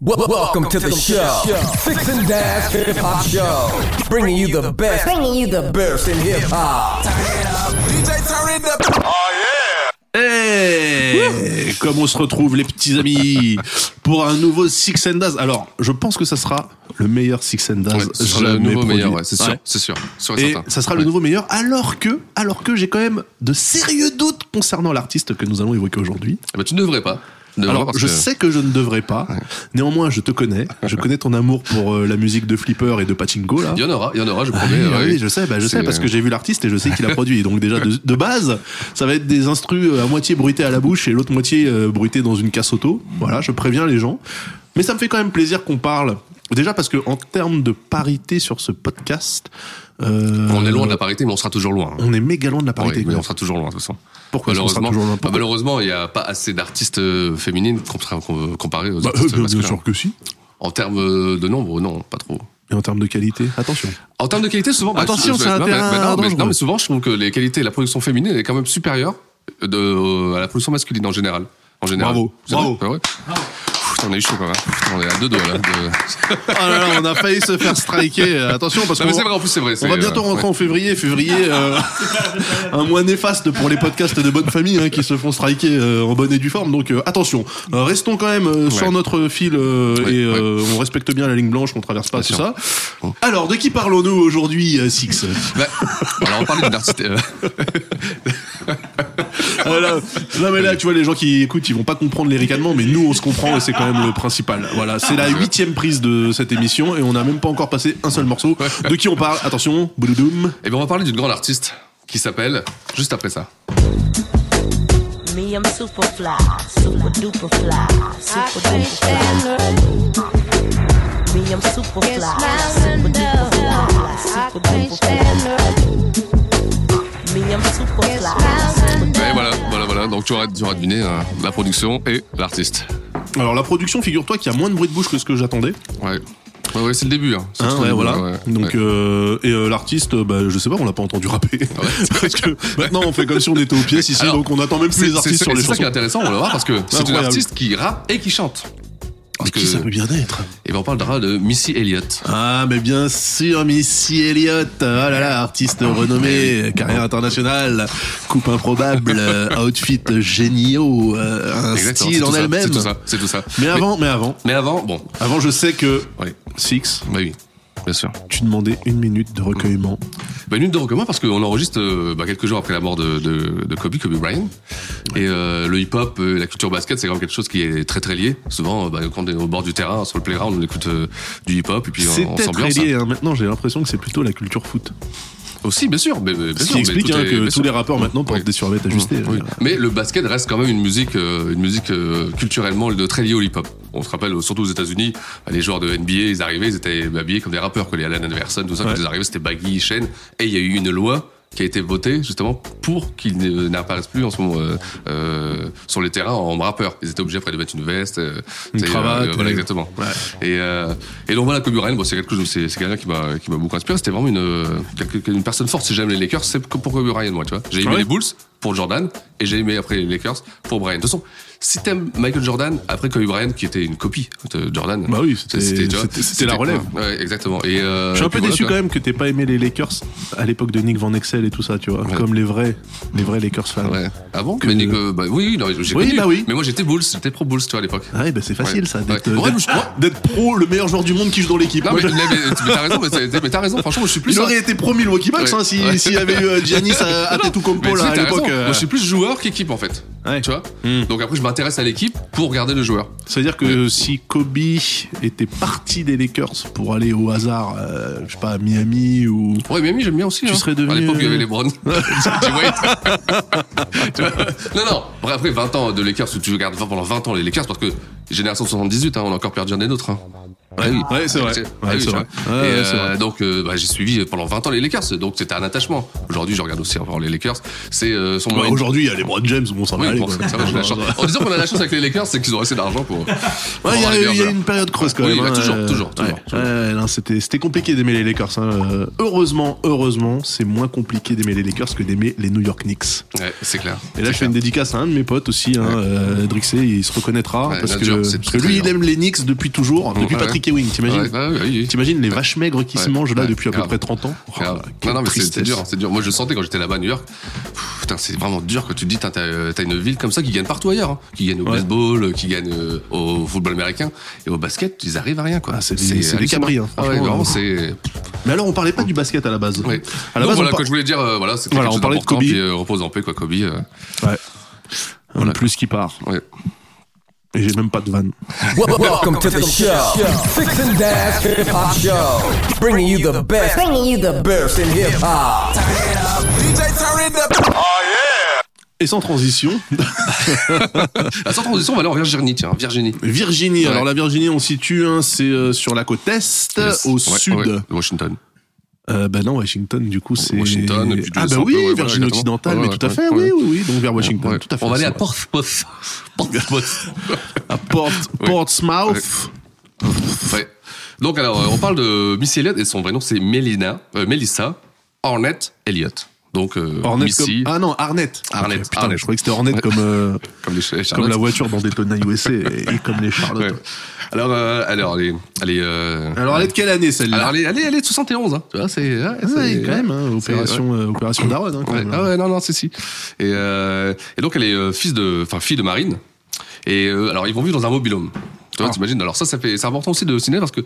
Welcome, Welcome to, to the, the show. show. Fix and Dash Hip Hop Show. Bringing you the best. Bringing you the best in hip hop. DJ, turn it up. Oh yeah. Hey, comme Eh, on se retrouve les petits amis pour un nouveau Six and Daz. Alors, je pense que ça sera le meilleur Six and Daz Ouais, ce sera le jamais nouveau produit. meilleur, ouais, c'est sûr, Ouais. c'est sûr. sûr Et certain. ça sera le Ouais. nouveau meilleur, alors que, alors que j'ai quand même de sérieux doutes concernant l'artiste que nous allons évoquer aujourd'hui. Ah bah, tu ne devrais pas. Tu ne devrais pas Alors, parce je que- sais que je ne devrais pas. Néanmoins, je te connais. Je connais ton amour pour euh, la musique de Flipper et de Pachinko, là. Il y en aura, il y en aura, je Ah promets. euh, oui, ouais, oui, je sais, bah, je C'est- euh, sais, parce que j'ai vu l'artiste et je sais qu'il a produit. Donc déjà de, de base, ça va être des instrus euh, à moitié bruités à la bouche et l'autre moitié euh, bruités dans une casse auto. Voilà, je préviens les gens. Mais ça me fait quand même plaisir qu'on parle. Déjà parce que en termes de parité sur ce podcast, euh, On est loin de la parité, mais on sera toujours loin. on est méga loin de la Ouais, parité. mais quoi. on sera toujours loin, de toute façon. Pourquoi est-ce qu'on sera Malheureusement, toujours loin bah, malheureusement, il n'y a pas assez d'artistes euh, féminines compar- com- comparés aux Bah, euh, artistes bien, bien masculins. sûr que si. En termes euh, de nombre, non, pas trop. Et en termes de qualité, attention. En termes de qualité, souvent. bah, Attention, je- je- c'est un non, terrain mais- mais non, mais- dangereux. non, mais souvent, je trouve que les qualités, la production féminine elle est quand même supérieure de, euh, à la production masculine en général. En général. Bravo, C'est bravo. vrai, c'est vrai. Putain, on a eu chaud quand même. Putain, On est à deux doigts là. de- Oh là là, on a failli se faire striker. Euh, Attention parce Non, mais qu'on- c'est vrai, en plus, c'est vrai. c'est, On va euh, bientôt ouais. rentrer en février. Février, euh, un mois néfaste pour les podcasts de bonne famille hein, qui se font striker euh, en bonne et due forme. Donc euh, attention, Euh, restons quand même euh, sur Ouais. notre fil euh, Ouais, et euh, on respecte bien la ligne blanche, qu'on traverse pas tout Bien ça. Alors, de qui parlons-nous aujourd'hui, euh, Six Bah, alors, on parle d'une artiste. euh, Euh, là, Non mais là, tu vois, les gens qui écoutent, ils vont pas comprendre les ricanements, mais nous, on se comprend et c'est quand même le principal. Voilà, c'est la huitième prise de cette émission et on n'a même pas encore passé un seul morceau. De qui on parle Attention, boudoudoum. Eh bien, on va parler d'une grande artiste qui s'appelle, juste après ça. Me, I'm super fly, super duper fly, super duper fly. Me, I'm super fly, super duper fly, super duper fly. Me, I'm super fly, super Et voilà, voilà, voilà. Donc, tu auras, tu auras deviné hein, la production et l'artiste. Alors la production, figure-toi qu'il y a moins de bruit de bouche que ce que j'attendais. Ouais. Ouais, ouais, c'est le début. Hein. C'est Hein, tout le ouais, début, voilà. ouais, ouais. Donc euh, et euh, l'artiste, bah, je sais pas, on l'a pas entendu rapper parce que maintenant on fait comme si on était aux pièces ici, Ah Alors, donc on attend même plus C'est les artistes c'est- sur les c'est ça qui est chansons. intéressant, on va voir, parce que c'est une Incroyable. artiste qui rappe et qui chante. Parce que, bien être et ben on parlera de Missy Elliott. Ah mais bien sûr, Missy Elliott, oh là là, artiste renommée, carrière internationale, coupe improbable, euh, outfit géniaux, euh, un Exactement, c'est style tout en ça, elle-même. C'est tout ça, c'est tout ça. Mais avant, mais avant, Mais avant, bon, avant, je sais que oui, Six, bah oui, bien sûr. tu demandais une minute de recueillement. Bah, une de recommande parce qu'on enregistre euh, bah, quelques jours après la mort de, de, de Kobe, Kobe Bryant. Et euh, le hip-hop, euh, la culture basket, c'est quand même quelque chose qui est très très lié. Souvent, euh, bah, quand on est au bord du terrain, sur le playground, on écoute euh, du hip-hop et puis C'est on, on peut-être s'ambiance. lié, hein. maintenant j'ai l'impression que c'est plutôt la culture foot. Aussi, bien sûr. Mais, mais- bien Ce sûr, qui mais explique tout hein, est- bien que tous sûr. Mmh. les rappeurs maintenant portent Oui. Mmh. des survêtements ajustés. Oui. euh, Mais le basket reste quand même une musique, euh, une musique euh, culturellement de très liée au hip-hop. On se rappelle, euh, surtout aux États-Unis, euh, les joueurs de NBA, ils arrivaient, ils étaient habillés comme des rappeurs, que les Allen Iverson, tout ça, Ouais. quand ils arrivaient, c'était baggy, chaîne. Et il y a eu une loi qui a été votée justement pour qu'ils ne- n'apparaissent plus en ce moment euh, euh, sur les terrains en rappeurs. Ils étaient obligés après de mettre une veste, euh, Une tu sais, cravate, voilà, euh, exactement. ouais. Et, euh, et donc voilà, Kobe Bryant, bon, c'est quelque chose, c'est c'est quelqu'un qui m'a qui m'a beaucoup inspiré. C'était vraiment une euh, quelque- une personne forte. Si j'aime les Lakers, c'est pour Kobe Bryant, moi, tu vois. J'ai aimé Ah ouais les Bulls pour Jordan et j'ai aimé après les Lakers pour Bryant. De toute façon, si t'aimes Michael Jordan, après Kobe Bryant qui était une copie de Jordan. Bah oui, c'était- tu vois, c'était- c'était la relève. Ouais, exactement. Et euh, Je suis un puis peu voilà, déçu quoi. quand même que t'aies pas aimé les Lakers à l'époque de Nick Van Exel et tout ça, tu vois, comme les vrais, les vrais Lakers fans. Ouais. Avant Que- que. Mais, Nick, euh, bah, oui, oui, non, j'ai Oui, connu. bah oui. Mais moi j'étais Bulls, j'étais pro Bulls, tu vois, à l'époque. Ah ouais, bah c'est facile Ouais. ça, d'être Ouais. Ouais, d'être- mais je crois- d'être pro, le meilleur joueur du monde qui joue dans l'équipe. Non, Moi, mais, je- mais, mais t'as raison, mais c'est- mais t'as raison, franchement, moi, je suis plus. Il aurait été pro Milwaukee Bucks Ouais. hein, si- s'il Ouais. y avait eu euh, Giannis à, à Mais Tetoukompo tu là sais, à t'as l'époque. raison. euh, Moi, je suis plus joueur qu'équipe en fait. Ouais. Tu vois Mm. Donc après, je m'intéresse à l'équipe pour regarder le joueur. C'est-à-dire que si Kobe était parti des Lakers pour aller au hasard, euh, je sais pas, à Miami ou Ouais, Miami, j'aime bien aussi. Tu hein. serais devenu, À l'époque, il y avait euh, les Browns. Tu vois Tu vois non, non. Après, Après, 20 ans de Lakers, où tu regardes pendant 20 ans les Lakers, parce que génération 78, hein, on a encore perdu un des nôtres. hein. Ouais, oui. Ouais, c'est vrai. Ouais, Ouais, oui, c'est tu vrai. vois. Ouais, Et, ouais, c'est euh, vrai. donc euh, bah, j'ai suivi pendant 20 ans les Lakers, donc c'était un attachement. Aujourd'hui, je regarde aussi encore les Lakers. C'est euh, son Ouais, moyen- Bah, Aujourd'hui, il y a les Brown James, bon, ça va Oui, aller. bon, quoi. ça va, j'ai de la chance. En disant qu'on a la chance avec les Lakers, c'est qu'ils ont assez d'argent pour. pour Ouais, il y avoir a, les meilleurs il y a joueurs. une période creuse quand Oui, même. bah, hein, toujours, euh, toujours, toujours, ouais, toujours. ouais, non, c'était, c'était compliqué d'aimer les Lakers. hein, euh, heureusement, heureusement, c'est moins compliqué d'aimer les Lakers que d'aimer les New York Knicks. Ouais, c'est clair. Et là, je fais une dédicace à un de mes potes aussi, hein, euh, Drixé, il se reconnaîtra. Ouais, parce là, que, dur, c'est parce que très lui, dur. il aime les Knicks depuis toujours, depuis ouais. Patrick Ewing, t'imagines Ouais, ouais, ouais, oui, oui. T'imagines les vaches maigres qui se Ouais, mangent là ouais, depuis à peu grave. près 30 ans Oh, Grave. quelle non, non, mais c'est- c'est tristesse. dur, c'est dur. Moi, je le sentais quand j'étais là-bas à New York. Pff, Putain, c'est vraiment dur quand tu te dis, t'as- t'as t'as une ville comme ça qui gagne partout ailleurs, hein. qui gagne au Ouais. baseball, euh, qui gagne euh, au football américain et au basket, ils arrivent à rien, quoi. Ah, c'est des- c'est des cabris, hein, Ah ouais, franchement. vraiment, c'est. Mais alors, on parlait pas du basket à la base. Ouais. À la Donc base, voilà, on par- que je voulais dire, euh, voilà, c'était Voilà, quelque on chose parlait de d'important, Kobe. Puis, euh, repose en paix, quoi, Kobe. euh, Ouais. Un de plus qui part. ouais. Et j'ai même pas de vanne. Wel- Welcome to the show. Fix and Dash Hip Hop Show. Bringing you the best. Bringing you the best in hip hop. DJ turn it up. Oh Et sans transition, Ah, sans transition, on va aller en Virginie, tiens, Virginie. Virginie. Ouais. Alors la Virginie, on situe, hein, c'est euh, sur la côte est, Yes. au Ouais, sud. ouais, Washington. Euh, bah non, Washington, du coup, c'est Washington, et puis ah bah descends un oui, peu, ouais, voilà, Virginie exactement. occidentale, Ouais, mais tout à ouais, fait, ouais. oui, oui, oui, donc vers Washington, Ouais. tout à fait. On va aller c'est à vrai. Portsmouth. Portsmouth. à Port- Ouais. Portsmouth. Ouais. Donc alors, euh, on parle de Missy Elliott et son vrai nom c'est Melina, euh, Melissa Ornette Elliott. Donc euh, Hornet Missy, comme... Ah non, Arnett. Arnett, Ok, putain, Arnett. je croyais que c'était Arnett comme, euh, comme les ch- les comme Charlottes. la voiture dans Daytona USA et, et comme les Charlotte. Ouais. Alors, euh, alors, elle est, elle est, euh, Alors, elle est de quelle année celle-là alors, elle est, elle est, elle est de 71, hein. Tu vois, c'est, ouais, Ah ouais, c'est- quand même, hein, c'est- opération, euh, opération Daron. Hein, quand Ouais. même, Ah hein. ouais, non, non, c'est si. Et, euh, et donc, elle est euh, fils de, enfin, fille de Marine. Et euh, alors, ils vont vivre dans un mobilhome. Tu Ah. vois, t'imagines Alors, ça, ça fait, c'est important aussi de ciné parce que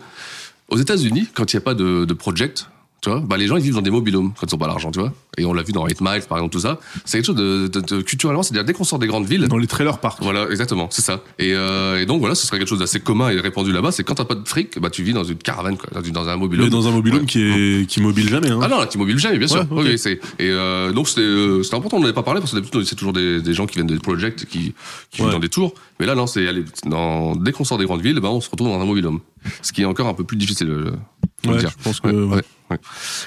aux États-Unis, quand il n'y a pas de, de project, tu vois, bah, les gens, ils vivent dans des mobilhomes quand ils n'ont pas l'argent, tu vois. Et on l'a vu dans 8 Miles, par exemple, tout ça. C'est quelque chose de, de- de culturellement, c'est-à-dire dès qu'on sort des grandes villes. Dans les trailers parcs. Voilà, exactement, c'est ça. Et, euh, et donc voilà, ce serait quelque chose d'assez commun et répandu là-bas. C'est quand t'as pas de fric, bah tu vis dans une caravane, quoi, dans, une- dans un mobilhome. Mais dans un mobilhome Ouais. qui est qui mobile jamais. Hein. Ah non, la T-Mobile jamais, bien sûr. Ouais, ok. Oui, c'est et euh, donc c'était euh, c'était important, on n'avait pas parlé parce que d'habitude c'est toujours des, des gens qui viennent des projects qui qui Ouais. vivent dans des tours, mais là non, c'est aller dans dès qu'on sort des grandes villes, ben on se retrouve dans un mobilhome, ce qui est encore un peu plus difficile. euh, faut Ouais, le dire. je pense que- ouais, ouais.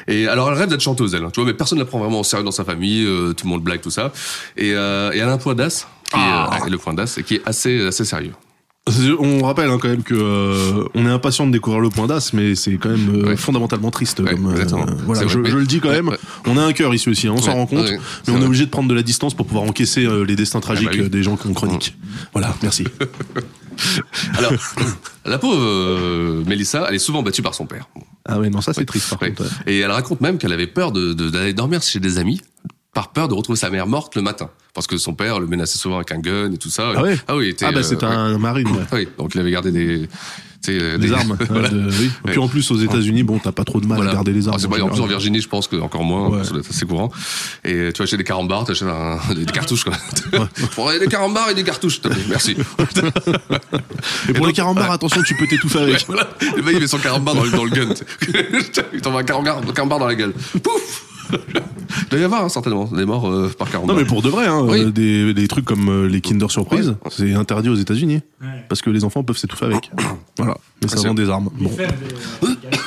Et alors elle rêve d'être chanteuse, elle, hein, tu vois, mais personne ne la prend vraiment au sérieux dans sa famille, euh, tout le monde blague tout ça, et, euh, et elle a un point d'as, qui est, euh, le point d'as, et qui est assez assez sérieux. On rappelle hein, quand même que euh, on est impatient de découvrir le point d'as, mais c'est quand même euh, Ouais. fondamentalement triste. Ouais, comme, euh, exactement. voilà, C'est je, vrai, je mais- le dis quand ouais, même. ouais. On a un cœur ici aussi, hein, on s'en Ouais, rend compte, ouais, mais on est c'est vrai. Ah bah obligé de prendre de la distance pour pouvoir encaisser euh, les destins tragiques oui. euh, des gens qu'on chronique. Voilà, merci. Alors la pauvre euh, Mélissa, elle est souvent battue par son père. ah ouais, non, ça c'est triste par Ouais. contre. ouais. Et elle raconte même qu'elle avait peur d'aller de, d'aller dormir chez des amis par peur de retrouver sa mère morte le matin. Parce que son père le menaçait souvent avec un gun et tout ça. Ah ouais. Ah oui, il était, Ah bah euh, c'est ouais. un marine. ouais. Ah oui, donc il avait gardé des, tu sais, euh, Des armes. hein, voilà. de- oui. Et Puis en plus aux États-Unis, bon, t'as pas trop de mal Voilà. à garder les armes. euh, Ah, c'est pas, en plus en général. Virginie, je pense que encore moins, Ouais. ça doit être assez courant. Et tu vas acheter des carambars, tu achètes un, des cartouches quoi. Pour des carambars et des cartouches, t'as- merci. Et pour les Et donc- carambars, attention, tu peux t'étouffer Ouais, avec. voilà. Le mec, il met son carambar dans, le- dans le gun. tu sais. Il t'envoie un carambar, carambar dans la gueule. Pouf Il doit y avoir, hein, certainement, des morts euh, par carambar. Non mais pour de vrai, hein, Oui. euh, des, des trucs comme euh, les Kinder Surprise, Ouais. c'est interdit aux États-Unis parce que les enfants peuvent s'étouffer avec. voilà, mais ça sûr. vend des armes. Les Bon. fèves des, des galettes.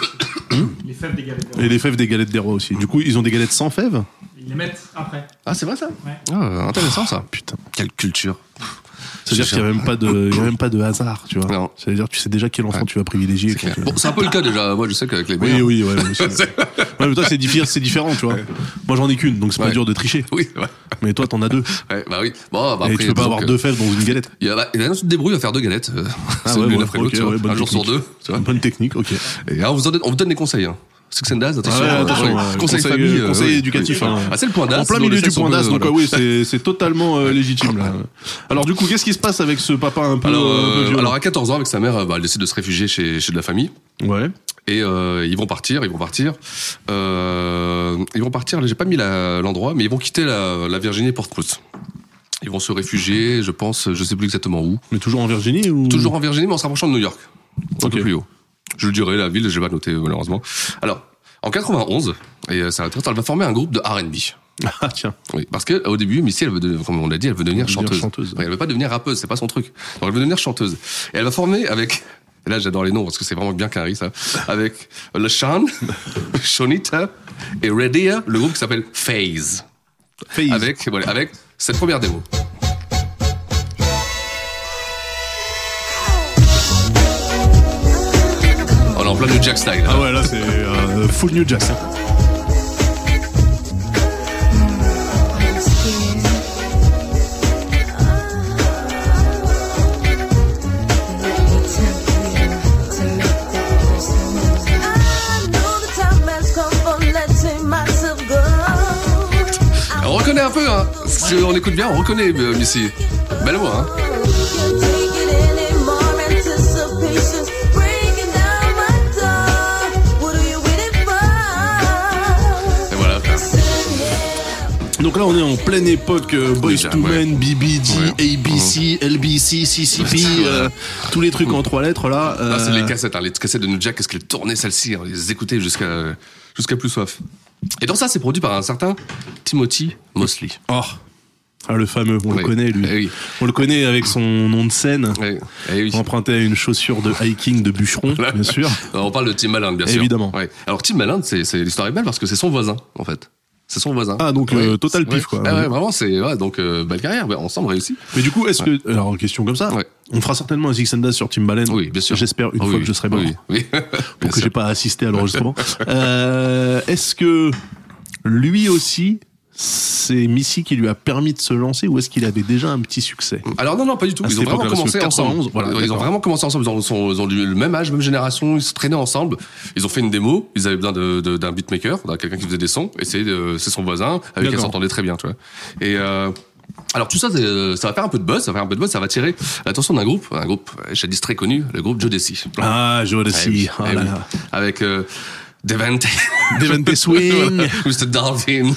Hein les fèves des galettes. Et les fèves des galettes des rois aussi. Du coup, ils ont des galettes sans fèves. Ils les mettent après. Ah, c'est vrai ça Ouais. Ah, Intéressant ça. Putain, Quelle culture. c'est-à-dire qu'il y a même pas de, il y a même pas de hasard, tu vois. Non. C'est-à-dire, tu sais déjà quel enfant tu vas privilégier. C'est quand clair. tu- Bon, c'est un peu le cas déjà. Moi, je sais qu'avec les Oui, mères- oui, ouais. ouais, c'est- ouais, mais toi, c'est diffi- c'est différent, tu vois. Moi, j'en ai qu'une, donc c'est pas Ouais. dur de tricher. Oui, ouais. Mais toi, t'en as deux. Ouais, bah oui. Bon, bah Et après, tu peux pas disons avoir que- deux fèves dans une galette. Ah Il y a, bah, il y en a qui se débrouillent à faire deux galettes. euh, c'est ouais, l'une ouais, après ok, l'autre. tu vois. ouais, bonne un jour sur technique. deux. Tu vois. Bonne technique, ok. Et alors, on vous, en donne- on vous donne des conseils. Hein. Six and Daz, attention. Ah ouais, euh, attention, oui. ouais. Conseil, Conseil, famille. euh, euh, conseil oui. éducatif, Oui. hein. Ah, c'est le point d'As. En plein sinon, milieu les du sexes sont point bleus, d'as, donc voilà. ah oui, c'est c'est totalement euh, légitime là. Alors du coup, qu'est-ce qui se passe avec ce papa un peu, Alors, un peu euh, violent alors à 14 ans, avec sa mère, euh, bah, elle décide de se réfugier chez, chez de la famille. Ouais. Et euh, ils vont partir, ils vont partir. Euh, ils vont partir, j'ai pas mis la- l'endroit, mais ils vont quitter la, la Virginie et Portsmouth. Ils vont se réfugier, je pense, je sais plus exactement où. Mais toujours en Virginie ou Toujours en Virginie, mais en se rapprochant de New York. Un Ok. peu plus haut. Je le dirai, la ville, j'ai pas noté, malheureusement. Alors, en 91, et euh, c'est intéressant, elle va former un groupe de R&B. Ah tiens. Oui, parce que au début, Missy, elle veut devenir- comme on l'a dit, elle veut devenir Elle veut devenir chanteuse. chanteuse. Ouais, elle veut pas devenir rappeuse, c'est pas son truc. Donc elle veut devenir chanteuse. Et elle va former avec Et là, j'adore les noms parce que c'est vraiment bien carré ça. Avec Le Sean, Shonita et Redia, le groupe qui s'appelle Phase. Phase. Avec, voilà, avec cette première démo. On est en plein New Jack Style. là. Ah ouais, là, c'est euh, full New Jack. hein. On reconnaît un peu, hein. Si on écoute bien, on reconnaît euh, Missy. Belle voix, hein. Et voilà. Donc là, on est en pleine époque euh, Boys Déjà, to ouais. Men, BBD, Ouais. ABC, LBC, CCP, euh, tous les trucs en trois lettres là. Là, c'est euh, les cassettes, hein, les cassettes de New Jack, qu'est-ce qu'elles tournaient celles-ci, hein, les écouter jusqu'à jusqu'à plus soif. Et dans ça, c'est produit par un certain Timothy Mosley. Oh. Ah, le fameux, on Oui. le connaît lui. Eh oui. On le connaît avec son nom de scène, Eh, eh oui. emprunté à une chaussure de hiking de bûcheron, bien sûr. Alors, on parle de Tim Allen, bien sûr. Évidemment. Ouais. Alors Tim Allen, c'est c'est- l'histoire est belle parce que c'est son voisin, en fait. C'est son voisin. Ah, donc, euh, total pif, Ouais. quoi. Ah ouais, vraiment, c'est ouais, donc euh, belle carrière, mais ensemble réussi. Mais du coup, est-ce que. Alors, question comme ça, Ouais. on fera certainement un Six and Dust sur Timbaland. Oui, bien sûr. J'espère une Ah, fois oui, que je serai mort. Oui, oui. Bien pour que sûr. j'ai pas assisté à l'enregistrement. Euh, est-ce que lui aussi, c'est Missy qui lui a permis de se lancer ou est-ce qu'il avait déjà un petit succès Alors non, non, pas du tout. À Ils cette ont vraiment époque-là, Ah, parce commencé que ensemble. 91, voilà, ils ont d'accord. vraiment commencé ensemble. Ils ont, sont- ils ont du le même âge, même génération. Ils se traînaient ensemble. Ils ont fait une démo. Ils avaient besoin de- de- d'un beatmaker, d'un quelqu'un qui faisait des sons. Et c'est euh, c'est son voisin avec qui ils D'accord. s'entendaient très bien, tu vois. Et euh, alors tout ça, c'est- euh, ça va faire un peu de buzz. Ça va faire un peu de buzz. Ça va attirer l'attention d'un groupe, un groupe jadis très connu, le groupe Joe Desi. Ah, Joe Eh oui, Desi. Oh eh là oui. là. Avec euh, Devante. Devante Swing. Mr. Darwin.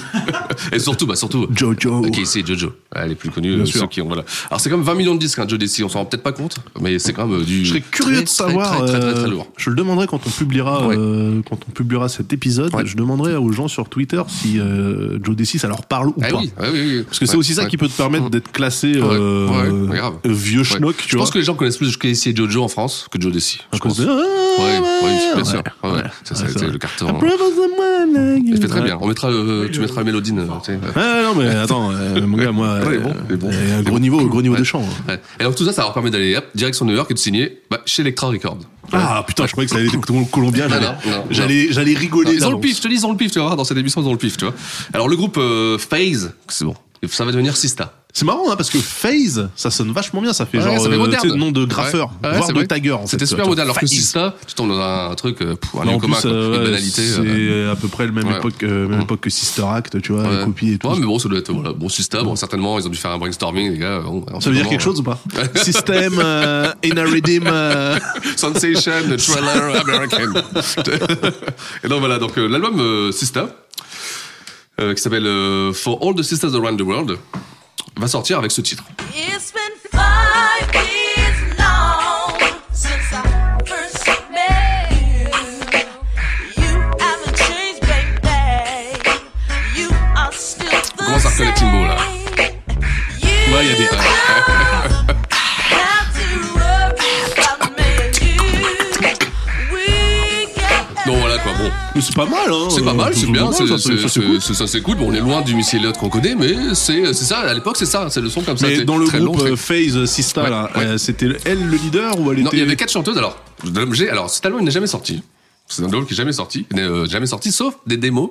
Et surtout, bah, surtout. Jojo. Ok, c'est Jojo. Elle est plus connue, euh, sûr. ceux qui ont, voilà. Alors, c'est quand même 20 millions de disques, hein, Joe Desi. On s'en rend peut-être pas compte, mais c'est quand même euh, du. Je serais curieux très, de savoir. Très, très, très, très, très euh, lourd. Je le demanderai quand on publiera, Ouais. euh, quand on publiera cet épisode. Ouais. Je demanderai aux gens sur Twitter si euh, Joe Desi ça leur parle ou Ah pas. oui, ah oui, oui. Parce que c'est Ouais, aussi ça ouais. qui peut te permettre d'être classé euh, ouais, ouais, grave. vieux Ouais. schnock. Tu Je pense que vois, les gens connaissent plus Joe Desi et Jojo en France que Joe Desi. à Je pense. cause de- Ah, Ouais, ouais, bien Ouais, sûr. Ouais, ouais. ouais. Ça, ça a Ouais, été vrai. le carton. hein. I promise I'm mine. Il fait très Ouais. bien. On mettra, euh, tu mettras Mélodine. euh, tu sais, euh. Ah non mais attends, euh, mon gars, moi, Ouais, il est bon, euh, il est bon. euh, gros niveau, gros niveau hein. Ouais. de chant. Ouais. Et donc tout ça, ça leur permet d'aller hop, direction New York et de signer bah, chez Electra Records. Ah putain, je croyais que ça allait être tout le monde colombien. Non, j'allais- non, non, J'allais, j'allais rigoler. Ils ont le d'avance. pif, je te dis, ils ont le pif, tu vas voir, dans cette émission, ils ont le pif, tu vois. Alors le groupe euh, Phase, c'est bon, ça va devenir Sista. C'est marrant hein, parce que phase, ça sonne vachement bien. Ça fait Ouais, genre ça fait euh, moderne. tu sais, nom de graffeur, Ouais. Ouais, voire c'est de vrai. tagger. en fait, C'était tu super vois, moderne, alors que phase. Sista, tu tombes dans un truc, euh, pff, un Non, lieu en commun, plus, quoi, euh, une ouais, banalité. c'est euh, à peu près le même Ouais. époque, euh, même époque que Sister Act, tu vois, ouais. les copies et tout. Ouais, mais bon, ça doit être, voilà, bon, Sista, bon, certainement, ils ont dû faire un brainstorming, les gars. bon, on Ça sait veut dire comment, quelque chose ou pas System, euh, in a redeem. euh, Sensation, the thriller American. Et donc voilà, donc euh, l'album euh, Sista, euh, qui s'appelle euh, For All the Sisters Around the World, va sortir avec ce titre. It's been five years long since I first met you. You haven't changed, baby. You are still the Commence à reconnaître Timbo, là. same. Ouais, il y a des. You Donc voilà quoi, bon. mais c'est pas mal, hein. C'est pas euh, mal, c'est plutôt bien, c'est- ça, c'est- ça, c'est c'est- cool. c'est- ça c'est cool. Bon, on est loin du Missy Elliott qu'on connaît, mais c'est c'est ça, à l'époque c'est ça, c'est le son comme ça. Mais c'est dans le très long, groupe très- euh, Phase Sista, Ouais, là, ouais. euh, c'était elle le leader ou elle Non, était. il y avait quatre chanteuses. Alors, de l'objet- alors cet album il n'est jamais sorti. C'est un album qui n'est jamais sorti, il n'est euh, jamais sorti, sauf des démos,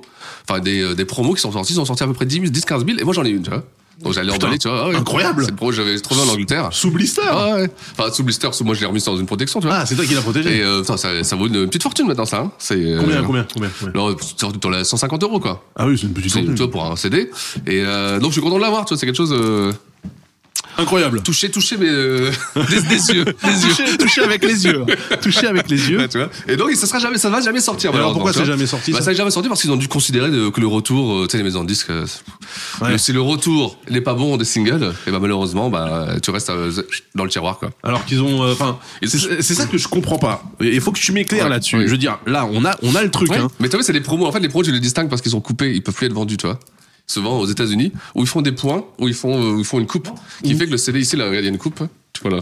enfin des, euh, des promos qui sont sortis. Ils sont sortis à peu près 10 000, 10, 15 000, et moi j'en ai une, tu vois. Donc j'allais Putain, emballer, tu vois. ah ouais. incroyable. C'est le promo que j'avais trouvé en Angleterre. Sous blister Ah ouais. Enfin, sous blister, sous, moi je l'ai remis dans une protection, tu vois. Ah, c'est toi qui l'as protégé. Et euh, putain, ça, ça vaut une petite fortune maintenant, ça. hein. C'est, euh, Combien, combien, combien, combien Alors, c'est dans la 150 euros, quoi. Ah oui, c'est une petite C'est, tu fortune. vois, pour un CD. Et euh, donc, je suis content de l'avoir, tu vois, c'est quelque chose. Euh, Incroyable. touché, touché, mais. euh, des, des yeux. Des yeux. Touché, touché avec les yeux. Touché avec les yeux. Ouais, tu vois. Et donc, ça sera jamais, ça ne va jamais sortir. Et alors, malheureusement, pourquoi tu c'est vois. jamais sorti, Bah, ça ça n'est jamais sorti parce qu'ils ont dû considérer de- que le retour, euh, tu sais, les maisons de disques, euh, Ouais. le- si le retour n'est pas bon des singles, et bah, malheureusement, bah, tu restes euh, dans le tiroir, quoi. Alors qu'ils ont, euh, enfin, c'est c'est ça que je comprends pas. Et Il faut que tu m'éclaires Ouais, là-dessus. oui. Je veux dire, là, on a, on a le truc. Ouais. Hein. Mais tu vois, c'est les promos. En fait, les promos, tu les distingues parce qu'ils sont coupés, ils peuvent plus être vendus, tu vois. Souvent aux États-Unis, Mmh. où ils font des points, où ils font, euh, où ils font une coupe, qui fait que le CD ici, là, regarde, il y a une coupe. Tu vois là.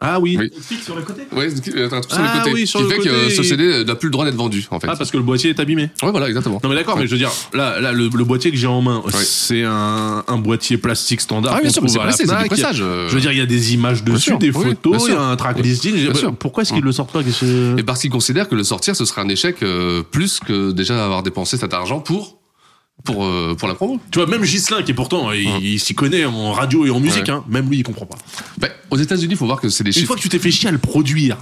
Ah oui. Oui. Explique sur le côté. Ouais, un truc sur Ah le côté. oui, sur qui le fait que côté, euh, ce il- CD euh, n'a plus le droit d'être vendu, en fait. Ah, parce que le boîtier est abîmé. Ouais, voilà, exactement. Non mais d'accord, mais je veux dire, là, là le, le boîtier que j'ai en main, Oui. c'est un, un boîtier plastique standard. Ah oui, qu'on bien sûr, mais trouve c'est à la pressé, c'est du Fnac. pressage, euh. Je veux dire, il y a des images dessus, sûr, des oui, bien photos, il y sûr. a un track Oui, listing. bien Bah, sûr. Pourquoi est-ce Mm. qu'ils le sortent pas qu'est-ce que- Et parce qu'ils considèrent que le sortir, ce serait un échec euh, plus que déjà avoir dépensé cet argent pour, pour, euh, pour la promo. Tu vois, même Gislin, qui est pourtant, il, il s'y connaît en radio et en musique, Ouais. hein, même lui, il comprend pas. Ben, aux États-Unis, il faut voir que c'est des Une chiffres. fois que tu t'es fait chier à le produire,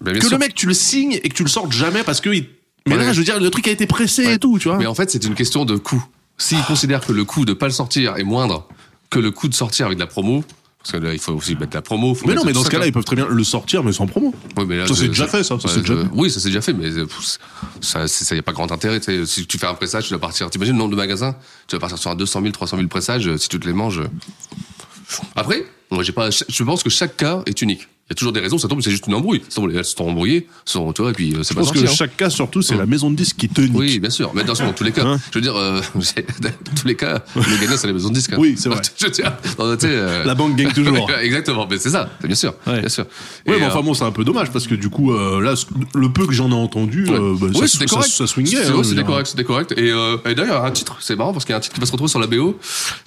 Ben, bien que sûr. le mec, tu le signes et que tu le sortes jamais parce que... il- Mais Ouais. là, je veux dire, le truc a été pressé Ouais. et tout, tu vois. Mais en fait, c'est une question de coût. S'ils considèrent que le coût de pas le sortir est moindre que le coût de sortir avec de la promo, parce que là, il faut aussi mettre de la promo. faut Mais non, mettre mais tout dans ce ça, Bah, cas-là, quoi. ils peuvent très bien le sortir, mais sans promo. Ouais, mais là, Ça, je- c'est déjà je- fait, ça, ça, ouais, c'est déjà je- fait. Oui, ça c'est déjà fait, mais euh, pff, ça, c'est- ça y a pas grand intérêt. tu sais. Si tu fais un pressage, tu dois partir. T'imagines le nombre de magasins Tu vas partir sur un 200 000, 300 000 pressages euh, si tu te les manges. euh. Après, moi, j'ai pas. Je pense que chaque cas est unique. Il y a toujours des raisons. Ça tombe, c'est juste une embrouille. Ça tombe, elles se sont embrouillées, elles se sont- tu vois, et puis euh, c'est Je pas pense sorti. que hein. chaque cas, surtout, c'est la maison de disques qui te nique. Oui, bien sûr. Mais attention, dans tous les cas, Hein je veux dire, euh, c'est- dans tous les cas, le gagnant, c'est la maison de disque. hein. Oui, c'est vrai. Je veux dire, dans- tu sais, euh, La banque gagne toujours. Exactement, mais c'est ça, bien sûr. Ouais. Bien sûr. Ouais, Et, mais euh, enfin bon, c'est un peu dommage parce que du coup, euh, là, ce- le peu que j'en ai entendu, euh, bah, ça, oui, c'était ça- correct. ça swingait. C'est- hein, ouais, je veux c'était dire. correct, c'était correct. Et, euh, et d'ailleurs, un titre, c'est marrant parce qu'il y a un titre qui va se retrouver sur la BO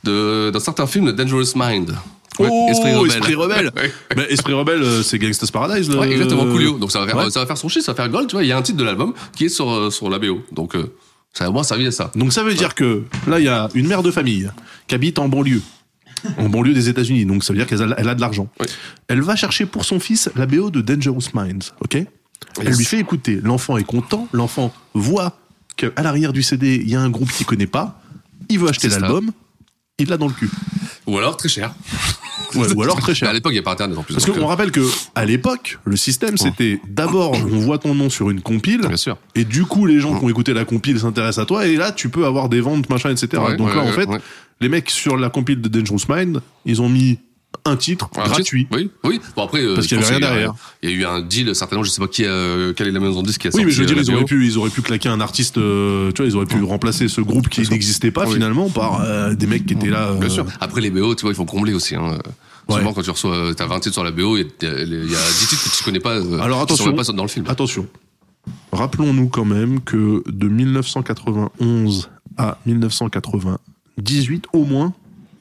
de- d'un certain film, de Dangerous Mind. Oh, Ouais, Esprit Rebelle. Esprit Ouais. Rebelle, Bah, Esprit Rebelle, euh, c'est Gangsta's Paradise. là. Ouais, exactement, Coolio. Donc ça va, faire, Ouais. euh, ça va faire son shit, ça va faire gold, tu vois. Il y a un titre de l'album qui est sur, euh, sur la BO. Donc euh, ça a au moins servi à ça. Donc ça veut dire que là, il y a une mère de famille qui habite en banlieue, en banlieue des États-Unis. Donc ça veut dire qu'elle a, elle a de l'argent. Ouais. Elle va chercher pour son fils la BO de Dangerous Minds, ok Elle lui fait écouter. L'enfant est content. L'enfant voit qu'à l'arrière du CD, il y a un groupe qu'il connaît pas. Il veut acheter C'est ça. l'album. Il l'a dans le cul. Ou alors très cher. Ouais, ou alors très cher. À l'époque, il n'y a pas Internet en plus. Parce donc, qu'on euh, rappelle que à l'époque, le système c'était d'abord on voit ton nom sur une compile. Bien sûr. Et du coup, les gens qui ont écouté la compile s'intéressent à toi et là tu peux avoir des ventes machin etc. Ouais, Donc ouais, là en ouais, fait, ouais. les mecs sur la compile de Dangerous Mind, ils ont mis un titre un gratuit. titre, Oui, oui. Bon après, euh, Parce qu'il y je avait rien pense qu'il y a- derrière. Il y a eu un deal certainement. Je sais pas qui, a- euh, quelle est la maison de disque qui a Oui, sorti. mais je veux euh, dire, la ils BO. auraient pu, ils auraient pu claquer un artiste, euh, tu vois, ils auraient pu remplacer ce groupe qui n'existait pas Oui. finalement par euh, des mecs qui étaient là. Bien euh, sûr. Après, les BO, tu vois, il faut combler aussi. Hein. Ouais. Souvent, quand tu reçois, euh, t'as 20 titres sur la BO, il y, a- il y a 10 titres que tu connais pas. euh, Alors qui sont attention, Ah, même pas dans le film. Attention. Rappelons-nous quand même que de 1991 à 1998, au moins,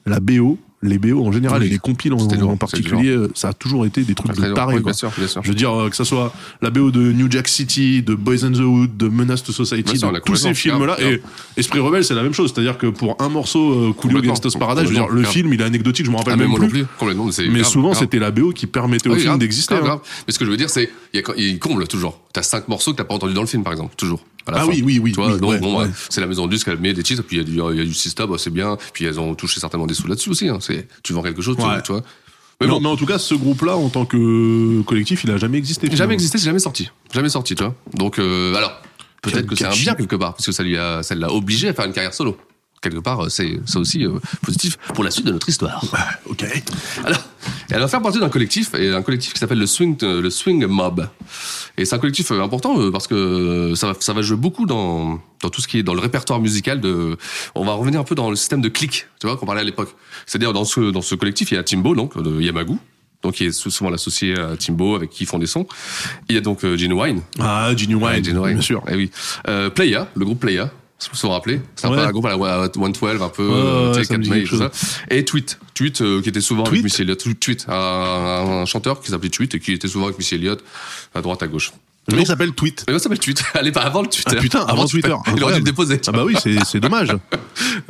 la BO, les BO en général Oui. et les compiles en, C'était en lourd, c'est particulier, euh, ça a toujours été des trucs Très de lourd. tarés. Oui, quoi. bien sûr, bien sûr. Je veux dire, euh, que ça soit la BO de New Jack City, de Boys and the Hood, de Menace to Society, Bien sûr, de la tous ces complètement, films-là. grave, Et Esprit Rebelle, c'est la même chose. C'est-à-dire que pour un morceau, euh, Coolio Complètement, Gangsta's Paradise, je veux dire, le complètement, film, il est anecdotique, je m'en rappelle Ah, mais même moi plus. non plus, complètement. mais c'est Mais grave, souvent, grave. Ah c'était la BO qui permettait au Oui, film grave, d'exister. grave, hein. grave. Mais ce que je veux dire, c'est il y a- il comble toujours. T'as cinq morceaux que t'as pas entendu dans le film, par exemple, toujours. à la Ah fin. oui, oui, oui, Tu vois, oui, donc, ouais, bon, bah, ouais. c'est la maison de disque qui a mis des titres, puis il y, a du- il y a du Sista, bah, c'est bien. Puis elles ont touché certainement des sous là-dessus aussi. Hein. C'est- Tu vends quelque chose, tu- Ouais. tu vois. Mais, Mais non, bon. mais en tout cas, ce groupe-là, en tant que collectif, il a jamais existé. Il n'a finalement. jamais existé, c'est jamais sorti. Jamais sorti, tu vois. Donc, euh, alors, peut-être Quel que c'est un gâchis. bien quelque part, parce que ça lui a, ça l'a obligé à faire une carrière solo. Quelque part, euh, c'est ça aussi euh, positif pour la suite de notre histoire. Ok. Alors, elle va faire partie d'un collectif, et un collectif qui s'appelle le Swing, euh, le Swing Mob. Et c'est un collectif euh, important euh, parce que euh, ça va, ça va jouer beaucoup dans, dans tout ce qui est dans le répertoire musical de. On va revenir un peu dans le système de clique, tu vois, qu'on parlait à l'époque. C'est-à-dire, dans ce, dans ce collectif, il y a Timbo, donc, euh, de Yamagu. Donc, qui est sou- souvent l'associé à Timbo, avec qui ils font des sons. Il y a donc euh, Gene Wine, Ah, Ginny Wine, Ouais, Genuine. bien sûr. Eh oui. Euh, Playa, le groupe Playa, si vous vous rappelez. C'est un Ouais. peu un groupe à la 112, un peu, Ouais, euh, tu ouais, sais, ça me dit 4 mai, quelque tout ça. Et Tweet. Tweet, euh, qui était souvent Tweet avec Missy Elliott. Tweet, Tweet, un, un chanteur qui s'appelait Tweet et qui était souvent avec Missy Elliott, à droite, à gauche. Le mec Donc- s'appelle Tweet. Mais non, ça s'appelle Tweet. Allez, pas avant le Twitter. Ah, putain, avant Twitter. Il aurait dû le Incroyable. déposer. Ah bah oui, c'est c'est dommage.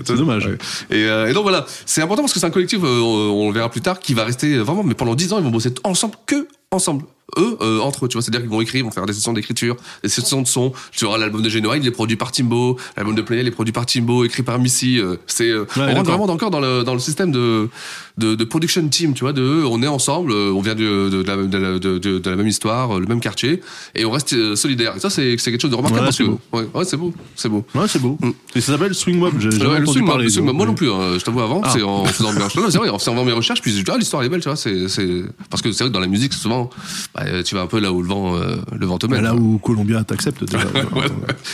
C'est dommage. Et, euh, et donc voilà, c'est important parce que c'est un collectif, euh, on le verra plus tard, qui va rester euh, vraiment, mais pendant 10 ans, ils vont bosser ensemble, que ensemble. Eux, euh, entre eux, tu vois, c'est-à-dire qu'ils vont écrire, ils vont faire des sessions d'écriture, des sessions de son. Tu vois, l'album de Genoa, il est produit par Timbo, l'album de Playa, il est produit par Timbo, écrit par Missy. euh, c'est, euh, on rentre d'accord. vraiment encore dans le, dans le système de, de, de production team, tu vois, de euh, on est ensemble, euh, on vient de, de, de la, de, la- de- de- de la même histoire, euh, le même quartier, et on reste euh, solidaire. Et ça, c'est c'est quelque chose de remarquable Ouais, parce c'est que. beau. Ouais, ouais, c'est beau, c'est beau. Ouais, c'est beau. Mm. Et ça s'appelle Swing Mob. J'ai jamais Ouais, le entendu swing mob, parler. euh, le swing mob. Moi mais- non plus, hein, je t'avoue avant, Ah. c'est en faisant mes recherches. Non, c'est vrai, en faisant mes recherches, puis je dis, ah, l'histoire elle est belle, tu vois. C'est, c'est... Parce que c'est vrai que dans la musique, souvent, bah, euh, tu vas un peu là où le vent, euh, le vent te Bah, mène. Là quoi. où Columbia t'accepte, déjà. euh, Ouais, ouais.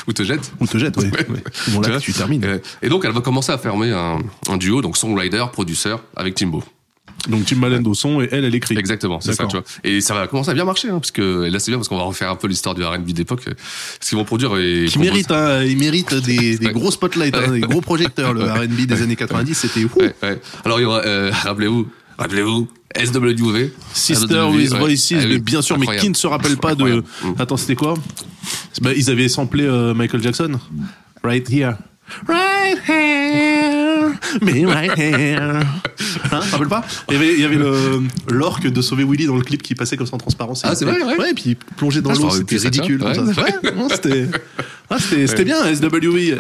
Ou te jette. on te jette, ouais. ouais. Bon, Tu là, vois. tu termines. Euh, Et donc, elle va commencer à fermer un, un duo, donc songwriter, producteur, avec Timbo. Donc Timbaland au son et elle, elle écrit. Exactement, c'est ça, D'accord. tu vois. Et ça va commencer à bien marcher, hein, parce que et là c'est bien parce qu'on va refaire un peu l'histoire du R&B d'époque, euh, ce qu'ils vont produire et Qui proposer- mérite, hein, il mérite des, des gros spotlights, hein, des gros projecteurs. Le R&B des années 90, c'était ouh, Ouais, ouais. Alors il y aura, euh, rappelez-vous, rappelez-vous, SWV, Sister SWV, with ouais. Voices, Ah oui, mais bien sûr, mais incroyable. qui ne se rappelle pas de. Incroyable. Mm. Mmh. Attends, c'était quoi Bah, Ils avaient samplé euh, Michael Jackson. Right here. Right here, me right here. Hein, tu te rappelles pas Il y avait, il y avait le- l'orque de Sauver Willy dans le clip qui passait comme ça en transparence. Ah, c'est vrai, ouais. Ouais, et puis plongé dans Ah, je me l'eau, rappelle c'était plus de ça, ridicule. tiens. comme ça. Ouais. Ouais, non, c'était ah, c'était- c'était bien, SWV.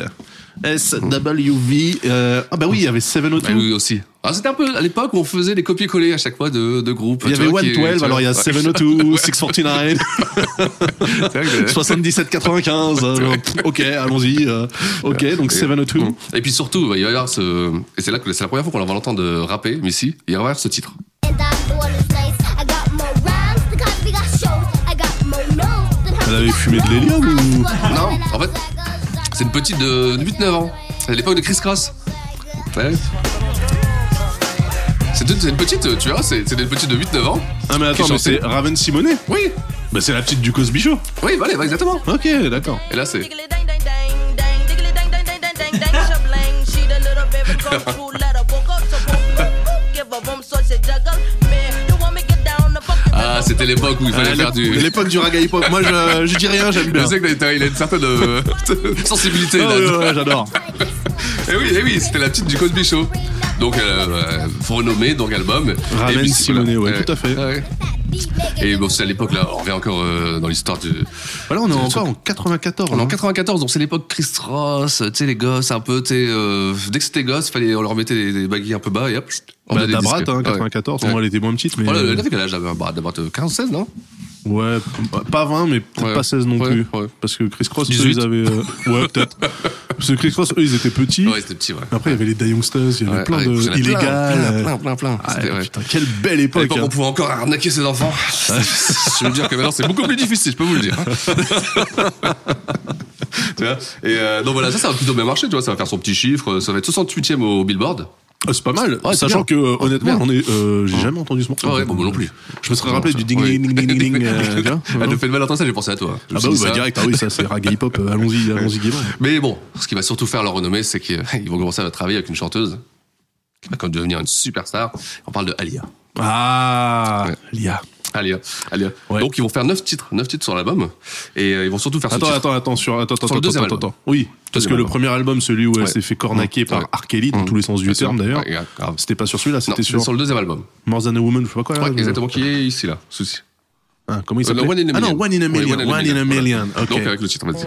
SWV. euh, Ah, bah oui, il y avait 702. Bah oui, aussi. Alors, c'était un peu à l'époque où on faisait les copier-coller à chaque fois de, de groupes. Il y tu avait vois, qui- 112, tu vois. alors il y a Ouais. 702, 649. C'est vrai que- 77 95 euh, ok allons-y euh, ok donc 702 Mm. Et puis surtout, bah, il va y avoir ce. Et c'est là que c'est la première fois qu'on va l'entendre rapper, mais si, il va y avoir ce titre. Elle avait fumé de l'hélium ou- Non, en fait, c'est une petite de 8-9 ans. C'est à l'époque de Chris Cross. Ouais. C'est une, c'est une petite, tu vois, c'est c'est une petite de 8-9 ans. ah mais attends Qui mais chantait. c'est Raven Simonet Oui, bah c'est la petite du Cosby Show oui, voilà, exactement. ok d'accord Et là, c'est. Diggly dang dang dang dang, diggly dang dang dang dang dang dang. Shablang, she the little baby girl, true letter. Woke up to boom boom boom, give a boom so she juggle. Man, you want me get down the fucking Ah, c'était l'époque où il fallait Euh, faire du. l'ép- l'époque du raga hip hop moi je, je dis rien j'aime bien Je sais que t'as- il a une certaine euh, sensibilité. Ah là. ouais, ouais, j'adore Eh oui, eh oui, c'était la petite du Cosby Show. Donc, euh, euh, renommée, donc album. Raven Et puis, Simonet, ouais, voilà. tout à fait. Ouais. Et bon, c'est à l'époque, là, on revient encore euh, dans l'histoire du. voilà on est encore en 94 On est en hein. 94, donc c'est l'époque Chris Ross, tu sais, les gosses, un peu, tu sais, euh, dès que c'était gosse, fallait, on leur mettait des, des baguilles un peu bas et hop, on bah, a des Dabrat, disques. hein, Ouais. 94, Ouais. moi elle était moins petite, mais. Voilà, elle avait quel âge, Dabrat Bah, Dabrat, euh, 15, 16, non ouais, pas 20, mais peut-être Ouais. pas 16 non Ouais, plus. ouais. Parce que Chris Cross, eux, 18. ils avaient. euh, Ouais, peut-être. Parce que Chris Cross, eux, ils étaient petits. Ouais, c'était petit, ouais. Après, il y avait les Die Youngsters, il y avait Ouais, plein ouais, de. il y en a plein, Illégal. Plein, euh, plein, plein, plein. Ah, C'était- ouais. putain, Ah, quelle belle À époque. l'époque, hein. on pouvait encore arnaquer ses enfants. je veux dire que maintenant, c'est beaucoup plus difficile, je peux vous le dire. tu vois Et euh, donc voilà, ça, ça va plutôt bien marcher, tu vois. Ça va faire son petit chiffre. euh, Ça va être 68ème au Billboard. Ah, C'est pas mal, Ouais, c'est sachant bien. que euh, honnêtement, Bien. on est, euh, j'ai jamais entendu ce morceau. Ah ouais, bon, moi non plus. Je me serais rappelé du ding ding ding ding ding. euh, tu vois Elle te fait de mal entendre ça, j'ai pensé à toi. Je me Ah bah suis oui, dit bah ça. direct. Ah oui, ça c'est rag hip hop. euh, Allons-y, allons-y gaiement. Mais bon, ce qui va surtout faire leur renommée, c'est qu'ils ils vont commencer à travailler avec une chanteuse qui va comme devenir une superstar. On parle de Alia. Ah, Ouais. Lia. Alia, Alia. Ouais. Donc ils vont faire 9 titres, 9 titres sur l'album. Et euh, ils vont surtout faire ce Attends, titre. attends, attends, sur, attends, attends, Sur le attends, deuxième attends, album. attends. Oui, parce Deuxième que le album. premier album, celui où elle Ouais. s'est fait cornaquer par Ouais. R. Kelly, dans Mm. tous les sens du Bien sûr. terme d'ailleurs. Ouais, grave. C'était pas sur celui-là, Non, c'était c'est sur sur le deuxième album. More Than a Woman, je sais pas quoi là. Ouais, le- exactement, qui est ici, là, souci. Ah, Comment il Euh, le s'appelle One in a Ah non, Million. One in a Ouais, Million. One in a Million. voilà. Donc, euh, Ok. avec le titre, vas-y.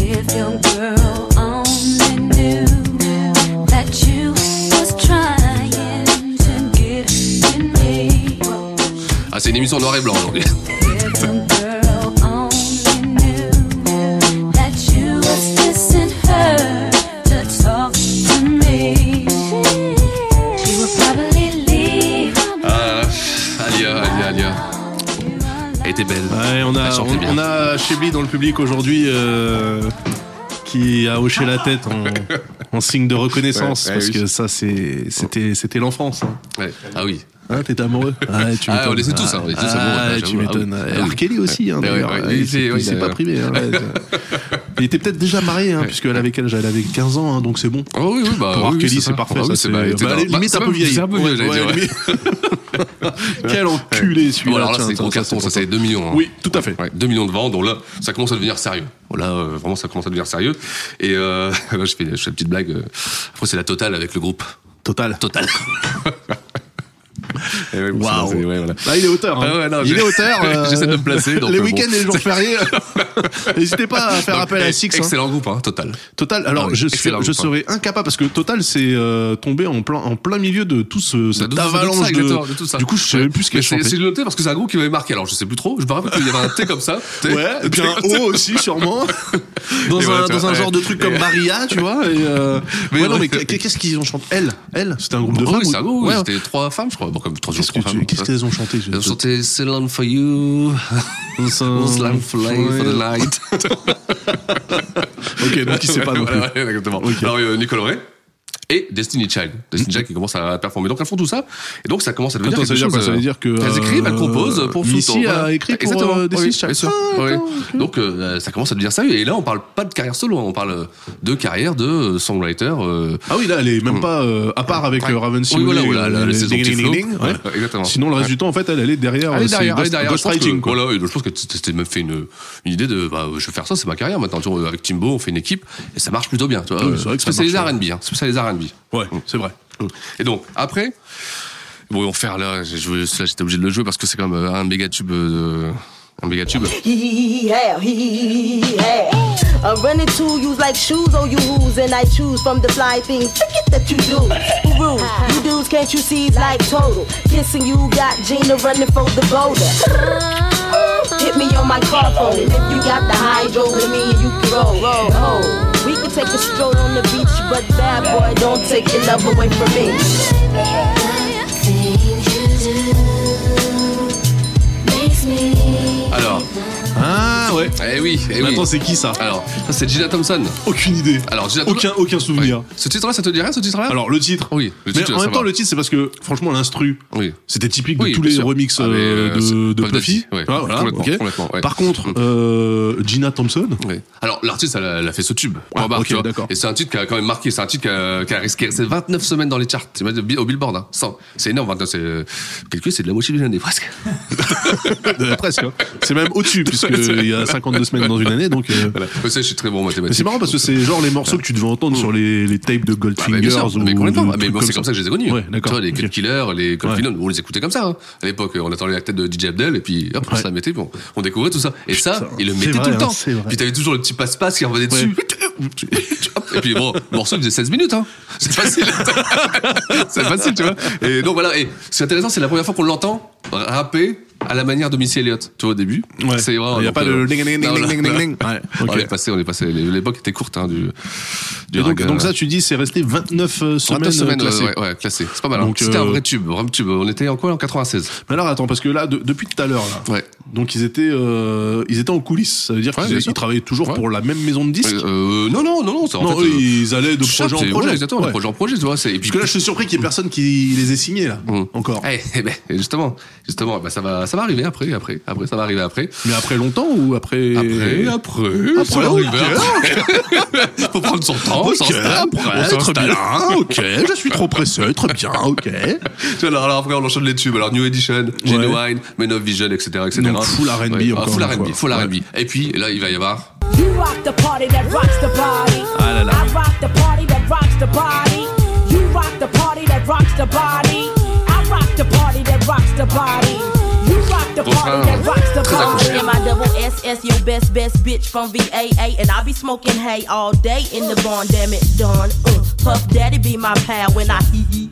If your girl only knew that you was trying to get in me. Ah, c'est une émission noir et blanc aujourd'hui. If your girl only knew that you was dissing her to talk to me, she would probably leave. Ah, Alia, Alia, Alia. Elle était belle. Ouais, on Elle a, chantait on, bien. on a Chebli dans le public aujourd'hui euh, qui a hoché la tête en, en signe de reconnaissance Ouais, ouais, parce oui. que ça c'est c'était c'était l'enfance. Hein. Ouais. Ah oui. Hein, T'es amoureux Ouais, tu Ah, m'étonnes. on les est tous, hein, on les est tous amoureux, Ah, ouais, tu j'avoue. m'étonnes. Ah oui. Et R. Kelly aussi, hein, Ouais, d'ailleurs. ouais, il il s'est- s'est- ouais, il s'est il pas a- privé. hein, ouais, ça- il était peut-être déjà marié, hein, puisqu'elle avait quel âge Elle avait 15 ans, hein, donc c'est bon. Oh oui, oui, bah. Pour oui, R. oui, Kelly, c'est parfait. Ah ça, oui, c'est bah, elle était bah, dans- bah, limite un c'est peu pas- vieille. C'est un peu vieille, j'allais Ouais, dire, ouais. limite- Quel enculé celui-là. Bon, Oh, alors là, tiens, c'est gros ça, carton, ça, pour c'est toi. 2 millions. hein. Oui, tout à fait. Ouais, 2 millions de ventes, donc là, ça commence à devenir sérieux. Bon, Là, euh, vraiment, ça commence à devenir sérieux. Et euh, je, fais, je fais la petite blague. euh, Après, c'est la totale avec le groupe. Total. Total. Et ouais, bon, Waouh. c'est- ouais, voilà. Ah, il est auteur. hein. Ah ouais, non, il j'ai- est auteur. euh, j'essaie de me placer, donc, les euh, bon. week-ends et les jours fériés. N'hésitez pas à faire Donc, appel à eh, Six. hein. Excellent groupe, hein, total. Total. Alors, Ah oui, je, suis- excellent, je enfin. serais incapable parce que Total c'est euh, tombé en plein en plein milieu de tout ce cette De tout- de tout avalanche ça, de, exactement, de tout ça. Du coup, je savais Ouais. plus ce Mais qu'elle c'est- C'est chantait. noté parce que c'est un groupe qui m'avait marqué. Alors, je sais plus trop. Je me rappelle qu'il y avait un T comme ça. tu sais. Ouais, et puis un O aussi sûrement. Dans Et un, voilà, tu dans vois, un ouais. genre de truc comme Et- Maria, tu vois. Et euh, Mais ouais, non, ouais. mais qu'est- qu'est-ce qu'ils ont chanté Elle, elle, c'était un groupe de Oui, femmes. c'est un ou- groupe. ouais. C'était trois femmes, je crois. Bon, comme trois, Qu'est-ce que trois femmes. tu- qu'est-ce qu'elles ont chanté je- Ils ont chanté Ceylon for You, Slam for Life for the Night. Ok, donc il sait pas non plus. Voilà, ouais, exactement. Alors, euh, Nicole Ray. et Destiny Child. Destiny Child qui commence à performer. Donc elles font tout ça. et donc ça commence à devenir Mm. Attends, ça quelque veut dire chose. quoi Ça veut dire que, elles écrivent, elles euh, composent pour sous Missy a écrit pour, Exactement. euh, Destiny's Oui, Child. bien sûr. Ah, Oui. attends. Donc euh, ça commence à devenir sérieux. Et là on parle pas de carrière solo, hein. on parle euh, de carrière de euh, songwriter. euh, Ah oui, là, elle est même Mm. pas euh, à part avec Ouais. euh, Raven Oui, voilà, Simulé, voilà, euh, la- la saison ding, qui ding, flotte. ding, ding, ouais. Ouais, exactement. Sinon, le reste du temps, en fait, elle, elle est derrière. Elle euh, est c'est derrière, elle est Ghost- derrière. Ghost Je pense que, Writing, quoi. voilà, et je pense que c'était même fait une, une idée de, bah, je vais faire ça, c'est ma carrière maintenant. Tu vois, euh, avec Timbo, on fait une équipe et ça marche plutôt bien, tu vois. Ah Oui, c'est vrai que ça Spécialisé marche, R&B, hein, spécialisé R&B. Ouais, c'est vrai. Et donc, après, bon, on faire là, j'ai joué, celui-là, j'étais obligé de le jouer parce que c'est comme un méga tube, euh, un méga tube. Yeah, yeah. I'm running to you like shoes, oh you rules, and I choose from the fly things. Forget that you do. Who rules? You dudes, can't you see it's like total? Kissing you got Gina running for the boulder. Hit me on my car phone, and if you got the hydro with me, you can roll, roll, roll. We could take a stroll on the beach, but bad boy, don't take your love away from me. Alors, Ah ouais. eh oui, eh Mais oui. attends, c'est qui ça Alors, ça c'est Gina Thompson. Aucune idée. Alors, Gina Thompson. Aucun, aucun souvenir. Ah. Ce titre-là, ça te dirait, ce titre-là Alors, le titre. Oui, le titre, Mais en ça même va. temps, le titre, c'est parce que, franchement, l'instru. Oui. C'était typique de Oui, tous bien les sûr. remixes Ah, mais, euh, euh, de, c'est de Paul Puffy. Duffy, ouais. Ah, voilà, Complètement, ok. complètement, ouais. Hmm. Par contre, euh, Gina Thompson. Oui. Alors l'artiste elle, a- elle a fait ce tube. Ah, Point barre, ok, tu vois. d'accord. Et c'est un titre qui a quand même marqué, c'est un titre qui a, qui a risqué c'est 29 semaines dans les charts, C'est même au Billboard hein. Cent. C'est énorme 29 c'est euh, quelque chose, c'est de la moitié d'une année presque. Euh, presque. hein. C'est même au-dessus, puisqu'il y a 52 semaines dans une année, donc. euh, Voilà. Vous savez, je suis très bon en Mais mathématiques. c'est marrant parce que c'est genre les morceaux que tu devais entendre sur les, les tapes de Ah, mais Goldfingers bien sûr, ou. mais complètement. ou Ah, mais trucs moi, c'est comme ça que je les ai connus. Ouais, d'accord. Tu vois, les Ok. Cut Killers, les Cut Ouais. Villains, on les écoutait comme ça. hein. À l'époque, on attendait la tête de DJ Abdel et puis hop, on Ouais. se la mettait, bon, on découvrait tout ça. Et ça, il le c'est mettait vrai, tout hein, le temps. c'est vrai. puis t'avais toujours le petit passe-passe qui revenait dessus. et puis bon, le morceau il faisait 16 minutes. Hein. C'est facile. c'est facile, tu vois. Et donc voilà, et c'est intéressant, c'est la première fois qu'on l'entend rapper à la manière de Missy Elliott, tu vois, au début. Ouais. C'est vraiment. Il y a donc, pas de euh, ding, ding, ding, non, Ah, ding, ding, voilà. ding, ding. Ouais, ok. On est passé, on est passé. L'époque était courte, hein, du. du Et donc, rag, donc euh, ça, tu dis, c'est resté 29 euh, semaines, 29 semaines, classées. ouais, ouais, classé. C'est pas mal. hein. Donc, C'était euh, un vrai tube, un vrai tube. On était en quoi en 96 Mais alors, attends, parce que là, de- depuis tout à l'heure, là, Ouais. donc ils étaient, euh, ils étaient en coulisses. Ça veut dire Ouais, qu'ils bien ils sûr. travaillaient toujours Ouais. pour la même maison de disques. Euh, euh, non, non, non, non. c'est en non, fait, eux, euh, ils allaient de chaque- projet en c'est- projet. ouais, exactement, de Ouais. projet en projet, tu vois. c'est- Et Parce puis que là, je suis surpris qu'il y ait personne qui les ait signés, là, Mm. encore. Eh, eh ben, justement, justement, bah, ça va, ça va arriver après, après, après, ça va arriver après. Mais après longtemps ou après. Après, après, ça hein. va ok, arriver après. Faut prendre son temps, Ok, son temps, après, on hein. très s'installe. bien, ok, je suis trop pressé, très bien, ok. Tu vois, alors, alors après on enchaîne les tubes, alors New Edition, Genuine, Men of Vision, etc. etc. Donc, full R&B Ouais, Ah, encore Full une fois. R&B, full Ouais. R&B. Et puis là il va y avoir You rock the party that rocks the body. I rock the party that rocks the body. You rock the party that rocks the body. I rock the party that rocks the body. You rock the party Refrain. that rocks the Très accroché. body. And my double SS, your best, best bitch from VAA. And I be smoking hay all day in the barn, damn it, dawn. Uh, Puff Daddy be my pal when I hee hee.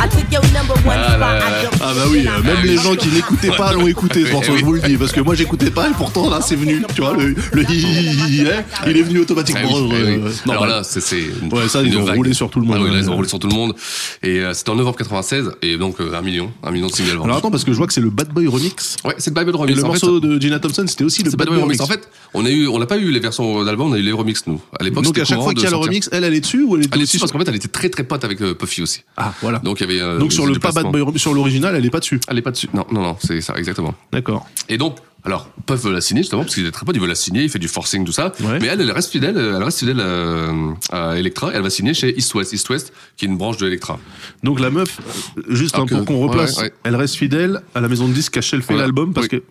I took your number one Ah spot. là I là là. jumped Ah bah oui, in, I euh, même Ah les oui. gens qui n'écoutaient pas l'ont écouté ce morceau, Eh je vous le dis, parce que moi j'écoutais pas et pourtant là c'est venu, tu vois, le, le hi hi hi hi, hein, il est venu automatiquement. Ah oui, euh, ah oui. non, Alors bah, là, c'est- c'est. une- Ouais, ça, une ils ont vague. roulé sur tout le monde. Ah oui, là, ils Ouais. ont roulé sur tout le monde. Et euh, c'était en novembre 96, et donc euh, un million, un million de singles vendus. Alors attends, parce que je vois que c'est le Bad Boy Remix. ouais, c'est le Bible Et Remix. le En fait, morceau de Gina Thompson, c'était aussi le c'est Bad Boy Remix. En fait, on a eu, on n'a pas eu les versions d'album, on a eu les remix nous. À l'époque, Donc c'était à chaque courant fois qu'il y a de le sortir. remix, elle, elle est dessus ou elle est Elle est aussi dessus parce qu'en fait, elle était très très pote avec euh, Puffy aussi. Ah, voilà. Donc il y avait. euh, Donc sur des le pas Bad déplacements. Boy Remix, sur l'original, elle est pas dessus. Elle est pas dessus. Non, non, non, c'est ça, exactement. D'accord. Et donc, alors, Puff veut la signer justement parce qu'il est très pote, il veut la signer, il fait du forcing, tout ça. Ouais. Mais elle, elle reste fidèle, elle reste fidèle euh, à Electra. Elle va signer chez East West, East West, qui est une branche de Electra. Donc la meuf, juste Ah, hein, que- pour qu'on ouais, replace, ouais. elle reste fidèle à la maison de disques à elle fait Voilà. l'album parce Oui. que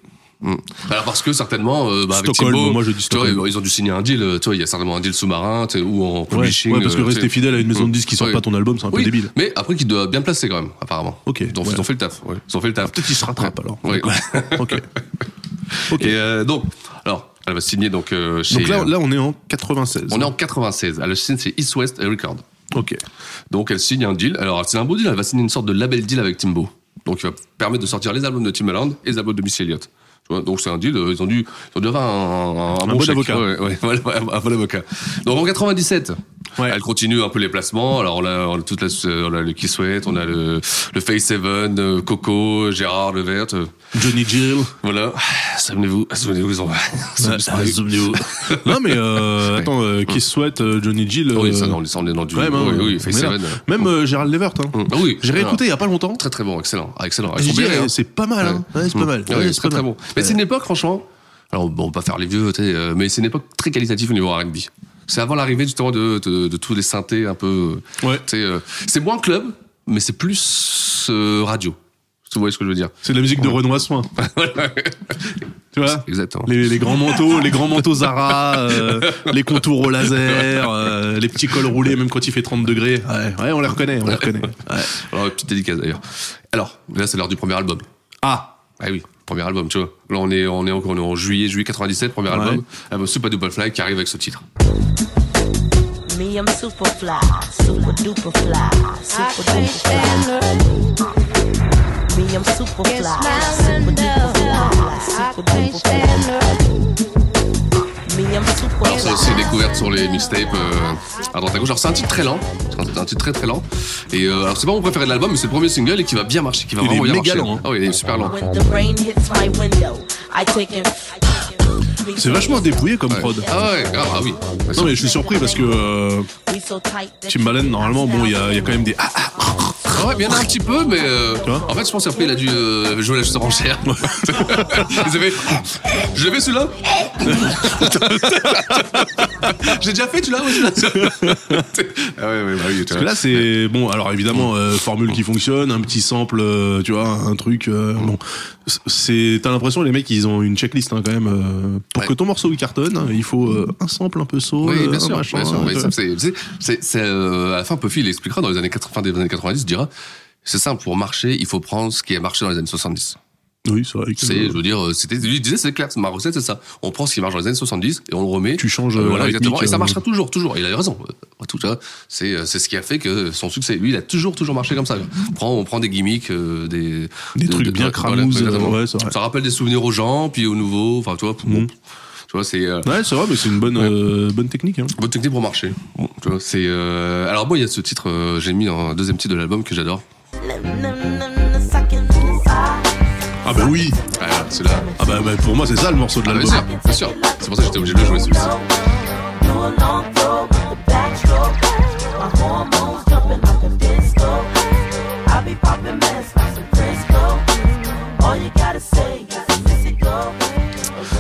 Mm. Alors parce que certainement, euh, bah, avec Stockholm, Thibaut, moi, je dis tu Stockholm. vois, ils ont dû signer un deal. euh, Tu vois, il y a certainement un deal sous-marin tu sais, ou en Ouais, publishing. ouais, parce que euh, tu rester sais. fidèle à une maison de Mm. disques qui sort Ouais. pas ton album, c'est un peu Oui, débile. Mais après, qu'il doit bien placer quand même, apparemment. Ok, Donc ouais. Ah, ils ont fait le taf. ouais. Ils ont fait le taf. Peut-être qu'il se rattrape alors. Ouais. Ok. Ok. Et euh, donc, alors, elle va signer donc euh, chez. Donc là, euh, là, on est en 96. on est en 96. Elle signe chez East West Record. Ok. Donc elle signe un deal. Alors c'est un beau deal. Elle va signer une sorte de label deal avec Timbo. Donc il va permettre de sortir les albums de Timbaland et les albums de Miss Elliott. Tu vois, Donc c'est un deal. euh, Ils ont dû, ils ont dû avoir un, Un bon chèque. avocat. Ouais, ouais, voilà, un bon avocat. Donc en 97, Ouais. elle continue un peu les placements. Alors on a, on a toute la, on a le Kiss Sweat, on a le, le Face Seven, euh, Coco, Gérard Levert. euh, Johnny Jill. voilà, Souvenez-vous, souvenez-vous, ils ont. ah, Souvenez-vous. non, mais euh, attends, euh, qui souhaite euh, Johnny Gill. Oui, euh, ça, on est on est dans du. ouais, ben, oui, oui, Face mais là, Seven. Même euh, Gérald Levert. Hein. Mm. Ah oui, J'ai réécouté il y a pas longtemps. Très très bon, excellent. Ah, excellent. J'ai Ils sont dit, bien, eh, hein. c'est pas mal. Hein. Ouais, c'est pas Mm. mal. Ouais, Ouais, c'est très très bon. Mais c'est une époque, franchement. Alors, bon, on va pas faire les vieux, tu sais, euh, mais c'est une époque très qualitative au niveau RB. C'est avant l'arrivée justement de, de, de tous les synthés un peu. euh, Ouais. tu sais, euh, c'est moins club, mais c'est plus euh, radio. Vous voyez ce que je veux dire C'est de la musique de Renoir Soin. tu vois Exactement. les, les grands manteaux, les grands manteaux Zara, euh, les contours au laser, euh, les petits cols roulés même quand il fait 30 degrés. Ouais, ouais, on les reconnaît, on les reconnaît. Ouais. Alors, petite dédicace d'ailleurs. Alors, là, c'est l'heure du premier album. Ah, Ah oui, premier album, tu vois. Là, on est, on est, encore- on est en juillet, juillet 97, premier album. album Super Double Fly qui arrive avec ce titre. Me, I'm super fly, super duper fly, super duper fly. Me, I'm super fly, super duper fly, super duper fly. Me, I'm super Alors ça fly. aussi une découverte sur les mixtapes euh, à droite à gauche. Alors c'est un titre très lent, c'est un, un titre très très lent. Et euh, alors c'est pas mon préféré de l'album, mais c'est le premier single et qui va bien marcher, qui va Il est vraiment bien méga marcher. lent, hein. Ah oui, il est super lent. When the rain hits my window, I take it. c'est vachement dépouillé comme Ouais. prod. Ah ouais, ah, ah oui. Bien sûr. Non mais je suis surpris parce que euh, Timbaland normalement bon il y a, il y a quand même des ah, ah, Ah ouais, bien un petit peu, mais euh, vois en fait je pense qu'après il a dû euh, jouer la juste en chair. Ils avaient... Je l'avais celui-là J'ai déjà fait celui-là ou celui-là Ah ouais, ouais, bah oui, tu Parce que vois. là, c'est bon. Alors évidemment, euh, formule qui fonctionne, un petit sample, euh, tu vois, un truc. euh, bon, c'est. T'as l'impression les mecs, ils ont une checklist hein, quand même. euh, pour Ouais. que ton morceau il cartonne, hein, il faut euh, un sample un peu soul, Oui, bien un sûr, machin, euh, bien sûr. un Euh, Mais peu- ça, c'est, c'est, c'est, c'est, euh, à la fin, Puffy, il expliquera dans les années 80, fin des années 90, il dira, c'est simple, pour marcher, il faut prendre ce qui a marché dans les années 70. oui, c'est vrai. que- C'est, je veux dire, euh, c'était, lui il disait, c'est clair, ma recette, c'est ça. On prend ce qui marche dans les années 70 et on le remet. Tu changes, euh, la voilà, rythmique, exactement. Et euh, ça marchera toujours, toujours. Il avait raison. Euh, après Tout ça, c'est, euh, c'est ce qui a fait que son succès, lui, il a toujours, toujours marché comme ça. Prends, on prend des gimmicks, euh, des, Des trucs bien cramouses, exactement. euh, ouais, c'est vrai. Mhm. Ça rappelle des souvenirs aux gens, puis aux nouveaux, enfin, tu vois, bon, tu vois, c'est, euh, Ouais, c'est vrai, mais c'est une bonne euh, bonne technique. Hein. Bonne technique pour marcher. Bon, tu vois, c'est euh, alors moi il y a ce titre euh, j'ai mis en deuxième titre de l'album que j'adore. Ah bah oui. Ah, voilà, c'est là. Ah bah, bah, pour moi, c'est ça le morceau de Ah, bien l'album. sûr, bien sûr. C'est pour ça que j'étais obligé de le jouer celui-ci.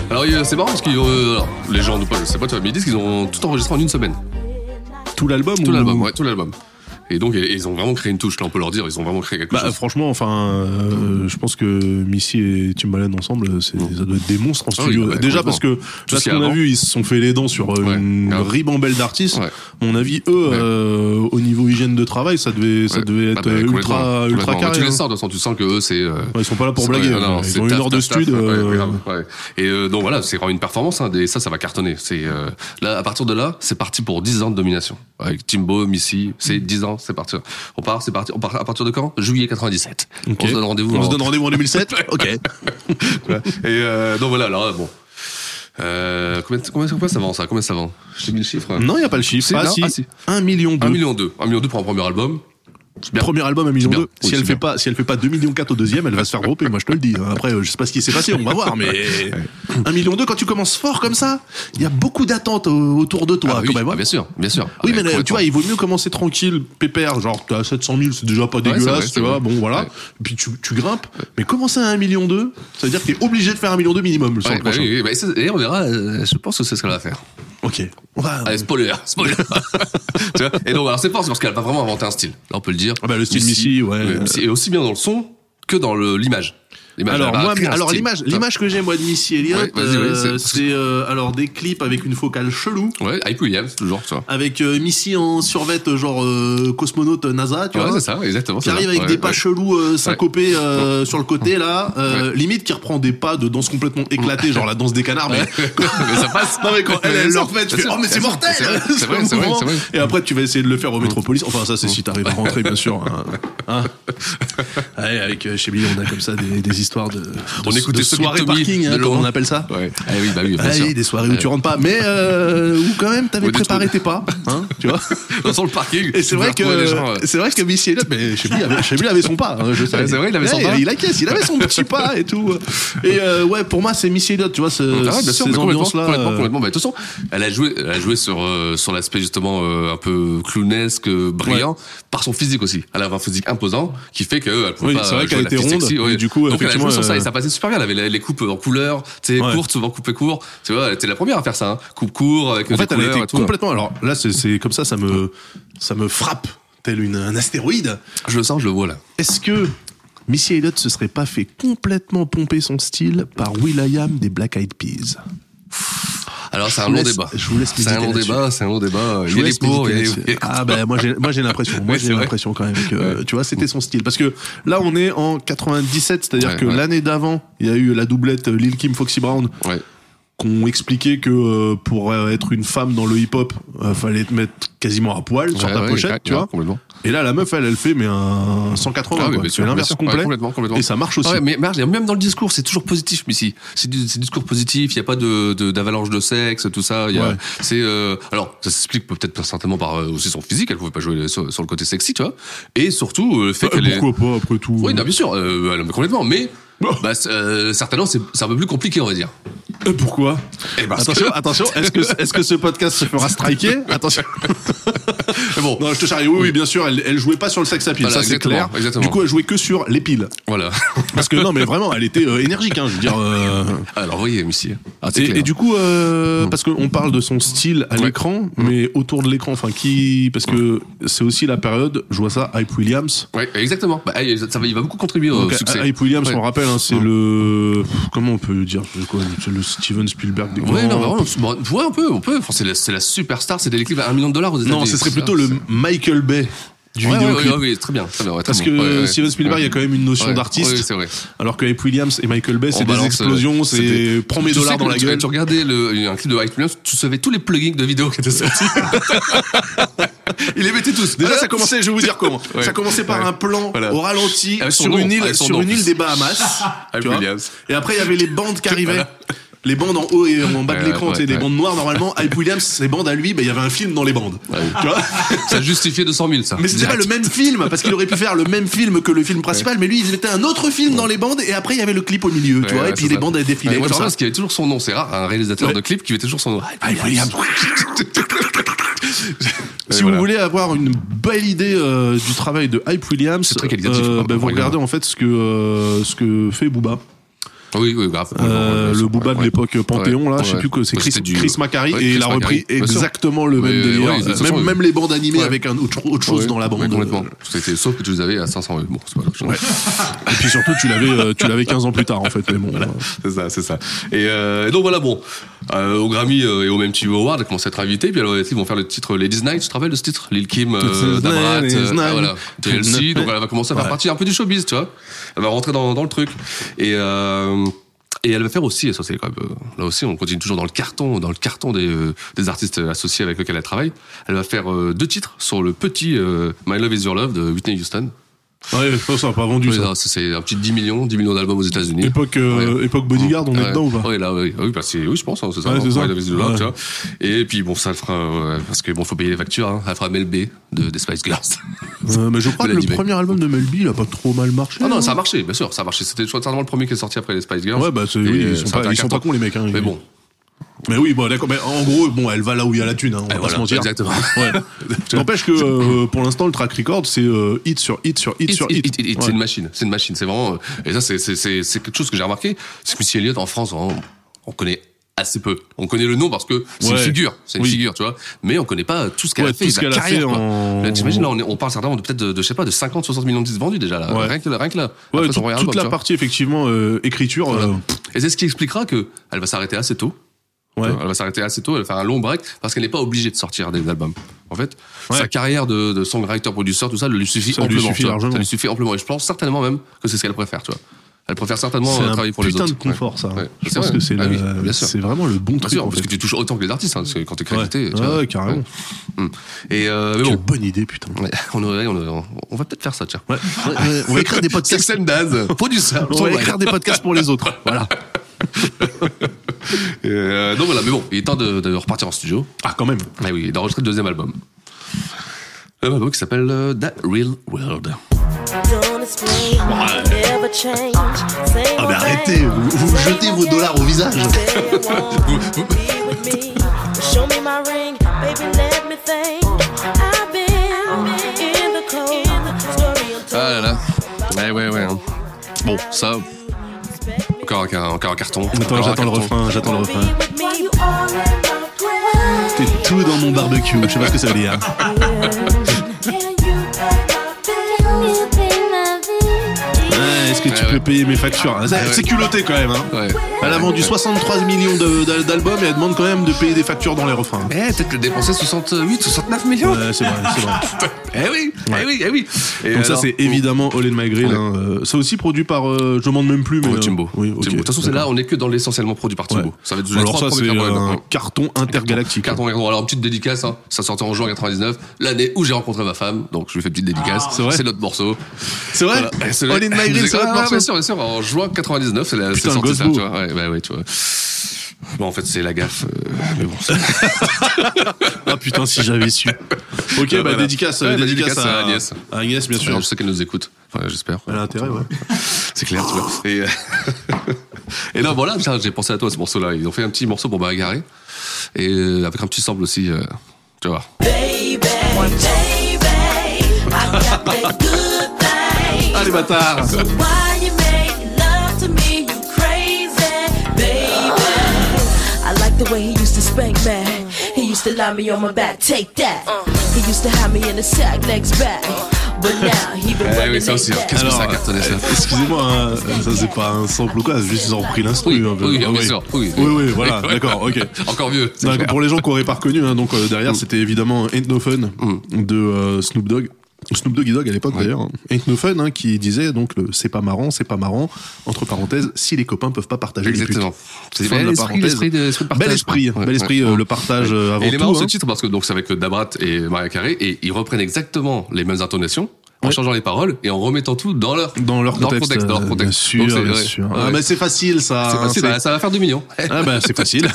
Alors il y a- c'est marrant parce que euh, alors, les gens, pas, je sais pas, tu vois, mais ils disent qu'ils ont tout enregistré en une semaine. Tout l'album. Tout ou- l'album, ouais, tout l'album. Et donc et- et ils ont vraiment créé une touche. Là on peut leur dire, ils ont vraiment créé quelque Bah, chose. franchement, enfin, euh, je pense que Missy et Timbaland ensemble, c'est, ça doit être des monstres en Ah oui, studio. bah, Déjà complètement. parce que Tout là, ce ce qu'il y a qu'on a avant. vu, ils se sont fait les dents sur euh, Ouais, une grave. ribambelle d'artistes. Ouais. Mon avis, eux, euh, au niveau hygiène de travail, ça devait, ça Ouais. devait Bah, être bah, euh, complètement, ultra, ultra complètement. carré. Tu les hein. sors, de toute façon, tu sens que eux, c'est. euh, Ouais, ils sont pas là pour blaguer, ouais, hein. non, Ils c'est ont une taf, heure de taf, taf, stud, ouais, euh, ouais, grave, ouais. Et euh, donc voilà, c'est vraiment une performance, hein, et ça, ça va cartonner. C'est euh, là, à partir de là, c'est parti pour 10 ans de domination avec Timbo, Missy. C'est Mm. 10 ans, c'est parti. On part, c'est parti. On part à partir de quand Juillet 97. Ok. On se donne rendez-vous. On se en- donne rendez-vous en 2007. ok. Voilà. Et euh, donc voilà, alors euh, bon. Euh, combien, combien, combien ça vend ça Combien ça vend Je t'ai mis le chiffre. Non, il n'y a pas le chiffre. C'est- Ah, non, si. ah, si. 1 million 1 deux. million 2. 1 million 2 pour un premier album. bien. Premier album, 1 million bien. deux. Oui, Si elle c'est fait bien. pas, si elle fait pas 2 millions 4 au deuxième, elle va se faire grouper. Moi, je te le dis. Après, euh, je sais pas ce qui s'est passé. On va voir, mais 1 million deux, quand tu commences fort comme ça, il y a beaucoup d'attentes au- autour de toi. Ah oui, quand même, ah, hein. bien sûr, bien sûr. Oui, mais Ah, là, tu complètement. vois, il vaut mieux commencer tranquille, pépère. Genre, t'as 700 000, c'est déjà pas dégueulasse, c'est vrai, tu c'est vois. vrai. Bon, voilà. Ouais. Et Puis tu, tu grimpes. Mais commencer à 1 million deux, ça veut dire que t'es obligé de faire 1 million deux minimum sur Ouais, le bah prochain. oui, oui, bah, c'est- et on verra, euh, je pense que c'est ce qu'elle va faire. Ok. On va- Allez, spoiler, hein, spoiler. Tu vois et donc, alors c'est fort, c'est parce qu'elle va vraiment inventer un style. Là, on peut le dire. Ah bah, le style Missy, ouais. le Missy, Et aussi bien dans le son que dans le- l'image. L'image, Alors elle va moi, créer Bah, un alors style. l'image, l'image que j'ai moi de Missy Elliott, Ouais, vas-y, euh, ouais, c'est- c'est euh, alors des clips avec une focale chelou, Ouais, Hype Williams, toujours, tu vois. avec euh, Missy en survêt genre euh, cosmonaute NASA, tu Ouais, vois. c'est ça, exactement. Qui c'est arrive ça. avec Ouais, des pas ouais. chelous euh, syncopés euh, sur le côté là, euh, limite qui reprend des pas de danse complètement éclatée, genre la danse des canards, mais mais ça passe. Non mais quand elle, elle Bah, Bien le sûr, refait, tu bien fais sûr, oh mais bien c'est sûr, mortel C'est vrai, c'est vrai, ce c'est vrai, moment. c'est vrai. Mmh. Et après tu vas essayer de le faire au métropolis. Enfin ça c'est si t'arrives à rentrer bien sûr. hein. Hein Ouais, avec euh, chez Billy on a comme ça des, des histoires de, de- On de écoutait ceux qui soirées te parking, mis hein, de comme loin. on appelle ça. Ouais. Ah oui, bah oui, bien Ah sûr. oui, des soirées où Ouais. tu rentres pas, mais euh, où quand même Ou t'avais des préparé trucs. tes pas, hein, tu vois. Dans le parking. Et c'est tu vrai vas retrouver que des gens, euh, c'est vrai que Missy Elliott, mais je sais plus, il avait, je sais plus, il avait son pas. hein, je sais. Ouais, c'est vrai, il avait son Ouais, pas. Il a caisse, il avait son petit pas et tout. Et euh, ouais, pour moi, c'est Missy Elliott, tu vois, ce, Ah ouais, bien ces sûr, mais complètement, ambiances-là. complètement, euh, complètement. Bah, de toute façon, elle a joué, elle a joué sur euh, sur l'aspect justement euh, un peu clownesque, euh, brillant, par son physique aussi. Elle avait un physique imposant qui fait que euh, elle pouvait Oui, pas. c'est vrai euh, qu'elle jouer la était fille ronde, sexy, mais ouais. du coup, donc elle a joué effectivement, sur ça et euh, ça passait super bien. Elle avait les, les coupes en couleur, tu sais, Ouais. courtes, souvent coupées court. Tu vois, elle était la première à faire ça, hein. coupe court avec En des fait, elle a couleurs été et tout. complètement. Alors là, c'est- c'est comme ça, ça me, ça me frappe, tel une, un astéroïde. Je le sens, je le vois là. Est-ce que Missy Elliott se serait pas fait complètement pomper son style par Will.i.am des Black Eyed Peas Bah, Alors Je c'est un vous long laisse- débat. je vous laisse C'est un méditer long là-dessus. débat, c'est un long débat. Je vous Il y a les laisse pour, il y a méditer là-dessus. les- il y a les Ah ben moi j'ai moi j'ai l'impression, moi Ouais, j'ai c'est vrai. l'impression quand même que euh, tu vois c'était son style parce que là on est en 97, c'est-à-dire Ouais, que ouais. l'année d'avant, il y a eu la doublette euh, Lil Kim Foxy Brown Ouais. qu'on expliquait que euh, pour euh, être une femme dans le hip-hop, euh, fallait te mettre quasiment à poil sur Ouais, ta ouais, pochette, ouais, tu vois. Complètement. Et là la meuf elle elle fait mais un 180 Ah oui, quoi. bien sûr, c'est l'inverse bien sûr. Ouais, complet. complètement, complètement. Et ça marche aussi. Ah ouais, mais mais regarde, même dans le discours, c'est toujours positif, Missy. C'est du, c'est du discours positif, il n'y a pas de, de- d'avalanche de sexe, tout ça. il y a- Ouais. c'est, euh, alors, ça s'explique peut-être certainement par euh, aussi son physique, elle pouvait pas jouer sur, sur le côté sexy, tu vois. Et surtout, euh, le fait Euh, qu'elle est... pourquoi pas après tout Oui, non, bien sûr, euh, elle- complètement, mais... Bah, c'est, euh, certainement, c'est, c'est un peu plus compliqué, on va dire. Euh, pourquoi Eh ben, Attention, attention, est-ce que, est-ce que ce podcast se fera striker Attention. Mais bon, Non, je te charrie. Oui, oui, bien sûr, elle, elle jouait pas sur le sexe à pile, Voilà, ça c'est exactement, clair. exactement. Du coup, elle jouait que sur les piles. voilà. Parce que non, mais vraiment, elle était euh, énergique, hein, je veux dire. euh, Alors, voyez, Missy. Ah, c'est clair. Mm. Et, et du coup, euh, parce qu'on parle de son style à Ouais. Mm. l'écran, mais autour de l'écran, enfin qui, parce que c'est aussi la période. Je vois ça, Hype Williams. Ouais, exactement. Bah, eh, ça va, il va beaucoup contribuer au Donc, succès. Hype Williams, Ouais. on rappelle, hein, c'est Ouais. le comment on peut le dire, c'est quoi, c'est le Steven Spielberg des Ouais, grands- non, mais vraiment, bon, ouais, on peut, on peut. Enfin, c'est la, c'est la superstar, c'est des l'équipe à un million de dollars aux États-Unis. Non, ce serait C'est plutôt ça, le c'est- Michael Bay du Ouais, vidéoclip. ouais, ouais, ouais, très bien, très bien. ouais, très Parce bon. que Ouais, ouais. Steven Spielberg, il y a quand même une notion Ouais, d'artiste. ouais, c'est vrai. Alors que Hype Williams et Michael Bay, c'est On des balance, explosions, euh, c'est c'était- prends mes Tu dollars sais que dans la tu- gueule. Tu regardais le, un clip de Hype Williams, tu savais tous les plugins de vidéos qui étaient sortis. Il les mettait tous. Déjà, Ah, ça commençait, je vais vous dire comment. Ouais. Ça commençait par Ouais. un plan Voilà. au ralenti Avec son sur nom, une île, avec son sur nom, une en île plus. des Bahamas. Hype tu vois. Williams. Et après, il y avait les bandes qui arrivaient. Voilà. Les bandes en haut et en bas de Ouais, l'écran, ouais, tu sais, des ouais. bandes noires normalement. Hype Williams, ses bandes à lui, bah, il y avait un film dans les bandes. Tu vois ça justifiait 200 000, ça. Mais c'était pas Direct. le même film, parce qu'il aurait pu faire le même film que le film principal, mais lui, il mettait un autre film dans les bandes, et après, il y avait le clip au milieu, tu Ouais, vois, ouais, et puis c'est les ça. bandes, elles défilaient Ouais, moi, comme ça. je me rappelle parce qu'il y avait toujours son nom, c'est rare, un réalisateur Ouais. Ah, de clip qui mettait toujours son nom. Hype Williams. Si voilà. vous voulez avoir une belle idée euh, du travail de Hype Williams, C'est très qualitatif, euh, hein, bah, vous regarde. regardez en fait ce que euh, ce que fait Booba, Ah Oui, oui, grave. Euh, Ouais, le ouais, Booba de ouais. l'époque Panthéon là, Ouais, je sais ouais. plus que c'est Ouais, Chris, c'était du- Chris Macari Ouais, et Chris il a repris Macari, bien sûr. exactement le Ouais, même ouais, délire, ouais, de toute façon, même, oui. même les bandes animées Ouais. avec un autre, autre chose Ouais, dans la ouais, bande. complètement. C'était- Sauf que tu les avais à 500 000. Bon, c'est pas grave. Ouais. Et puis surtout tu l'avais euh, tu l'avais 15 ans plus tard en fait, mais bon. euh, C'est ça, c'est ça. Et, euh, et donc voilà, bon, euh, au Grammy euh, et au même TV Award, elle commence à être invitée. Puis alors, ils vont faire le titre Ladies Night, tu te rappelles de ce titre Lil Kim, euh, Ladies Damrat, Night, euh, Ladies ah, Night. voilà, TLC. Donc elle va commencer à faire Ouais. partie un peu du showbiz, tu vois. Elle va rentrer dans, dans le truc. Et, euh, et elle va faire aussi, et ça c'est quand même, euh, là aussi on continue toujours dans le carton, dans le carton des, euh, des artistes associés avec lesquels elle travaille. Elle va faire euh, deux titres sur le petit euh, My Love Is Your Love de Whitney Houston. Ouais, ça ça a pas vendu Oui, ça. ça, C'est un petit 10 millions, 10 millions d'albums aux États-Unis. Époque euh, époque bodyguard, on est Ouais. dedans ou pas Ouais, là, oui, Ah oui, bah, c'est- oui, je pense, hein, c'est ça. Ouais, hein, c'est ça. ouais, la visite de l'art, Ouais. tu vois. Et puis bon, ça le fera, euh, parce que bon, faut payer les factures. Hein. Elle fera Mel B de des Spice Girls. Euh, mais je crois que Voilà, le dis-moi. premier album de Melby, il a pas trop mal marché. ah non, hein. ça a marché, bien sûr, ça a marché. C'était certainement le premier qui est sorti après les Spice Girls. Ouais, bah, c'est- Et, oui, euh, ils sont ça a pas- fait un ils sont pas carton. cons, les mecs, hein. Mais bon, Mais oui, bon, d'accord. Mais en gros, bon, elle va là où il y a la thune, hein, on va Eh pas voilà, se mentir. exactement. Ouais. N'empêche que euh, pour l'instant, le track record, c'est euh, hit sur hit sur hit, It, sur it, hit. it, it, Ouais. C'est une machine, c'est une machine, c'est vraiment. euh, Et ça, c'est- c'est c'est- c'est quelque chose que j'ai remarqué. C'est que Missy Elliott en France, on, on connaît assez peu. On connaît le nom parce que c'est une Ouais. figure, c'est une Oui. figure, tu vois. Mais on connaît pas tout ce qu'elle Ouais, a fait, tout ce la qu'elle a carrière, fait quoi. en- Là, T'imagines, là, on, est- on parle certainement de peut-être de, de, je sais pas, de 50, 60 millions de disques vendus déjà, là. Ouais. Rien que là, rien que là. Ouais, Après, tout- son premier album, toute tu la vois. partie effectivement euh, écriture. Voilà. euh, Et c'est ce qui expliquera que elle va s'arrêter assez tôt. Ouais. Elle va s'arrêter assez tôt, elle va faire un long break parce qu'elle n'est pas obligée de sortir des albums. En fait, Ouais. sa carrière de, de songwriter, producteur, tout ça, lui suffit Ça lui amplement. suffit tu vois. largement. Ça lui suffit amplement. Et je pense certainement même que c'est ce qu'elle préfère, tu vois. Elle préfère certainement C'est euh, un travailler pour les putain autres. de confort, ça. hein. Ouais. Je C'est pense vrai. que c'est Ah le- oui, bien sûr. c'est vraiment le bon Bien truc. sûr, en parce fait. que tu touches autant que les artistes, hein, parce que quand t'es crédité. Ouais. tu vois. Ouais, carrément. Mm. Et euh, mais Quelle bon, bonne idée, putain. Ouais, on, aurait- on, aurait- on va peut-être faire ça, tiens. Ouais. Ouais, On va écrire des podcasts. Sexem Daz, producteur. On va écrire des podcasts pour les autres. Voilà. Euh, donc voilà, mais bon, il est temps de, de repartir en studio. Ah, quand même. Ah oui, et d'enregistrer le deuxième album. Un album qui s'appelle euh, That Real World. Ah, mais arrêtez, vous, vous jetez vos dollars au visage. Show me my ring, baby, let me think. I've been in the cold. Story untold. Ah là là. Ouais, ouais, ouais. hein. Bon, ça. Encore un, ca- encore un carton. Encore un Attends, j'attends le carton. refrain, j'attends le refrain. Why you all in my way? T'es tout dans mon barbecue, je sais pas ce que ça veut dire. Ouais, Est-ce que tu Ouais, peux ouais. payer mes factures Ah, ça, Ouais, C'est ouais. culotté quand même. hein. Ouais. Elle a vendu 63 millions de- d'al- d'albums et elle demande quand même de payer des factures dans les refrains. Eh, peut-être le dépenser 68, 69 millions. Ouais, c'est vrai, c'est vrai. Eh oui, eh oui, eh oui. Et Donc ça alors- c'est évidemment All in My Grill. Ouais. hein, euh, ça aussi produit par, euh, je demande même plus, mais Ouais, euh, Timbo. Oui, Timbo. ok, Oh, De toute façon, c'est là, d'accord. on est que dans l'essentiellement produit par Timbo. Ouais. Ça va être les Alors ça trois premiers c'est euh, albums. hein. un Ouais. carton intergalactique. Carton Garçon. Alors, petite dédicace, hein. ça sortait en juin 99, l'année où j'ai rencontré ma femme, donc je lui fais petite dédicace. Ah, c'est vrai notre morceau. C'est vrai. Voilà. Eh, c'est All in My Grill, c'est ça. notre va, morceau, ouais. bien sûr, bien sûr. En juin 99, c'est la- c'est Putain, sorti ça, Gosbo. tu vois. Ouais, bah ouais, tu vois. Bon, en fait, c'est la gaffe. euh, mais bon, c'est- Ah putain, si j'avais su. Ok, bah Voilà. dédicace, euh, Ouais, bah, dédicace à Agnès. à Agnès, bien sûr. je sais qu'elle nous écoute. Enfin, j'espère. Elle a intérêt, ouais. C'est clair, tu vois. Et, euh, et non, voilà, tiens, j'ai pensé à toi, ce morceau-là. Ils ont fait un petit morceau pour Bagaré. Et euh, avec un petit sample aussi, euh, tu vois. Ah les bâtards Why you make love to me? You crazy, baby. I like the way he used to spank me. He used to lie me on my back, take that. He used to hide me in the sack, legs back. But now he been Eh working oui, ça his aussi. hein. back. Qu'est-ce que ça a Alors, euh, cartonné, ça Excusez-moi, hein, ça c'est pas un sample ou quoi, c'est juste ils ont repris l'instru. Oui, un peu. oui, Ah bien sûr, oui. oui, oui, voilà, d'accord, ok. Encore vieux. c'est Non, clair. pour les gens qui auraient pas reconnu, hein, donc euh, Mm. derrière c'était évidemment Ain't No Fun de euh, Snoop Dogg. Snoop Doggy Dogg à l'époque d'ailleurs. hein. Ain't No Fun hein, qui disait donc le c'est pas marrant, c'est pas marrant, entre parenthèses, si les copains peuvent pas partager Exactement. les putes. C'est Fin de bel la esprit, parenthèse. l'esprit de- l'esprit de partage. Bel esprit, Ouais, bel esprit, ouais. euh, le partage euh, avant Et il est tout. marrant ce hein. titre parce que donc c'est avec Dabrat et Maria Carré et ils reprennent exactement les mêmes intonations en Ouais. changeant les paroles et en remettant tout dans leur Dans leur contexte. dans leur euh, contexte. Bien Donc, sûr, c'est- bien ouais, sûr. ouais. Ah, mais c'est facile ça. C'est hein, facile, c'est- bah, ça va faire 2 millions. Ah bah c'est facile.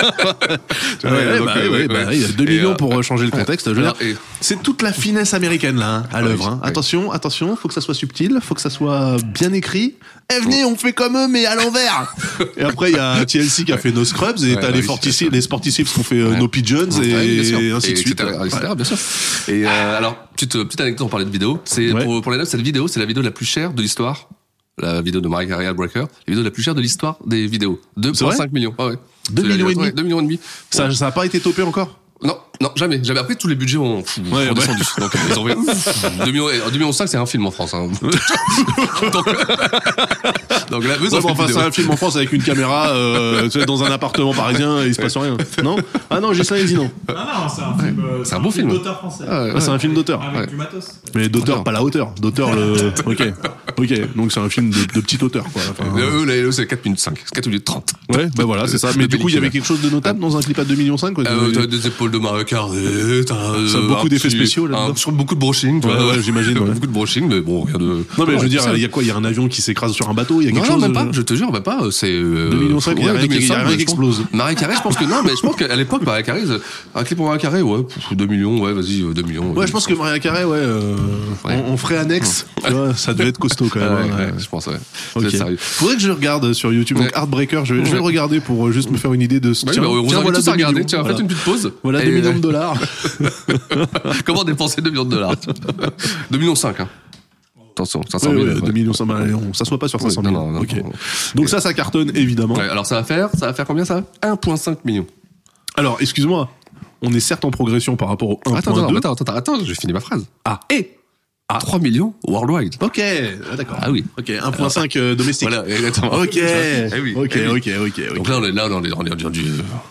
vois, Ouais, donc, bah, euh, ouais, ouais, bah, ouais. Il y a 2 Et, millions euh, pour euh, changer le contexte. je veux alors, dire, et- C'est toute la finesse américaine là, hein, à l'œuvre. hein. oui. Attention, attention, faut que ça soit subtil, faut que ça soit bien écrit. Eh venez, on fait comme eux mais à l'envers. et après il y a TLC qui a fait No Scrubs et Ouais, t'as bah les oui, c'est Fortici, ça. les Sportissips qui ont fait euh, Ouais. No Pigeons Ouais, Ah, bien sûr. et ainsi de Et suite. etc., etc., Ouais. bien sûr. Et euh, alors, petite, euh, petite anecdote, on parlait de vidéo. C'est Ouais. pour, pour les notes, cette vidéo, c'est la vidéo la plus chère de l'histoire. La vidéo de Maria Carey Breaker, la vidéo la plus chère de l'histoire des vidéos. C'est vrai 2,5 millions. Ah ouais. Deux C'est la millions et vidéo- demi. ouais, deux millions et demi. Ça, ça a pas été topé encore. Non, non, jamais. Jamais. Après, tous les budgets ont, pff, ont ouais. descendu. Donc, euh, ils ont fait, pff, 2000, et en 2005, c'est un film en France. Hein. donc, donc là, eux, Ouais, ça mais fait enfin, une c'est un vidéo. film en France avec une caméra euh, tu sais, dans un appartement parisien et il se passe rien. Non Ah non, j'ai ça, il dit non. Non, non, c'est un film. euh, Euh, C'est un bon film. d'auteur français. Ah ouais, Ah, c'est un film d'auteur. Avec ouais. du matos. Mais d'auteur, pas la hauteur. D'auteur, le. Ok. Ok. Donc c'est un film de, de petit auteur, quoi. Enfin, Mais Eux, là, eux, c'est 4 minutes 5, 4 minutes 30. ouais, bah voilà, c'est ça. de Mais du coup, il y avait pellicule. quelque chose de notable dans un clip à 2,5 millions, quoi. Euh, Des- t'as des épaules de Mario Carré, t'as Ça a euh, beaucoup un d'effets petit- spéciaux, là-dedans. un- Sur beaucoup de brushing, tu Ouais, vois. ouais, j'imagine, ouais. Beaucoup de brushing, mais bon, rien de. Non, mais je veux Ouais, dire, c'est ça. il y a quoi Il y a un avion qui s'écrase sur un bateau, il y a Non, quelque non, chose. même pas, euh, je te jure, même pas, c'est. Euh, 2,5 millions, il y a rien qui- il y a rien 2,5, qui je pense. explose. Marie Carré, je pense que non, mais je pense qu'à l'époque, Marie Carré, euh, un clip pour Marie Carré, ouais, pff, 2 millions, ouais, vas-y, euh, 2 millions. Ouais, je pense que Maria Carré, ouais, euh, Ouais. On, on ferait annexe. Tu vois, ça devait être costaud quand Ouais, même. hein, ouais, ouais. ouais, je pense, ouais. Ok. C'est sérieux. Bah Faudrait que je regarde sur YouTube. Donc Ouais. Heartbreaker, je vais, je vais le Ouais. regarder pour euh, juste me faire une idée de ce. Ouais, bah, on vous invite tous à 2 regarder. millions. Tiens, faites une petite pause. Voilà Et, 2 euh, millions de dollars. Comment dépenser 2 millions de dollars 2 millions 5, hein. Attention, 500 000. Ouais, ouais, ouais. 2 millions, ça, bah, on s'assoit pas sur 500 000. non, non, non. Ok. Donc ça, ça cartonne évidemment. Ouais, alors ça va faire, ça va faire combien ça 1,5 million. Alors, excuse-moi, on est certes en progression par rapport au Attends, attends, 1.2. attends, attends, attends, je finis ma phrase. Ah, et à 3 millions worldwide. Ok, ah, d'accord. Ah oui. Ok, 1.5 euh, domestique. Voilà, exactement. Ok, Eh oui, ok, eh oui. ok, ok, ok. Donc là, on est, là, on est, on est dans du,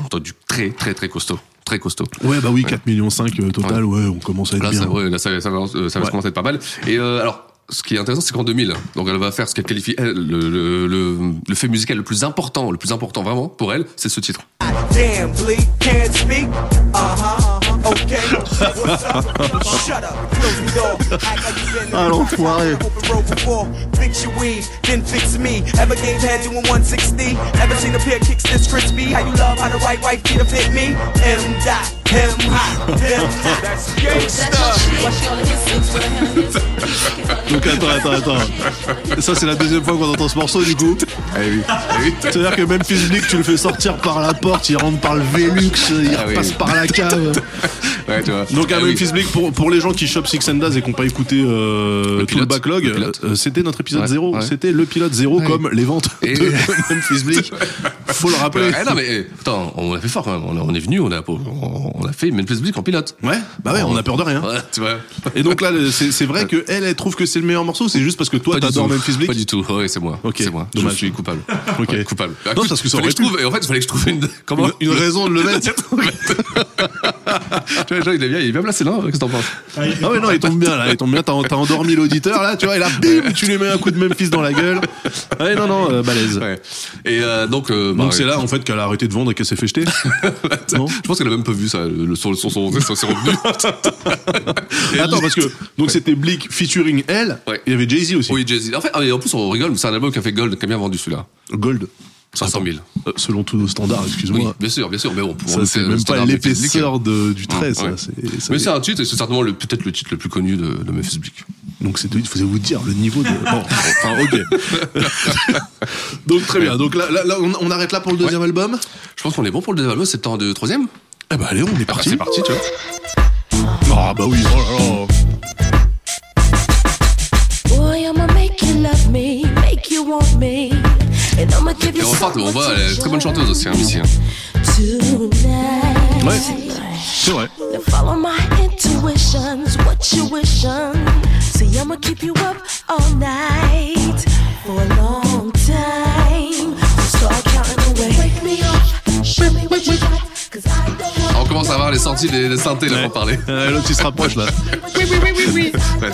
dans du très, très, très costaud. Très costaud. Ouais, bah oui, 4 millions 5 total, ouais, on commence à être Là, bien. ça, ouais, là, ça, ça, va- euh, ça va Ouais. commencer à être pas mal. Et euh, alors, ce qui est intéressant, c'est qu'en 2000, donc elle va faire ce qu'elle qualifie elle, le, le, le, le fait musical le plus important, le plus important vraiment pour elle, c'est ce titre. Ah l'enfoiré Donc attends, attends, attends. Ça c'est la deuxième fois qu'on entend ce morceau du coup. Ah oui, ah oui. C'est-à-dire que même Blick, tu le fais sortir par la porte, il rentre par le Velux, il Ah oui. repasse par la cave. Ouais, tu vois. Donc à Ah oui. Memphis Bleak, pour, pour les gens qui chopent Six and Daz et qui n'ont pas écouté euh, Le tout le pilote. backlog, Le pilote. euh, c'était notre épisode Ouais, 0. ouais. C'était le pilote 0 comme les ventes Et- de Memphis Bleak. Faut le rappeler. Ouais, non mais eh, attends, on a fait fort quand même. On, a- on est venu, on a on, on a fait Memphis Bleak en pilote. Ouais, bah ouais, on a peur de rien. Ouais, tu vois. Et donc là, le- c'est c'est vrai que elle, elle trouve que c'est le meilleur morceau, c'est juste parce que toi, Pas du t'adores tout. Memphis Bleak. Pas du tout. Ouais, c'est moi. Ok, C'est moi. dommage. Je suis coupable. Ok. Ouais, coupable. Non, Écoute, parce que ça fallait aurait je trouve. Et en fait, il fallait que je trouve une comment Une- une raison de le mettre. Tu vois, genre, il est bien, il est bien placé, non Qu'est-ce que t'en penses Ah ouais, non, il tombe bien, là, il tombe bien, t'as t'as endormi l'auditeur, là, tu vois, et là, bim, tu lui mets un coup de Memphis dans la gueule. Ouais, non, non, euh, balèze. Ouais. Et euh, donc, euh, bah, Donc c'est ouais. là, en fait, qu'elle a arrêté de vendre et qu'elle s'est fait jeter. non Je pense qu'elle a même pas vu ça. Le le son, le son, son, son- c'est revenu. Et Attends, elle- parce que, donc c'était Bleak featuring elle, Ouais. il y avait Jay-Z aussi. Oui, Jay-Z. En fait, ah, et en plus, on rigole, mais c'est un album qui a fait Gold, qui a bien vendu celui-là. Gold. 500 000. Euh, selon tous nos standards, Oui, excuse-moi. bien sûr, bien sûr. Mais bon, pour- ça, c'est le même pas standard l'épaisseur de- du Memphis trait, Bleak. hein. ça. Ouais. c'est- ça- Mais c'est un titre, et c'est certainement le- peut-être le titre le plus connu de, de Memphis Bleak. Donc, c'est de- il faut vous dire le niveau de. Bon, enfin, ok. Donc, très bien. Donc, là, là- là, on, on arrête là pour le deuxième album Je pense qu'on est bon pour le deuxième album, c'est le temps de troisième Eh ben, allez, on est Ah, parti. C'est parti, tu vois. Ah, bah oui, oh là là. Boy, I'ma make you love me, make you want me. And I'ma give Et you on repart, on voit, elle est très bonne chanteuse aussi, hein, Missy. hein. tonight. Ouais, c'est vrai. Now follow my intuitions, what you wishing. See, I'ma keep you up all night for a long time. So start counting away. Wake me up, show me what you got, 'cause I don't want Ah, On commence à avoir les sorties des, des synthés, là, pour parler. Euh, L'autre, il se rapproche, là. Ouais, tu vois.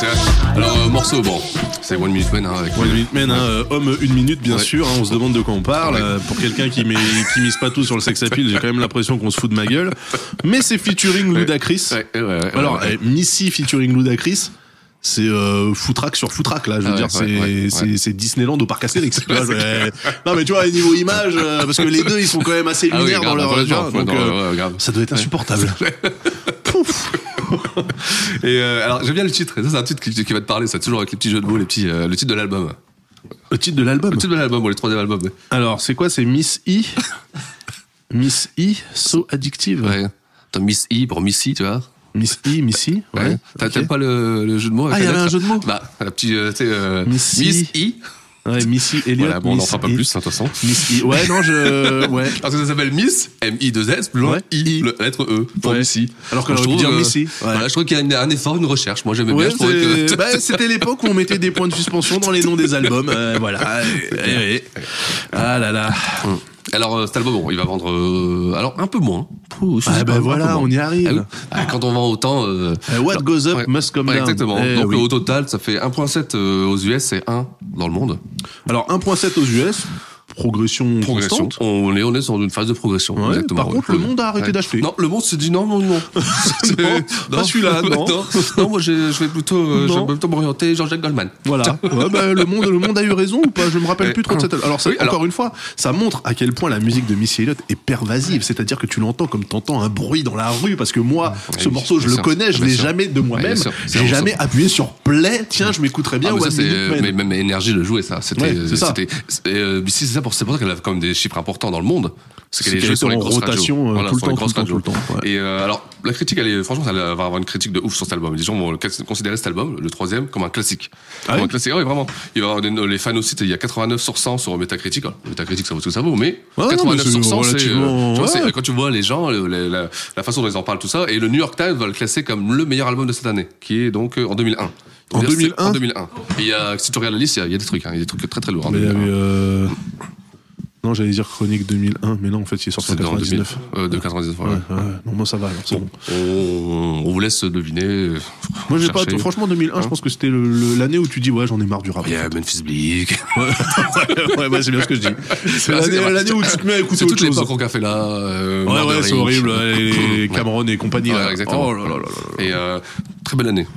Alors, euh, morceau, bon, c'est One Minute Man, hein, avec One Minute Man, hein, euh, homme une minute, bien Ouais. sûr. hein, on se demande de quoi on parle. Ouais. Euh, pour quelqu'un qui, met- qui mise pas tout sur le sex appeal, j'ai quand même l'impression qu'on se fout de ma gueule. Mais c'est featuring Ludacris. Ouais, ouais, ouais, ouais, Alors, ouais. eh, Missy featuring Ludacris. C'est euh, foutraque sur foutraque là, je veux Ah dire, ouais, c'est ouais, ouais, ouais. c'est- c'est Disneyland au parc Astérix. tu vois, ouais. non mais tu vois, niveau image, euh, parce que les deux ils sont quand même assez Ah oui, lunaires dans grave, leur dans leur genre, genre, ouais, donc dans- euh, ouais, grave. ça doit être insupportable. Pouf. Et euh, alors j'aime bien le titre. Ça c'est un titre qui, qui va te parler. Ça toujours avec les petits jeux de mots, les petits, euh, le titre de l'album. Le titre de l'album. Le titre de l'album ou le troisième album. Alors c'est quoi C'est Miss E. Miss E, so addictive. Ouais. T'as Miss I pour Missy, tu vois. Miss E, Miss E. Ouais. Ouais. T'as- ok. T'aimes pas le, le jeu de mots avec Ah, la y avait lettre un jeu de mots Bah la petite, euh, tu sais, euh, Miss Miss, I. I. Ouais, Missy Elliott. Voilà, bon, on n'en Miss fera pas E. plus hein, de toute façon. Ah, Miss E. Ouais, non, je. Ouais. Parce que ça s'appelle Miss M I 2 S plus loin Ouais. I, le- la lettre E pour Ouais. Missy. Alors qu'on je aurait pu trouve, dire euh, Missy, ouais. Voilà, je trouve qu'il y a une- un effort, une recherche. Moi j'aimais Ouais, bien. Je trouvais c'est- que. bah, c'était l'époque où on mettait des points de suspension dans les noms des albums. euh, voilà. Eh, eh, eh. Ah là là. Alors euh, cet album, bon, il va vendre euh, alors un peu moins. Pouh, je Ah sais bah pas, un peu voilà, moins. on y arrive. Ah oui. Ah, quand on vend autant. euh, Eh, what alors, goes up ouais. must come Ouais, down. Exactement. Eh Donc oui. au total, ça fait 1.7 euh, aux US et 1 dans le monde. Alors 1.7 aux US, progression, constante. On est on est sur une phase de progression. Ouais, exactement. par contre, le monde a arrêté d'acheter. Non, le monde s'est dit non, non, non. C'est- pas celui-là, non. Non, moi j'ai- je vais plutôt, euh, je Non. vais plutôt m'orienter Jean-Jacques Goldman. Voilà. Ouais, bah, le monde, le monde a eu raison ou pas Je me rappelle Eh, plus trop de cette. Alors, ça, oui, alors- encore une fois, ça montre à quel point la musique de Missy Elliott est pervasive. C'est-à-dire que tu l'entends comme t'entends un bruit dans la rue parce que moi, ce oui, morceau, je bien le sûr, connais, je bien l'ai sûr. jamais de Ouais, moi-même. bien sûr, c'est J'ai un jamais morceau. appuyé sur play. Tiens, je m'écouterais bien. Ah, mais ça, One c'est Minute Man. euh, même, même énergie de jouer ça. C'était, Ouais, c'est ça. c'était, c'est, euh, Missy, c'est ça pour, c'est pour ça qu'elle a quand même des chiffres importants dans le monde. C'est C'est est qu'elle jouée était en grosses rotation, radios. euh, tout le sur les temps, grosses tout le temps, radios. tout le temps, ouais. Et euh, alors, la critique, elle est, franchement, elle va avoir une critique de ouf sur cet album. Les gens vont le- considérer cet album, le troisième, comme un classique. Ah comme oui un classique. Ah oui, vraiment. Il va y avoir des- les fans aussi, il y a 89 sur 100 sur Metacritic. Alors, Metacritic, ça vaut ce que ça vaut, mais Ouais, Ah non, 89 mais c'est sur 100, c'est, euh, relativement- tu vois, c'est- ouais. quand tu vois les gens, le- le- la, la façon dont ils en parlent, tout ça. Et le New York Times va le classer comme le meilleur album de cette année, qui est donc euh, en 2001. En C'est-à-dire, c'est 2001? Ah, en 2001. Et il y a, si tu regardes la liste, il y a- il y, a des trucs, hein, il y a des trucs très très lourds. hein, Mais, 2001. euh, Non, j'allais dire Chronique 2001, mais non, en fait, il est sorti en C'est dans 99. 2000, euh, de 99, ouais. Ouais, ouais, Non, moi, ça va, alors c'est bon. On, on vous laisse deviner. euh, Moi, j'ai pas. Cherchez. Franchement, 2001, je Hein pense que c'était le- le- l'année où tu dis, ouais, j'en ai marre du rap. Il y a Memphis Bleak. ouais, ouais, c'est bien ce que je dis. C'est Ah, l'année- l'année où tu te mets à écouter C'est autre toute chose. l'époque en café là. euh, Ouais, ouais, Murder, c'est Inc. horrible. ouais, Les Cameron et compagnie. Ouais, là. exactement. Oh là là là là. Et euh, très bonne année.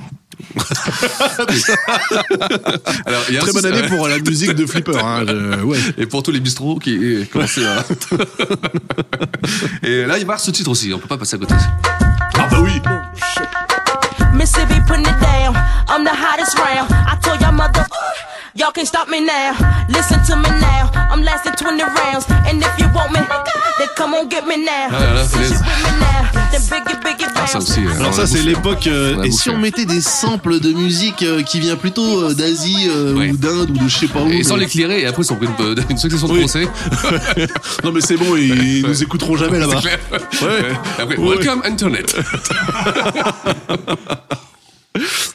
Alors, il y a un Très bonne souci- année pour euh, la musique de Flipper. hein, je- Ouais. Et pour tous les bistrots qui commencent à... Et là, il va y avoir ce titre aussi, on peut pas passer à côté. Ah bah oui. Mississippi putting it down. I'm the hottest round. I told y'all mother, y'all can't stop me now. Listen to me now. I'm lasting 20 rounds. And if you want me, then come on get me now. Ah là là, Since you with me now, then biggie, biggie Ah, ça bounce. aussi. euh, on Alors ça la c'est bouffe. l'époque On euh, l'a et bouffé. si on mettait des samples de musique euh, qui vient plutôt euh, d'Asie euh, Ouais. ou d'Inde ou de je sais pas où. Et sans mais- l'éclairer, et après, ils sont pris une, euh, une succession de Oui. Ah. procès. Non mais c'est bon, ils nous écouteront jamais là-bas. Clair. Ouais. Après, Ouais. welcome Internet.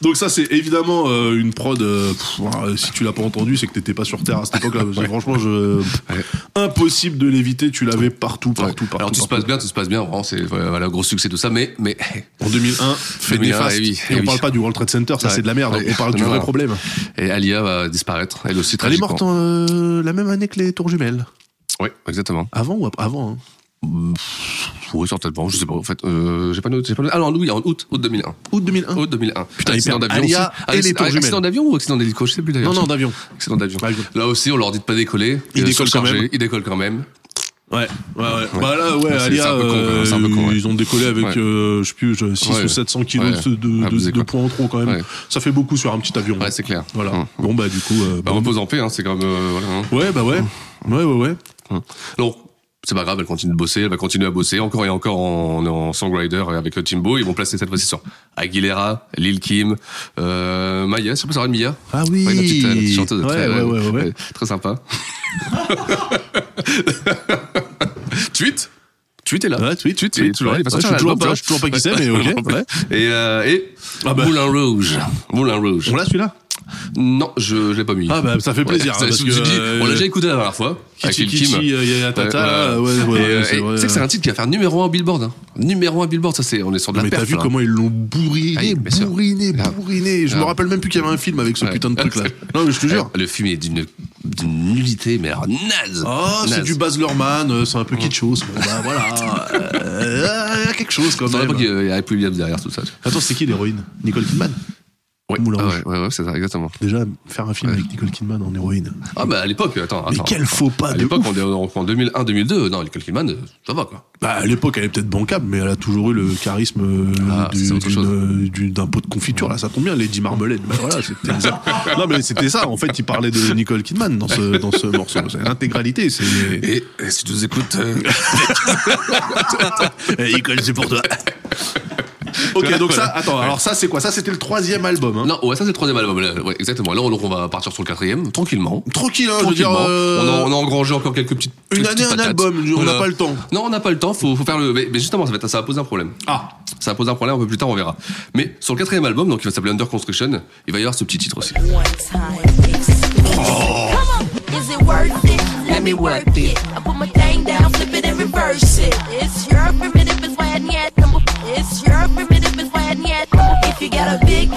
Donc ça c'est évidemment euh, une prod. euh, pff, euh, si tu l'as pas entendu, c'est que t'étais pas sur Terre à cette époque-là. parce que Franchement, je... impossible de l'éviter. Tu l'avais partout, Ouais. partout, partout. Alors, tout se passe partout. bien, tout se passe bien, vraiment, c'est euh, voilà, gros succès, tout ça, mais, mais, En 2001, fait 2001, néfaste. eh oui, et eh on oui. parle pas du World Trade Center, ça Ouais. c'est de la merde. Ouais. On parle du Non, vrai non. problème. et Alia va disparaître, elle aussi, Elle est tragiquement. morte euh, la même année que les tours jumelles. Oui, exactement. Avant ou après Avant. hein. Oui, certainement, je sais pas, en fait, euh, j'ai pas noté, j'ai pas noté. Ah non, oui, en août, août 2001. Août 2001. Août 2001. Hein Putain, accident hyper. d'avion aussi. Alia et les tours accident, jumelles. accident d'avion ou accident d'hélico, je sais plus d'ailleurs. Non bah, non d'avion. Accident d'avion. Avion. Là aussi, on leur dit de pas décoller. Ils Euh, décollent quand surchargé, même. Ils décollent quand même. Ouais, ouais, ouais. Bah là, ouais, Ouais, c'est- Alia, c'est un peu con, euh, c'est un peu con, ouais. ils ont décollé avec, Ouais. euh, je sais plus, 6 Ouais. ou 700 kilos Ouais. de, de, Ah, de- c'est de quoi. poids en trop quand même. Ouais. Ça fait beaucoup sur un petit avion. Ouais, c'est clair. Voilà. Hum. Bon, bah du coup. euh, Bah, bon. repose en paix, hein, c'est quand même. euh, voilà, hein. Ouais, bah ouais. Ouais, ouais, ouais. Donc, c'est pas grave, elle continue de bosser, elle va continuer à bosser encore et encore en, en songwriter avec Timbo. Ils vont placer cette fois-ci sur Aguilera, Lil Kim, euh, Maya, je sais pas si ça va de Mia. Ah oui. Ouais, la petite, euh, la petite chanteuse, Ouais, très, ouais, ouais, ouais, ouais. euh, très sympa. Tweet Tweet est là. Ouais, Ah. tweet, tweet, Il est tweet. toujours là, il va Ouais, je sortir suis un toujours album, pas, tu je suis toujours pas qui c'est, vois. mais ok. ouais. Et, euh, et Ah bah. Moulin Rouge. Moulin Rouge. On l'a celui-là Non, je, je l'ai pas mis. Ah bah ça fait plaisir. Ouais, hein, parce je me suis que, dit, euh, on l'a déjà écouté la dernière fois. avec Kitty Lil Kim. Kitty, euh, Yaya Tata, Ouais, ouais. ouais, ouais, Et, euh, c'est et vrai. tu sais que c'est un titre qui va faire numéro 1 au Billboard. hein. Numéro 1 Billboard, ça c'est, on est sur de la mais t'as perf, vu là. comment ils l'ont Ah oui, bourriné, bien sûr. bourriné, Ah. bourriné. Je me Ah. rappelle même plus qu'il y avait un film avec ce Ouais. putain de truc là. Non mais je te jure. Alors, Le film est d'une d'une nullité, mais alors naze. Ah, c'est Naze. du Baz Luhrmann, euh, c'est un peu Ah. kitschos. Bon, bah voilà, Euh, il y a quelque chose quand Je savais même. pas qu'il y avait Hype Williams derrière tout ça. Attends, c'est qui l'héroïne Nicole Kidman. Ouais, Moulin Ah Rouge. ouais, ouais, ouais, c'est ça, exactement. Déjà, faire un film avec Nicole Kidman en héroïne. Ah bah à l'époque, attends, Mais attends. quel faux pas À de l'époque, ouf. on est en en 2001, 2002. Non, Nicole Kidman, euh, ça va quoi. Bah, à l'époque, elle est peut-être bancable, mais elle a toujours eu le charisme euh, Ah, du- c'est autre d'une, chose. euh, du- d'un pot de confiture. Là, ça tombe bien, Lady Marmelade. Bah, voilà, c'était exact. Non, mais c'était ça. En fait, il parlait de Nicole Kidman dans ce, dans ce morceau. C'est l'intégralité. C'est... Et, et si tu nous écoutes, euh, Eh, Nicole, c'est pour toi. ok, donc ça, attends, alors ça, c'est quoi Ça, c'était le troisième album. hein. Non, ouais, ça c'est le troisième album. là. Ouais, exactement. Là, on, donc, on va partir sur le quatrième, tranquillement. Tranquille, hein, je veux dire. Tranquillement. euh, On, a, on a engrangé encore quelques petites. Une petites année, un patates. album, on n'a pas le temps. Non, on n'a pas le temps. Faut, faut faire le. Mais, mais justement, ça va, être- ça va poser un problème. Ah, Ça va poser un problème un peu plus tard, on verra. Mais sur le quatrième album, donc il va s'appeler Under Construction, il va y avoir ce petit titre aussi. One time. Come on, is it worth it? Let me work it. I put my thing down, flip it and reverse it. It's your primitive, it's why I need it. It's your primitive, it's why I need it. If you got a big,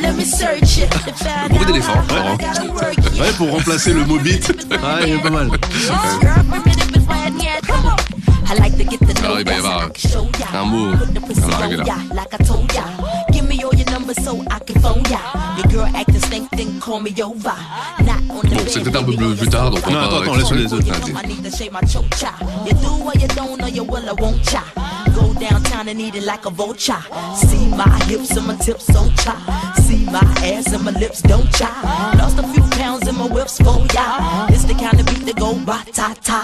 let me search it. To find Beaucoup out d'éléphants, how I hein. gotta work it. ouais, pour remplacer le mot beat. Ah, il est pas mal. It's your primitive, it's why I need it. Come on. I like to get the Alors, il va y avoir un mot à la règle. ya, like I told ya. Give me all your numbers so I can phone ya. Your girl acting stink, then call me over. Not on the Bon, c'est peut-être un peu plus, plus tard, donc on Non, va attends, pas- attends, laisse-le, laisse-le. Vas-y. I need to shave my choke cha. You do what you don't know, you will, I won't cha. Go downtown and eat it like a vulture. See my hips and my tips, so cha. See my ass and my lips, don't cha. Lost a few pounds in my whips, for ya. It's the kind of beat that go ba ta ta.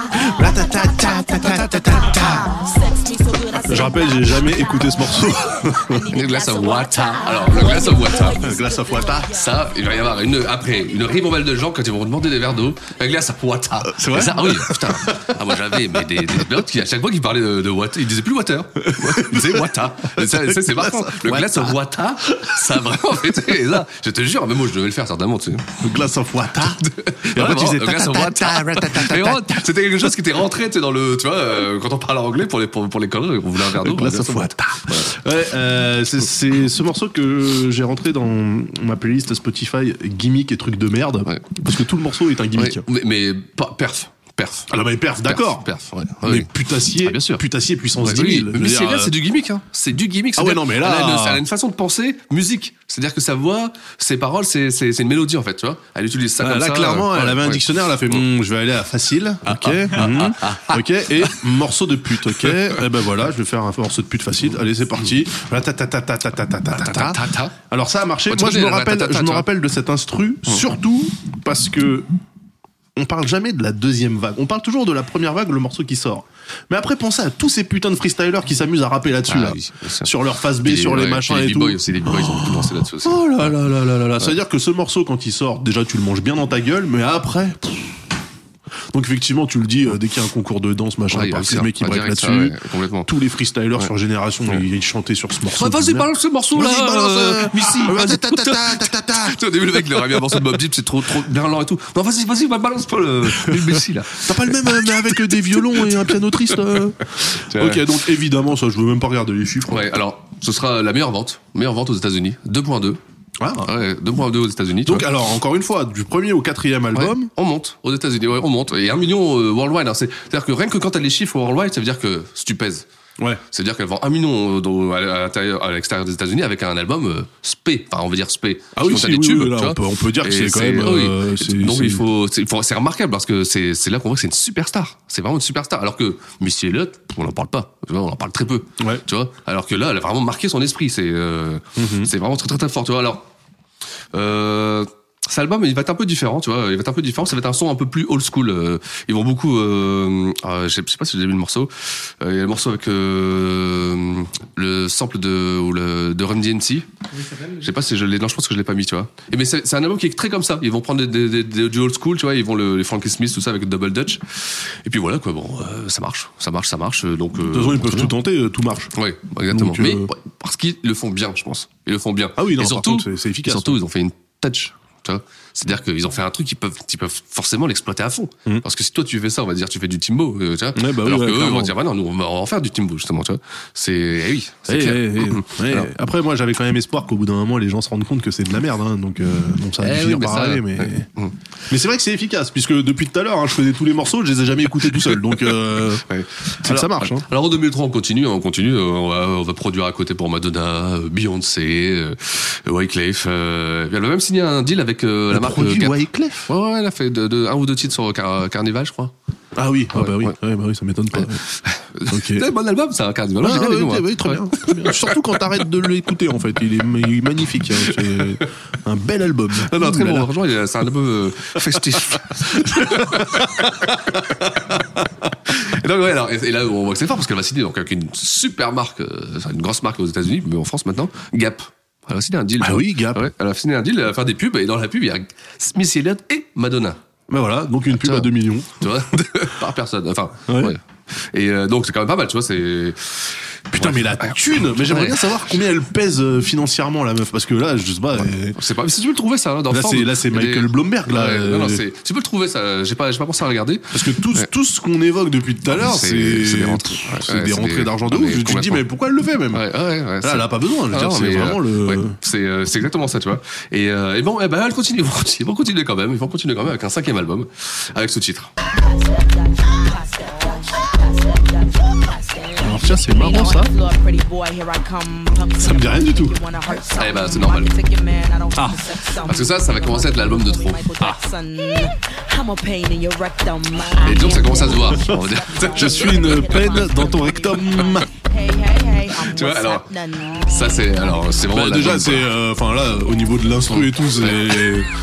Sex me so good, I say Je rappelle, j'ai jamais écouté ce morceau. Le glace à Wata. Alors, le glace à Wata. Glace à Wata. Ça, il va y avoir une, après, une ribambelle de gens quand ils vont demander des verres d'eau. La glace à Wata. Euh, c'est vrai Et ça, ah oui, putain. Ah, moi, j'avais mais des, des notes qui, à chaque fois qu'ils parlaient de, de Wata, ils disaient plus Water. Ils disaient Wata. Et Ça, ça, c'est marrant. Le glace à Wata, ça a vraiment fait là. Je te jure, mais moi, je devais le faire certainement, tu sais. Ah, Le glace à Wata. Et après, tu Vraiment, disais le glace à Wata. Mais vraiment, C'était quelque chose qui était rentré, tu sais, dans le, tu vois, euh, quand on parle anglais pour les, pour, pour les conneries, on voulait un verre d'eau. Glace à on disait, Wata. Ouais, euh, c'est- c'est ce morceau que j'ai rentré dans ma playlist Spotify gimmick et trucs de merde. Ouais. Parce que tout le morceau est un Ouais, gimmick. mais, mais pas perf. Perf. Alors, mais perf, d'accord. Perf, perf, ouais. Mais Oui. putassier, Ah, bien sûr. putassier puissance Ouais, 10 000. oui, Je veux mais c'est dire, bien, euh, c'est du gimmick, hein. C'est du gimmick. Ah ouais, c'est-à-dire, non, mais là- Elle a, une, elle a une façon de penser, musique. C'est-à-dire que sa voix, ses paroles, c'est, c'est, c'est une mélodie, en fait, tu vois. Elle utilise ça Ah, comme là, ça. clairement, euh, elle avait un ouais. Ah, dictionnaire, elle a fait Hum, je vais aller à facile, ok, hum, ok, et morceau de pute, ok. Et ben voilà, je vais faire un morceau de pute facile. Allez, c'est parti. Hmm. Voilà, ta, ta, ta, ta, ta, ta, ta, ta, ta, ta. Ta-ta-ta. Alors ça a marché. Ouais, tu Moi, je me connais, la rappelle, ta-ta-ta, je me tu vois. rappelle de cet instru, surtout parce que on parle jamais de la deuxième vague. On parle toujours de la première vague, le morceau qui sort. Mais après, pensez à tous ces putains de freestylers qui s'amusent à rapper là-dessus, Ah là. oui, bien sûr. sur leur face B, Puis sur les ouais, machins puis et les tout. b-boys aussi, les b-boys, ils ont beaucoup pensé là-dessus aussi. Oh là là là là là là. Ça veut dire que ce morceau, quand il sort, déjà tu le manges bien dans ta gueule, mais après. pff. Donc effectivement, tu le dis, euh, dès qu'il y a un concours de danse, machin, Ouais, il y a parce que ça, les mecs qui ouais, break direct, ça, là-dessus. ouais, complètement. Tous les freestylers sur Génération, ils, ils chantaient sur ce morceau. Bah, Vas-y, balance ce morceau-là. Vas-y, balance, euh, Missy. euh, vas-y. ta, ta, ta, ta, ta, ta. Tu sais, Au début, le mec, il aurait mis un morceau de Bob Deep, c'est trop, trop bien lent et tout. Non, vas-y, vas-y, bah, balance pas le, le Missy, là. T'as pas le même, euh, mais avec des violons et un piano triste. euh. C'est Ok, vrai. donc évidemment, ça, je veux même pas regarder les chiffres. Ouais, alors, ce sera la meilleure vente. Meilleure vente aux États-Unis. 2.2. Ah. Ouais, 2.2 aux États-Unis. tu Donc vois. alors, encore une fois, du premier au quatrième Ouais, album, on monte aux États-Unis, ouais, on monte. Et un million euh, worldwide. hein, c'est- C'est-à-dire que rien que quand t'as les chiffres worldwide, ça veut dire que si tu pèses. ouais. C'est-à-dire qu'elle vend un million euh, dans- à l'intérieur- à l'extérieur des États-Unis avec un album euh, spé. Enfin, on va dire spé. Ah oui, si, Parce que t'as des oui, tubes, oui, là, tu vois. on peut- on peut dire que Et c'est quand même, oui. euh, c'est- Donc c'est- il faut, c'est il faut- c'est remarquable parce que c'est c'est là qu'on voit que c'est une superstar. C'est vraiment une superstar. Alors que Missy Elliott, on n'en parle pas. Tu vois, on en parle très peu. Ouais. Tu vois. Alors que là, elle a vraiment marqué son esprit. C'est euh, Mm-hmm. c'est vraiment très très très fort. Tu vois. Alors. Euh, cet album, il va être un peu différent, tu vois. Il va être un peu différent. Ça va être un son un peu plus old school. euh, Ils vont beaucoup. Euh, euh, je sais je sais pas si vous avez vu le morceau. Euh, Il y a le morceau avec euh, le sample de ou le de Run DMC. Je sais pas si je l'ai. Non, je pense que je l'ai pas mis, tu vois. Et mais c'est c'est un album qui est très comme ça. Ils vont prendre des, des, des- du old school, tu vois. Ils vont le, les Frankie Smith, tout ça avec Double Dutch. Et puis voilà quoi. Bon, euh, ça marche, ça marche, ça marche. euh, Donc De toute façon, ils peuvent tout tenter, euh, tout marche. oui, exactement. Donc, euh, mais ouais, parce qu'ils le font bien, je pense. Ils le font bien. Ah oui, non, Et par surtout, contre, c'est- c'est efficace. et surtout, ils ont fait une touch. tu vois. C'est-à-dire qu'ils ont fait un truc qu'ils peuvent, qu'ils peuvent forcément l'exploiter à fond. Parce que si toi tu fais ça, on va dire tu fais du Timbo, euh, tu vois. Mm. Ouais, bah oui, Alors ouais, que eux, on clairement. va dire bah non, nous on va en faire du Timbo justement, tu vois. C'est eh oui, c'est Eh, clair. eh, eh, eh. Alors, Après, moi, j'avais quand même espoir qu'au bout d'un moment, les gens se rendent compte que c'est de la merde. hein. donc, euh, bon, ça a Eh dû oui, finir mais par ça- aller, mais. ouais. Mm. Mais c'est vrai que c'est efficace, puisque depuis tout à l'heure, hein, je faisais tous les morceaux, je les ai jamais écoutés tout seul. Donc, euh, Ouais. c'est que ça marche. hein. Alors en 2003, on continue, on continue, euh, on va, on va produire à côté pour Madonna, euh, Beyoncé, euh, Wyclef. euh, elle va même signer un deal avec euh, la marque. euh, Produit Car- Wyclef. Ouais, ouais, elle a fait de, de- un ou deux titres sur Car- Carnival, je crois. Ah oui, ah bah oui, ouais. ouais, bah oui, ça m'étonne pas. ouais. Ok. C'est un bon album, ça, Carnival. Ah, Moi, j'ai bien ouais, aimé, moi. ouais, ouais, très bien, très bien. Surtout quand t'arrêtes de l'écouter, en fait. Il est, il est magnifique. hein. C'est un bel album. Ah Non, non, très Ouh là bon. là. Franchement, il est- c'est un album euh, festif. et, donc, ouais, alors, et, et là, on voit que c'est fort parce qu'elle va signer donc, avec une super marque, euh, enfin, une grosse marque aux États-Unis, mais en France maintenant, Gap. Elle a signé un deal. Ah oui, Gap. Ouais, elle a signé un deal, elle va faire des pubs, et dans la pub, il y a Smith Elliott et Madonna. Bah voilà, donc une pub Attends. à 2 millions. Tu vois, par personne. Enfin, Ouais. ouais. Et euh, donc, c'est quand même pas mal, tu vois, c'est. Putain, Ouais. mais la thune Mais j'aimerais Ouais. bien savoir combien elle pèse euh, financièrement, la meuf. Parce que là, je sais pas. elle- C'est pas. mais Si tu peux le trouver ça, là, dans Là, Forbes, c'est- là, c'est il y a Michael Blomberg, là, Ouais, non, non, euh, c'est- Tu peux le trouver ça. J'ai pas, j'ai pas pensé à regarder. Parce que tout, Ouais. tout ce qu'on évoque depuis tout à l'heure, C'est- c'est c'est des rentrées. pff, Ouais, c'est ouais, des c'est rentrées des- d'argent de Ah, mais ouf. Je- Tu te dis, complètement. mais pourquoi elle le fait même Ouais, ouais, ouais. Là, c'est- elle a pas besoin. Je veux Ah dire, non, c'est mais, vraiment le. euh, ouais, c'est euh, c'est exactement ça, tu vois. Et, euh, et bon, eh ben, elle continue, ils vont continuer, ils vont continuer quand même, ils vont continuer quand même avec un cinquième album, avec ce titre. Alors, tiens, c'est marrant ça. Ça me dit rien du tout. Eh ben, c'est normal. Ah, Parce que ça, ça va commencer à être l'album de trop. Ah. Et Et donc, ça commence à se voir. on va dire. Je suis une peine dans ton rectum. Tu vois, alors, ça, c'est, alors, c'est Bah, vraiment. déjà, l'album, c'est. euh, Enfin, là, au niveau de l'instru et tout, c'est.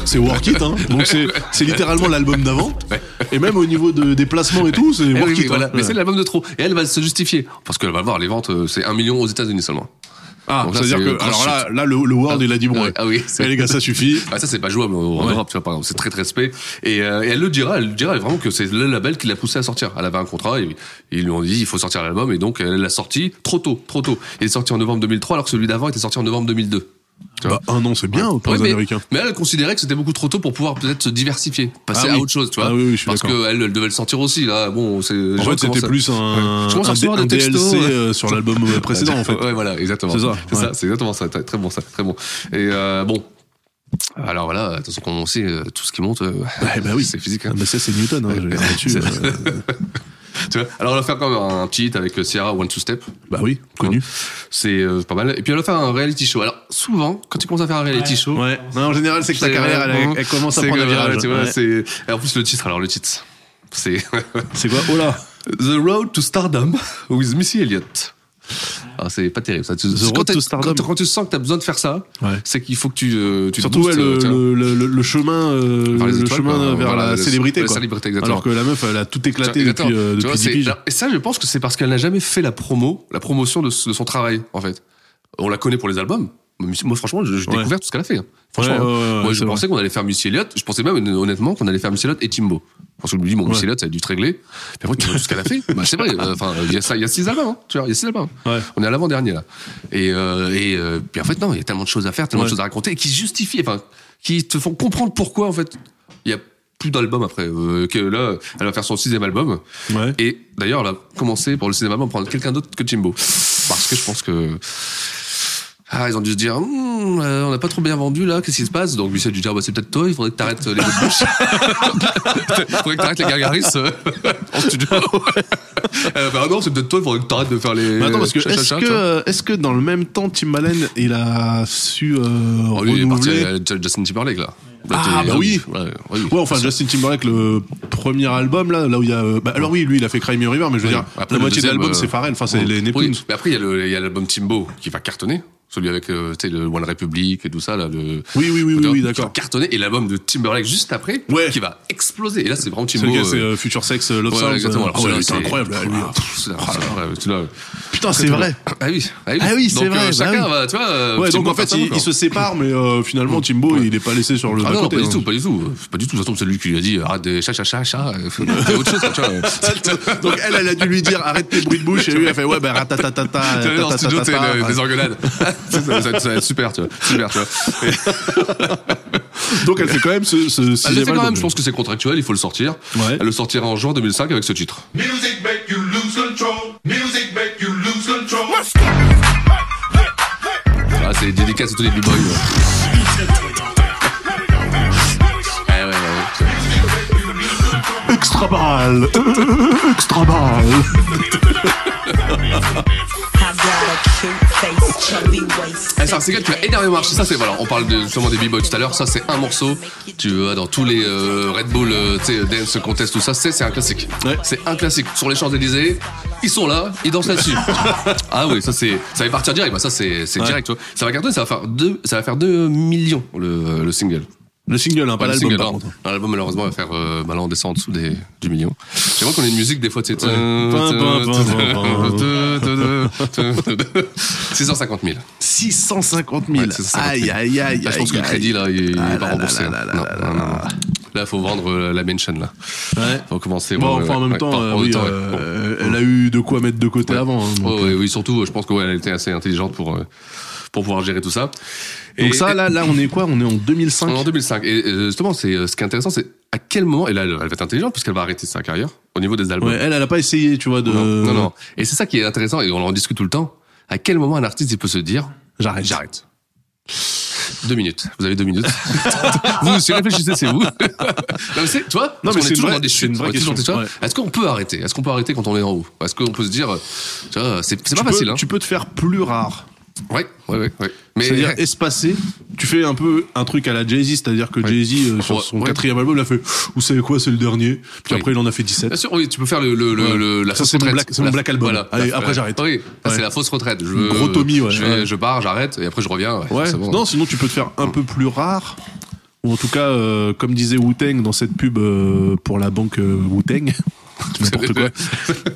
C'est Work It, hein. Donc, c'est c'est littéralement l'album d'avant. Et même au niveau de, des placements et tout, c'est Eh oui, work oui, it, voilà. hein. Mais c'est l'album de trop. Et elle va se justifier. Parce qu'elle va voir, les ventes, euh, c'est 1 million aux États-Unis seulement. Ah, Donc là, c'est-à-dire c'est que. grand Alors shit. là, là le, le World, il a dit bon, Ah, ouais. ah oui. Eh, les gars, ça suffit. Ah, ça, c'est pas jouable en en Ouais. Europe, tu vois, par exemple. C'est très, très spé. Et, euh, et elle le dira, elle le dira vraiment que c'est le label qui l'a poussée à sortir. Elle avait un contrat, et, ils lui ont dit, il faut sortir l'album, et donc elle l'a sorti trop tôt, trop tôt. Il est sorti en novembre 2003, alors que celui d'avant était sorti en novembre 2002. Tu vois. Bah, un an, c'est bien pour Ouais, les mais, Américains. mais elle considérait que c'était beaucoup trop tôt pour pouvoir peut-être se diversifier, passer Ah à oui. autre chose, tu vois. Ah oui, oui, je suis parce d'accord. qu'elle elle devait le sortir aussi, là. Bon, c'est. En fait, c'était plus un, Je commence à un, recevoir D- un des DLC textos, ouais. euh, sur l'album euh, précédent, en fait. Ouais, voilà, exactement. C'est ça, C'est ouais. ça, c'est exactement ça. T'as- Très bon, ça. Très bon. Et euh, bon. Alors voilà, de toute façon, comme on sait, euh, tout ce qui monte, euh, bah oui. c'est physique. Ah, hein. bah ça, c'est Newton, hein, j'ai là-dessus. euh, Tu vois Alors on va faire quand même un petit hit avec euh, Sierra One Two Step. bah oui, connu. C'est euh, pas mal. Et puis on va faire un reality show. Alors souvent, quand tu commences à faire un reality Ouais. show, Ouais. Non, en général, c'est que ta c'est carrière, elle, vraiment- elle commence à c'est prendre un que, virage. ouais, tu vois, Ouais. c'est- Et en plus le titre, alors le titre, c'est C'est quoi Oh là The Road to Stardom with Missy Elliott. Ah, c'est pas terrible. Ça. Tu- The quand Road t'as- to Stardom. Quand, quand tu sens que t'as besoin de faire ça, Ouais. c'est qu'il faut que tu, euh, tu te Surtout ouais, boostes, euh, le, tiens. le, le- le chemin, euh, Vers les le étoiles, chemin quoi, vers vers la, la- célébrité. la quoi. célébrité, exactement. Alors que la meuf, elle a tout éclaté Tu vois, depuis, euh, exactement. Tu vois, depuis 10 c'est- piges. alors, Et ça, je pense que c'est parce qu'elle n'a jamais fait la promo, la promotion de, ce- de son travail, en fait. On la connaît pour les albums. mais Missy- Moi, franchement, je- j'ai Ouais. découvert tout ce qu'elle a fait. hein. Franchement, Ouais, ouais, ouais, ouais, moi, je c'est pensais qu'on allait faire Missy Elliott. Je pensais même, honnêtement, qu'on allait faire Missy Elliott et Timbo. Parce que je me dis, bon, Missy Ouais. Elliott, ça a dû te régler. Mais après, tu vois tout ce qu'elle a fait. Bah, c'est vrai, euh, enfin, il y a ça, il y a six albums, hein, tu vois, il y a six albums. Ouais. On est à l'avant-dernier, là. Et, euh, et euh, puis, en fait, non, il y a tellement de choses à faire, tellement Ouais. de choses à raconter, et qui justifient, enfin, qui te font comprendre pourquoi, en fait, il y a plus d'albums après. euh, que là, elle va faire son sixième album. Ouais. Et d'ailleurs, elle a commencé pour le cinéma à prendre quelqu'un d'autre que Jimbo. Parce que je pense que. Ah, ils ont dû se dire, Hmm, euh, on n'a pas trop bien vendu là, qu'est-ce qui se passe Donc, Michel a dû dire, bah, c'est peut-être toi, il faudrait que t'arrêtes euh, les autres bouches. il faudrait que t'arrêtes les gargaris euh, en studio. Euh, bah non, c'est peut-être toi, il faudrait que t'arrêtes de faire les. Mais attends, parce que cha-cha-cha, est-ce tu que, vois. euh, est-ce que dans le même temps, Tim Allen, il a su euh, Oh, lui, il est parti renouveler à Justin Timberlake là. Là, Ah, t'es- bah oui. Ouais, oui. Ouais, enfin Justin Timberlake, le premier album là, là où il y a. euh, Bah, alors oui, lui, il a fait Cry Me a River, mais je veux Oui. dire, Après, la le moitié de deuxième, l'album, euh, c'est Pharrell, enfin c'est Oui. les Neptunes. Oui, Mais après, il y a le- il y a l'album Timbo qui va cartonner, celui avec euh, tu sais, le One Republic et tout ça. Là, le... Oui, oui, oui, oui, qui oui, va d'accord. cartonner et l'album de Timberlake juste après Ouais. qui va exploser. Et là, c'est vraiment C'est Timbo. lequel, c'est euh, euh, Future Sex, euh, Love ouais, Sounds, euh, exactement. Alors, oh, celui-là, c'est incroyable, là, lui. Ah, pff, celui-là, Oh là là. ouais, celui-là. Putain, Très, c'est très vrai. bon. Ah oui, ah oui. Ah oui, c'est Donc, vrai, euh, bah chacun oui. va, tu vois. euh, Ouais, donc Timbo en fait, ça, ils quoi. ils se séparent, mais euh, finalement, Timbo, il est pas laissé sur le Ah bas non, côté. pas du hein. tout, pas du tout, euh, pas du tout. Ça tombe, c'est lui qui lui a dit arrête des chat, chat, chat, chat. euh, fais autre chose, quoi, tu vois. Donc elle, elle a dû lui dire arrête tes bruits de bouche et lui elle a fait ouais bah ratatatata. Tu vois, dans le studio, tatatatata, c'est le- ouais. des engueulades. ça, ça, ça, ça va être super, tu vois. Super, tu vois. Et- Donc elle fait quand même ce, ce Elle le sixième fait quand album. même, je pense que c'est contractuel, il faut le sortir. Ouais. Elle le sortira en juin 2005 avec ce titre. Music make you lose control. Music make you lose control. Ah, c'est dédicace à tous les b-boys. ouais. Eh Ouais, ouais, ouais. Extra balle, euh, extra balle. I got a cute face, chubby waist. Ah, C'est un single qui va énormément marché. Ça, c'est voilà. On parle de, justement des b-boys tout à l'heure. Ça, c'est un morceau. Tu vas dans tous les euh, Red Bull, euh, tu sais, dance contest, tout ça. C'est c'est un classique. Ouais. C'est un classique. Sur les Champs Élysées, ils sont là, ils dansent là-dessus. ah oui, ça c'est, ça va partir direct. Bah, ça c'est, c'est direct. tu vois. Ça va cartonner. Ça va faire deux, ça va faire 2 millions le, le single. Le single, hein, pas Pas le l'album single, par non. contre. Non, L'album, malheureusement, va faire. Euh, bah là, on descend en dessous des, du million. J'aimerais qu'on ait une musique, des fois, tu sais. Pin, pin, pin, pin, 650 000. 650 000. Ouais, 650 aïe 000. aïe aïe. Là, Bah, je pense que aïe, le crédit, là, il il Ah est là pas remboursé. là hein. là Non, là non, là non, non. Là, faut vendre euh, la mention, là. Ouais. Faut commencer. Bon, ouais, enfin, en ouais, même ouais, temps, par- euh, en oui, temps, ouais. euh, Bon. euh, elle a eu de quoi mettre de côté Ouais. avant. hein, donc, Ouais, ouais, oui, surtout, euh, je pense qu'elle elle était assez intelligente pour, euh, pour pouvoir gérer tout ça. donc Et- ça, là, là, on est quoi On est en 2005. En 2005. Et euh, justement, c'est euh, ce qui est intéressant, c'est à quel moment, et là, elle elle va être intelligente puisqu'elle va arrêter sa carrière au niveau des albums. Ouais, elle, euh, elle a pas essayé, tu vois, de. Non, non, non. Et c'est ça qui est intéressant, et on en discute tout le temps. À quel moment un artiste il peut se dire J'arrête. j'arrête Deux minutes. Vous avez deux minutes. vous, si réfléchissez, c'est vous. non, mais c'est, tu vois, Non, parce mais qu'on c'est est une toujours vraie- dans des c'est une chutes. vraie on est toujours question, dans des- tu vois, Est-ce qu'on peut arrêter Est-ce qu'on peut arrêter quand on est en haut Est-ce qu'on peut se dire, euh, tu vois, c'est, Tu c'est pas peux- facile. Hein. Tu peux te faire plus rare. Ouais, ouais, ouais, ouais. Mais C'est-à-dire espacé. Tu fais un peu un truc à la Jay-Z, c'est-à-dire que Jay-Z, euh, sur Ouais, son ouais. quatrième album, il a fait Vous savez quoi, c'est le dernier. Puis Oui. après, il en a fait Bien 17. sûr, oui, tu peux faire le, le, le- Ouais. le- la Ça, fausse c'est mon retraite. black- c'est mon La- black album. voilà. Allez, La- après, j'arrête. Oui, ça, Ouais. c'est la fausse retraite. Je, Gros Tommy, ouais, Je, ouais. je pars, j'arrête, et après je reviens. Ouais. c'est bon. hein. Non, sinon, tu peux te faire un peu plus rare. Ou en tout cas, euh, comme disait Wu-Tang dans cette pub euh, pour la banque euh, Wu-Tang. N'importe quoi.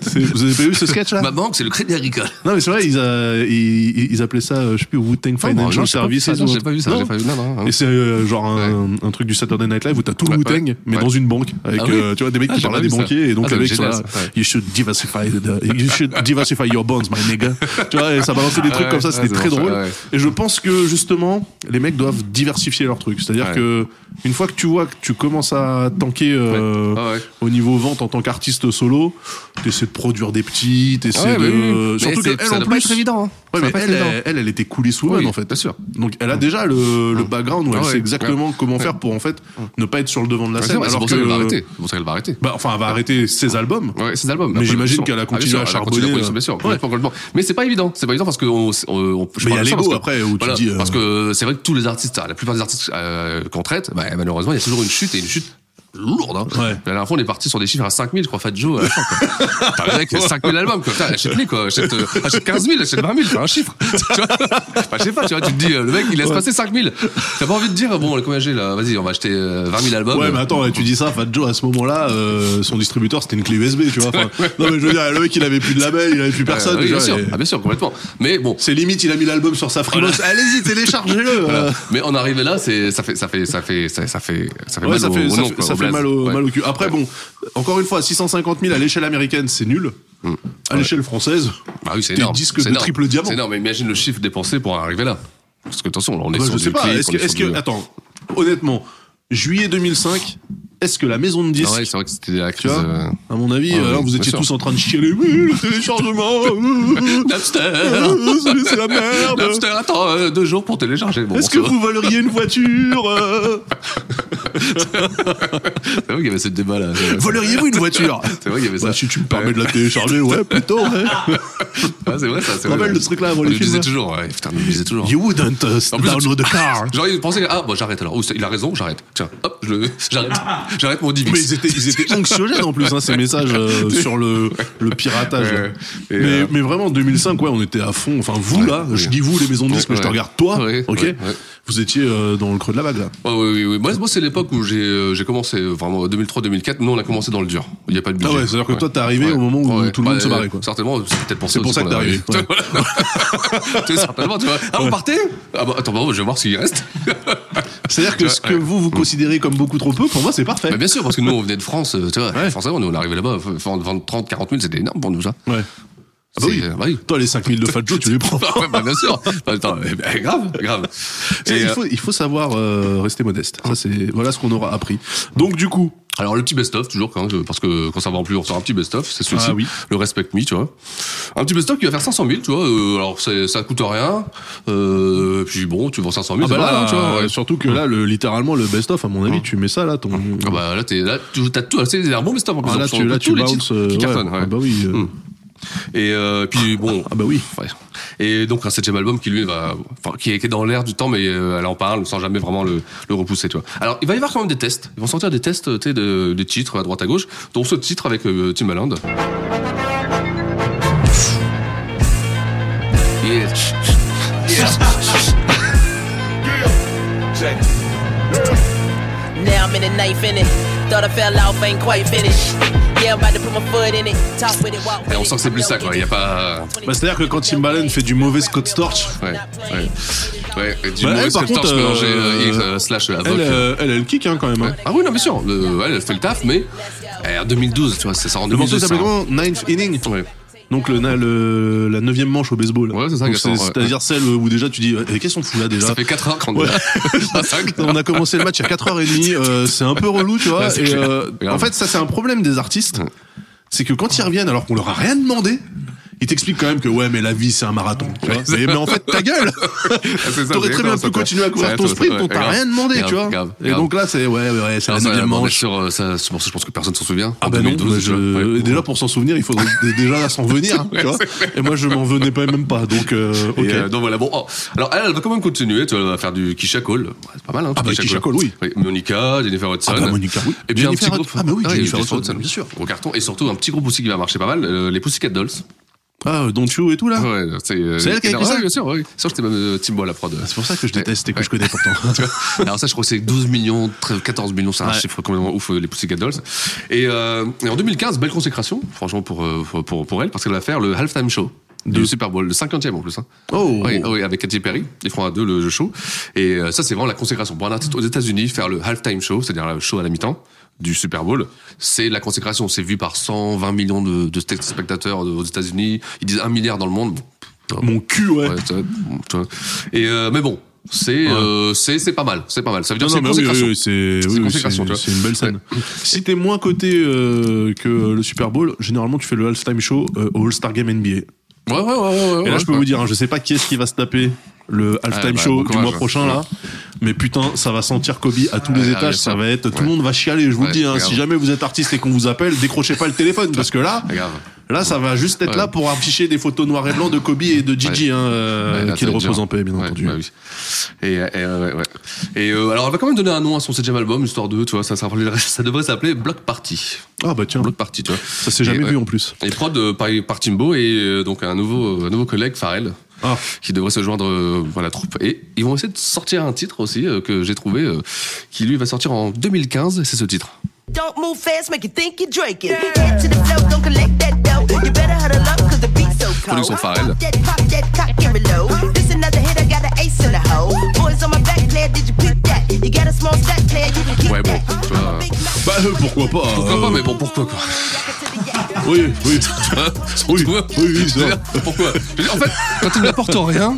C'est- Vous avez pas vu ce sketch là Ma banque, c'est le Crédit Agricole. Non mais c'est vrai, ils, euh, ils, ils appelaient ça, euh, je sais plus, Wu-Tang Non, Financial j'ai pas vu Services. ça, non, ou un j'ai truc- pas vu ça, Non. j'ai pas vu. Non, non. hein. Et c'est euh, genre un, un truc du Saturday Night Live où t'as tout le Ouais, Wu-Tang, ouais. mais Ouais. dans une banque. Avec, Ah oui. euh, tu vois, des mecs Ah, qui j'ai parlent à pas des vu ça. banquiers et donc Ah, les ça, mecs c'est sont là, génial, ça. Ouais. You should diversify, the- you should diversify your bonds, my nigga. tu vois, et ça balançait des trucs Ah Ouais, comme ça, ouais, c'était c'est très bon, ça, drôle. ouais. Et je pense que justement, les mecs doivent diversifier leurs trucs. C'est-à-dire Ouais. que une fois que tu vois que tu commences à tanker euh, Ouais. Ah ouais. au niveau vente en tant qu'artiste solo, t'essaies de produire des petits, t'essaies Ouais, bah oui, oui. de Mais surtout c'est- qu'elle ça en doit pas plus être évident, hein. Ouais, Ça mais doit pas elle, être évident. elle, elle, elle était couliswoman Oui, en fait. bien sûr. Donc elle a déjà le, le background où elle Ah ouais, sait exactement ouais. comment faire pour en fait ne pas être sur le devant de la Ouais, scène. C'est vrai, c'est alors pour ça que qu'elle va arrêter. C'est pour ça qu'elle va arrêter. bah enfin elle va arrêter ses albums. Ouais, ses albums. Mais Après, j'imagine bien sûr. qu'elle a continué Ah, bien à sûr, elle a continué charbonner, hein. produire, bien sûr, ouais. complètement, complètement. Mais c'est pas évident. C'est pas évident parce que on, on, on- je Mais il y a parle de l'ego ça parce que- après, où tu voilà, dis, euh, Parce que c'est vrai que tous les artistes, la plupart des artistes euh, qu'on traite, bah, malheureusement, il y a toujours une chute et une chute lourde. Hein. Ouais. La dernière fois, on est parti sur des chiffres à 5000, je crois, Fat Joe. euh, quoi. T'as un mec qui a 5000 albums, quoi. Putain, achète-les, quoi. Achète, euh, achète 15 000, achète 20 000, fais un chiffre. tu vois Enfin, je sais pas, tu vois, tu te dis, euh, le mec, il laisse passer 5000. T'as pas envie de dire, bon, combien j'ai là Vas-y, on va acheter euh, 20 000 albums. Ouais, mais attends, ouais, tu dis ça, Fat Joe, à ce moment-là, euh, son distributeur, c'était une clé USB, tu vois. Enfin, non, mais je veux dire, le mec, il avait plus de label, il avait plus personne. Euh, oui, déjà, bien sûr, et- ah, bien sûr, complètement. Mais bon, C'est limite, il a mis l'album sur sa freelance. Allez-y, téléchargez-le. euh. Voilà. Mais en arrivé là, c'est ça fait ça fait ça fait ça, ça fait ça fait Ouais, mal ça au, fait, au ça nom, fait- quoi, ça fait blaze. mal, au, Ouais. mal au cul. Après, bon, encore une fois, 650 000 à l'échelle américaine, c'est nul. À l'échelle française, Bah oui, c'est tes énorme. disques C'est de énorme. triple diamant. C'est énorme, mais imagine le chiffre dépensé pour en arriver là. Parce que attention, on est Bah, sur je du sais pas. clip, Est-ce on que, est est-ce sur que, du- attends, honnêtement, juillet 2005, est-ce que la maison de disques, Ah ouais, c'est vrai que c'était la tu crise. vois, euh, à mon avis, ouais, euh, ouais, là, vous bien étiez sûr. tous en train de chialer, oui, le téléchargement, euh, euh, c'est- c'est la merde. Napster, attends, euh, deux jours pour télécharger. Bon, Est-ce ça que va. vous valeriez une voiture euh, C'est vrai qu'il Ah y avait ce débat là. Voleriez-vous une voiture C'est vrai qu'il y avait ça. Bah, Si tu me permets de la télécharger, ouais, plutôt, ouais. Ah, c'est vrai ça. c'est Te rappelles vrai. le truc là avant On les le films, disait là toujours. Ouais, putain, on le disait toujours. You wouldn't uh, En plus, download a car. Genre il pensait ah bon j'arrête alors. Ouh, c'est- Il a raison j'arrête. Tiens hop je le- j'arrête j'arrête mon Mais 10 ils étaient, ils étaient anxiogènes en plus, hein, ces messages euh, sur le, le piratage. là. Ouais. Et, mais, euh, mais vraiment, en 2005, ouais, on était à fond. Enfin, vous Ouais, là, oui. je dis vous, les maisons de disques, Ouais, mais je te ouais. regarde toi, Ouais, ok ouais, ouais. Vous étiez euh, dans le creux de la vague là. Ouais, oui, oui, oui. Moi, moi, c'est l'époque où j'ai euh, j'ai commencé euh, vraiment 2003-2004. Nous, on a commencé dans le dur. Il n'y a pas de budget. Ah ouais, c'est-à-dire que toi, t'es arrivé au moment où tout le monde se barrait, quoi. Certainement, c'est peut-être pour ça. C'est pour aussi ça que qu'on est t'es arrivé, Voilà. Tu sais, certainement, tu vois. Ah, vous partez Ah bah, attends, bah, je vais voir s'il reste. C'est-à-dire que ce que vous, vous considérez comme beaucoup trop peu, pour moi, c'est parfait. Bah, bien sûr, parce que nous, on venait de France, euh, tu vois. Ouais. Forcément, nous, on est arrivé là-bas, f- f- vendre 30, 40 000, c'était énorme pour nous, ça. Ouais. Ah bah C'est- oui. euh, bah oui. Toi, les 5000 de Fat Joe, tu les prends. Bah, ouais, bah, bien sûr. Bah, attends, eh ben, grave, grave. Tu sais, Et, il, euh, faut, il faut savoir euh, rester modeste. Ça, c'est voilà ce qu'on aura appris. Donc du coup, Alors le petit best-of toujours quand même, parce que quand ça va en plus on sort un petit best-of, c'est celui-ci, Ah oui. le Respect Me, tu vois. Un petit best-of qui va faire 500 000, tu vois. euh, alors c'est- ça coûte rien, euh, puis bon, tu vends 500 000, ah bah c'est pas là, mal, hein, tu vois. ouais. surtout que là, le, littéralement le best-of, à mon avis, tu mets ça là, ton, Ah bah là t'es là tu t'as tout, c'est un bon best-of en plus. Ah, là, on tu, sort là, tous tu les bounces. titres euh, qui ouais. cartonnent. ouais. Ah bah oui. euh, Mm. Et euh, puis bon, Ah bah oui. Ouais. Et donc un septième album qui lui va, enfin, qui est qui est dans l'air du temps, mais euh, elle en parle sans jamais vraiment le, le repousser, tu vois. Alors il va y avoir quand même des tests. Ils vont sortir des tests, euh, tu sais, de, des titres à droite à gauche, dont ce titre avec euh, Timbaland. Yeah. Now I'm in a knife in it. Thought I fell off, ain't quite finished. Yeah, I'm about to put my foot in it. Talk with it, walk with Et on it. sent que c'est plus ça, quoi. Il y a pas. Bah, c'est-à-dire que quand Timbaland fait du mauvais Scott Storch, Ouais, ouais. Ouais, et du Bah, mauvais elle, par Scott Storch contre, mélangé euh, euh, X, euh, slash Havoc. elle, euh, elle, elle kick hein, quand même. hein. Ah oui, non, bien sûr. Le- elle, elle fait le taf, mais euh, en 2012, tu vois, ça sort en Le morceau 2012. ça. s'appelle comment Ninth Inning. Ouais. Donc le, na- le- la neuvième manche au baseball. Ouais, c'est ça, Donc, qu'elle sort, ouais. C'est-à-dire celle où déjà tu dis, eh, qu'est-ce qu'on fout là déjà Ça fait 4 heures qu'on est Ouais. là. Ça, ça, on a commencé le match à 4h30, euh, c'est un peu relou, tu vois. Ouais, c'est et, clair. euh, Grave. en fait, ça, c'est un problème des artistes. C'est que quand ils reviennent, alors qu'on leur a rien demandé, ils t'expliquent quand même que ouais, mais la vie, c'est un marathon. tu vois. mais, mais en fait, ta gueule Ah, c'est ça, T'aurais c'est très bien ça, pu ça, continuer à courir ça, ton ça, sprint, ouais, on t'a grave, rien demandé, grave, tu vois. grave, et grave. donc là, c'est ouais, ouais, ouais, c'est la Ah, ça, neuvième bon, bien manche. sûr, euh, ça, c'est pour ça, je pense que personne s'en souvient. Ah En bah non, 2012, bah tu je- vois, ouais. et déjà pour s'en souvenir, il faudrait déjà s'en venir, hein, tu vois. Et moi, je m'en venais pas même pas, donc euh, Et, ok. euh, donc voilà, bon. oh. Alors elle, elle va quand même continuer, tu vois, elle va faire du Kisha Cole. Ouais, c'est pas mal, hein. Ah bah, Keisha Cole, oui. Monica, Jennifer Hudson. Ah bah, Monica, oui. Et puis Jennifer un petit Hudson. groupe. Ah bah oui, Ouais, Jennifer Hudson, bien sûr. Au carton. Et surtout, un petit groupe aussi qui va marcher pas mal, euh, les Pussycat Dolls. Ah, Don't You et tout là Ouais, c'est euh, C'est elle qui a énorme. écrit ça Ah, Ouais, bien sûr, oui. Sûr que c'était même euh, Timbo à la prod. C'est pour ça que je déteste et que je connais pourtant. Tu vois Alors ça, je crois que c'est 12 millions, 13, 14 millions, c'est un Ouais. chiffre complètement ouf, euh, les Pussycat Dolls. Et, euh, et en 2015, belle consécration, franchement, pour, euh, pour, pour, pour elle, parce qu'elle va faire le halftime show. Du Super Bowl, le 50e en plus. Hein. Mm. Oh. Oui, oui, avec Katy Perry, ils font à deux le show. Et euh, ça, c'est vraiment la consécration. Pour un artiste aux États-Unis, faire le halftime show, c'est-à-dire le show à la mi-temps du Super Bowl, c'est la consécration. C'est vu par 120 millions de, de spectateurs aux États-Unis. Ils disent un milliard dans le monde. Mon cul, ouais. Ouais, tu vois, tu vois. Et euh, mais bon, c'est euh, c'est c'est pas mal, c'est pas mal. Ça veut dire que c'est une mais oui, consécration. oui, oui, c'est C'est oui, une oui, consécration, c'est- tu vois. c'est une belle scène. Si t'es moins coté euh, que le Super Bowl, généralement tu fais le halftime show euh, au All-Star Game NBA. Ouais, ouais, ouais, ouais, ouais, Et là, ouais, je peux vous dire, hein, je sais pas qui est-ce qui va se taper le halftime Ouais, bah, show bon du courage, mois ouais. prochain là. Mais putain, ça va sentir Kobe à tous Ouais, les ouais, étages. ouais, Ça ça. va être, tout le Ouais. monde va chialer. Je vous le Ouais, dis, hein, regarde. si jamais vous êtes artiste et qu'on vous appelle, décrochez pas le téléphone parce que là, Ouais, Ah, grave. là, ça va juste être Ouais. là pour afficher des photos noires et blancs de Kobe et de Gigi, Ouais. hein, euh, Ouais, là, qui ça le va être repose dur. en paix, bien Ouais, entendu. bah oui. Et, euh, et, euh, ouais, ouais. Et, euh, alors, elle va quand même donner un nom à son septième album, histoire de, tu vois, ça, ça, ça devrait s'appeler Block Party. Ah bah tiens, Block Party, tu vois. ça s'est jamais Et, vu ouais. en plus. Et prod euh, par, par Timbo et euh, donc un nouveau, un nouveau collègue, Pharrell, Ah. qui devrait se joindre euh, à la troupe. Et ils vont essayer de sortir un titre aussi euh, que j'ai trouvé, euh, qui lui va sortir en 2015, et c'est ce titre. Don't move fast, make you think you're drinking. Head to the flow, don't collect that dough. You better huddle up, cause the beat's so cold. Production Pop Pharrell. that, pop that, cock every low. This another hit, I got an ace in the hole. Boys on my back, player, did you pick that? You got a small stack, player, you can keep Ouais, bon, that. tu vois. I'm a big Mac. Bah euh, pourquoi pas Pourquoi euh, pas, mais bon, pourquoi quoi Oui, oui. Hein oui, oui, oui, ça. Pourquoi Je veux dire, En fait, quand il n'apporte rien,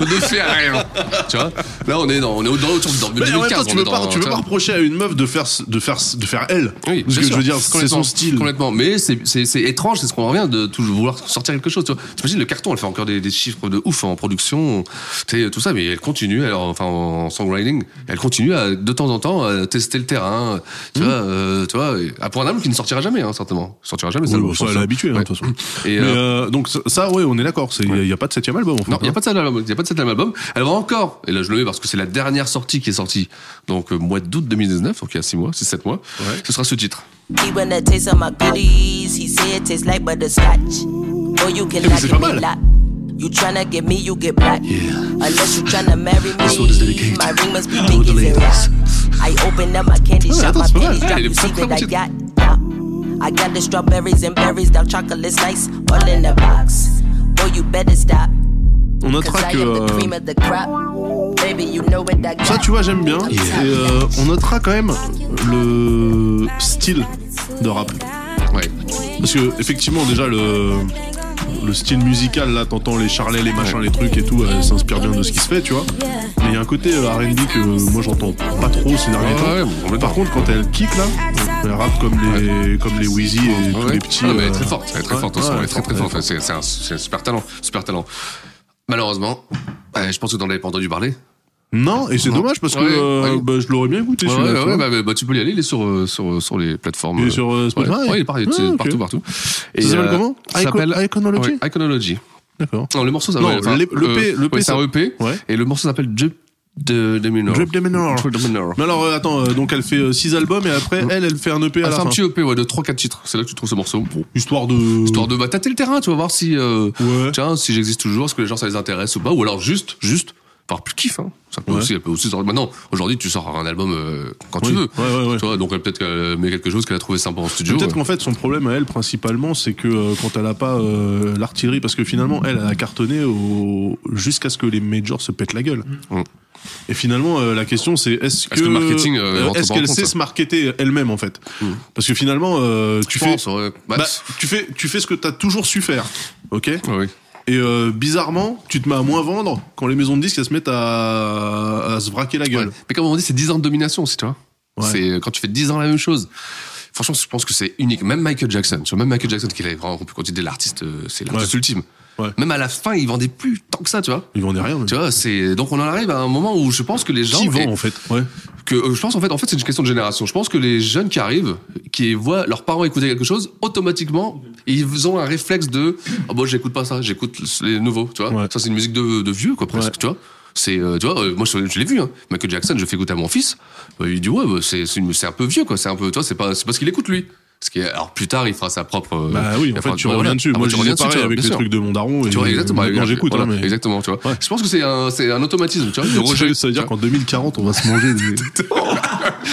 on ne fait rien. Tu vois Là, on est dans, on est au- dans autour dans Mais en même 2015. temps, on tu est veux dans- pas, tu veux tu pas vois. reprocher à une meuf de faire, de faire, de faire elle. Parce Oui, bien que je sûr, veux dire, c'est complètement, son style. Complètement, mais c'est- c'est c'est étrange, c'est ce qu'on revient de toujours vouloir sortir quelque chose. Tu vois, t'imagines le carton, elle fait encore des, des chiffres de ouf en production, tu sais, tout ça, mais elle continue, alors enfin en songwriting, elle continue à de temps en temps à tester le terrain, tu Hmm. vois, euh, tu vois, et- à pour un album qui ne sortira jamais, hein, certainement, Il sortira jamais. Oui, ça, bon, je ça, pense. elle est habituée, hein, de Ouais. toute façon. Et, Mais, euh, euh, donc, ça- ça, ouais, on est d'accord. Il n'y a, pas de septième album, en fait. Non, il n'y hein. a pas de septième album. Il y a pas de septième album. Elle va encore. Et là, je le mets parce que c'est la dernière sortie qui est sortie. Donc, euh, mois d'août 2019. Donc, il y a 6 mois, 6-7 mois. Ce sera ce titre. He wanna taste of my goodies. He said tastes like butterscotch. Or you can Eh ben, knock c'est it pas me mal. lot. You tryna get me, you get black. Unless you tryna marry me. one is dedicated My ring must be to all big the Oh, as a rock. I open up my candy shop, attends, my c'est panties pas mal. drop. Elle est You see très, what I très got? I got the strawberries and berries, dark chocolate's nice, all in a box. Boy, you better stop. On 'cause notera I que. am the cream uh, euh, of the crop. Baby, you know what I got. Ça, tu vois, j'aime bien. Et euh, on notera quand même le style de rap. Ouais. Parce que, effectivement, déjà, le. Le style musical, là, t'entends les charlets, les machins, les trucs et tout, euh, s'inspire bien de ce qui se fait, tu vois. Mais il y a un côté euh, RB que euh, moi j'entends pas trop ces derniers Ouais, temps. ouais, Mais par contre, quand elle kick là, elle rappe comme les, comme les Wheezy et tous Ouais. les petits. Ah non, mais elle est euh, très forte. Elle est très ouais, forte. en ce moment, ouais, elle est très, très ouais. forte. C'est c'est un, c'est un super talent. Super talent. Malheureusement, euh, je pense que t'en avais pas entendu parler. Non, et c'est dommage parce que Ouais, euh, ouais. bah, je l'aurais bien écouté Ouais, ouais, celui-là. tu ouais, vois. bah, bah, bah, tu peux y aller. Il est sur, euh, sur, sur les plateformes. Il est euh, sur, euh, Spotify Ouais, ouais, il est pareil, c'est Ah, ok. partout, partout. Et, s'appelle euh, comment ça Ico- s'appelle- Iconology Ouais, Iconology. D'accord. Non, le morceau, ça Non, ouais, enfin, l'E- le P- euh, le P, ouais, c'est un EP. Ouais. Et le morceau s'appelle Drip de de Minor. Drip the Minor. Drip the Minor. Mais alors, euh, attends, euh, donc elle fait 6 albums et après, elle, elle fait un EP à Ah, la c'est un fin. petit EP ouais, de 3-4 titres. C'est là que tu trouves ce morceau. Histoire de. Histoire de bah, tâter le terrain, tu vas voir si, euh, Ouais. tiens, si j'existe toujours, est-ce que les gens ça les intéresse ou pas. Ou alors juste, juste, par plus kiff. Hein. Ça peut Ouais. aussi, elle peut aussi sortir. Maintenant, aujourd'hui, tu sors un album euh, quand Oui. tu veux. Ouais, ouais, ouais. Tu vois, donc elle peut-être qu'elle met quelque chose qu'elle a trouvé sympa en studio. Peut-être ouais. qu'en fait, son problème à elle, principalement, c'est que euh, quand elle a pas euh, l'artillerie, parce que finalement, elle, elle a cartonné au... jusqu'à ce que les majors se pètent la gueule. Mm. Et finalement, euh, la question, c'est est-ce que. Est-ce que le marketing, euh, rentre Est-ce pas en qu'elle compte, Mm. sait ça se marketer elle-même, en fait Parce que finalement, euh, tu Je fais. pense, ouais. Bah, Bah, tu fais, tu fais ce que t'as toujours su faire, ok ouais, ouais. Et euh, bizarrement, tu te mets à moins vendre quand les maisons de disques elles se mettent à, à se braquer la gueule. Ouais. Mais comme on dit, c'est 10 ans de domination aussi, tu vois. Ouais. C'est euh, quand tu fais 10 ans la même chose. Franchement, je pense que c'est unique. Même Michael Jackson, tu vois, même Michael Jackson, qui est vraiment rompu quand il était l'artiste, euh, c'est l'artiste Ouais. ultime. Ouais. Même à la fin, il vendait plus tant que ça, tu vois. Ils vendaient rien. même. Tu vois, c'est donc on en arrive à un moment où je pense que les gens Qui vend et- en fait Ouais. que euh, je pense en fait en fait c'est une question de génération. Je pense que les jeunes qui arrivent qui voient leurs parents écouter quelque chose automatiquement ils ont un réflexe de oh, bon j'écoute pas ça, j'écoute les nouveaux, tu vois. Ouais. Ça c'est une musique de, de vieux quoi presque, Ouais. tu vois. C'est euh, tu vois euh, moi je, je l'ai vu hein. Michael Jackson, je fais écouter à mon fils, euh, il dit ouais bah, c'est c'est une- c'est un peu vieux quoi, c'est un peu tu vois c'est pas c'est parce qu'il écoute lui. Ce qui est, alors plus tard, il fera sa propre. euh, Bah oui, il en fera- fait, tu voilà, reviens dessus. Ah, Moi, je tu reviens disais dessus, pareil tu vois, avec bien le sûr. truc de mon daron. et Tu vois, exactement. Maintenant, j'écoute. voilà, hein, mais- Exactement, tu vois. Ouais. Je pense que c'est un, c'est un automatisme, tu vois, de Ça veut- rejet. Ça veut dire tu qu'en 2040, on va se manger des,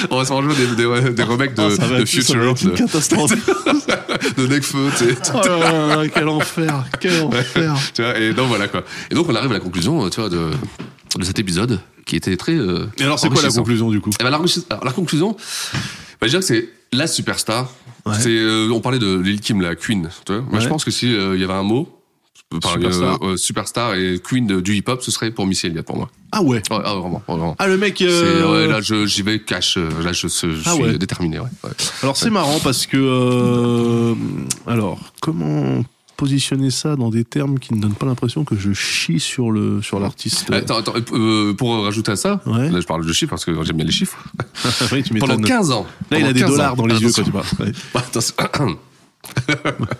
On va se manger des, des, des remakes de, Ah, ça va de être- ça va Future, être une de, catastrophe. de Necfeu, tu sais. Oh là là là, quel enfer, quel enfer. Tu vois, et donc voilà quoi. Et donc on arrive à la conclusion, euh, tu vois, de, de cet épisode qui était très. euh, Et alors, c'est quoi la enrichissant. conclusion du coup Eh ben, la, enrichi- alors, la conclusion, bah, je dirais que c'est la superstar. Ouais. C'est, euh, on parlait de Lil Kim, la Queen. Tu vois Moi, je Ouais. pense que s'il y avait un mot. par- Superstar. euh, euh, superstar et queen de- du hip-hop, ce serait pour Missy Elliott pour moi. Ah ouais. Ouais, ah, vraiment, vraiment. Ah, le mec. C'est- euh, ouais, là, je- j'y vais cash. euh, Là, je, je Ah suis ouais. déterminé. Ouais, ouais. Alors, c'est marrant parce que. euh, Alors, comment positionner ça dans des termes qui ne donnent pas l'impression que je chie sur le sur l'artiste Attends, attends, euh, pour rajouter à ça, Ouais. là, je parle de chiffres parce que j'aime bien les chiffres. Oui, tu Pendant m'étonnes. 15 ans. Là, il pendant a des 15 ans. Ah, dollars dans les yeux quand tu Attention. parles. Ouais. Attention.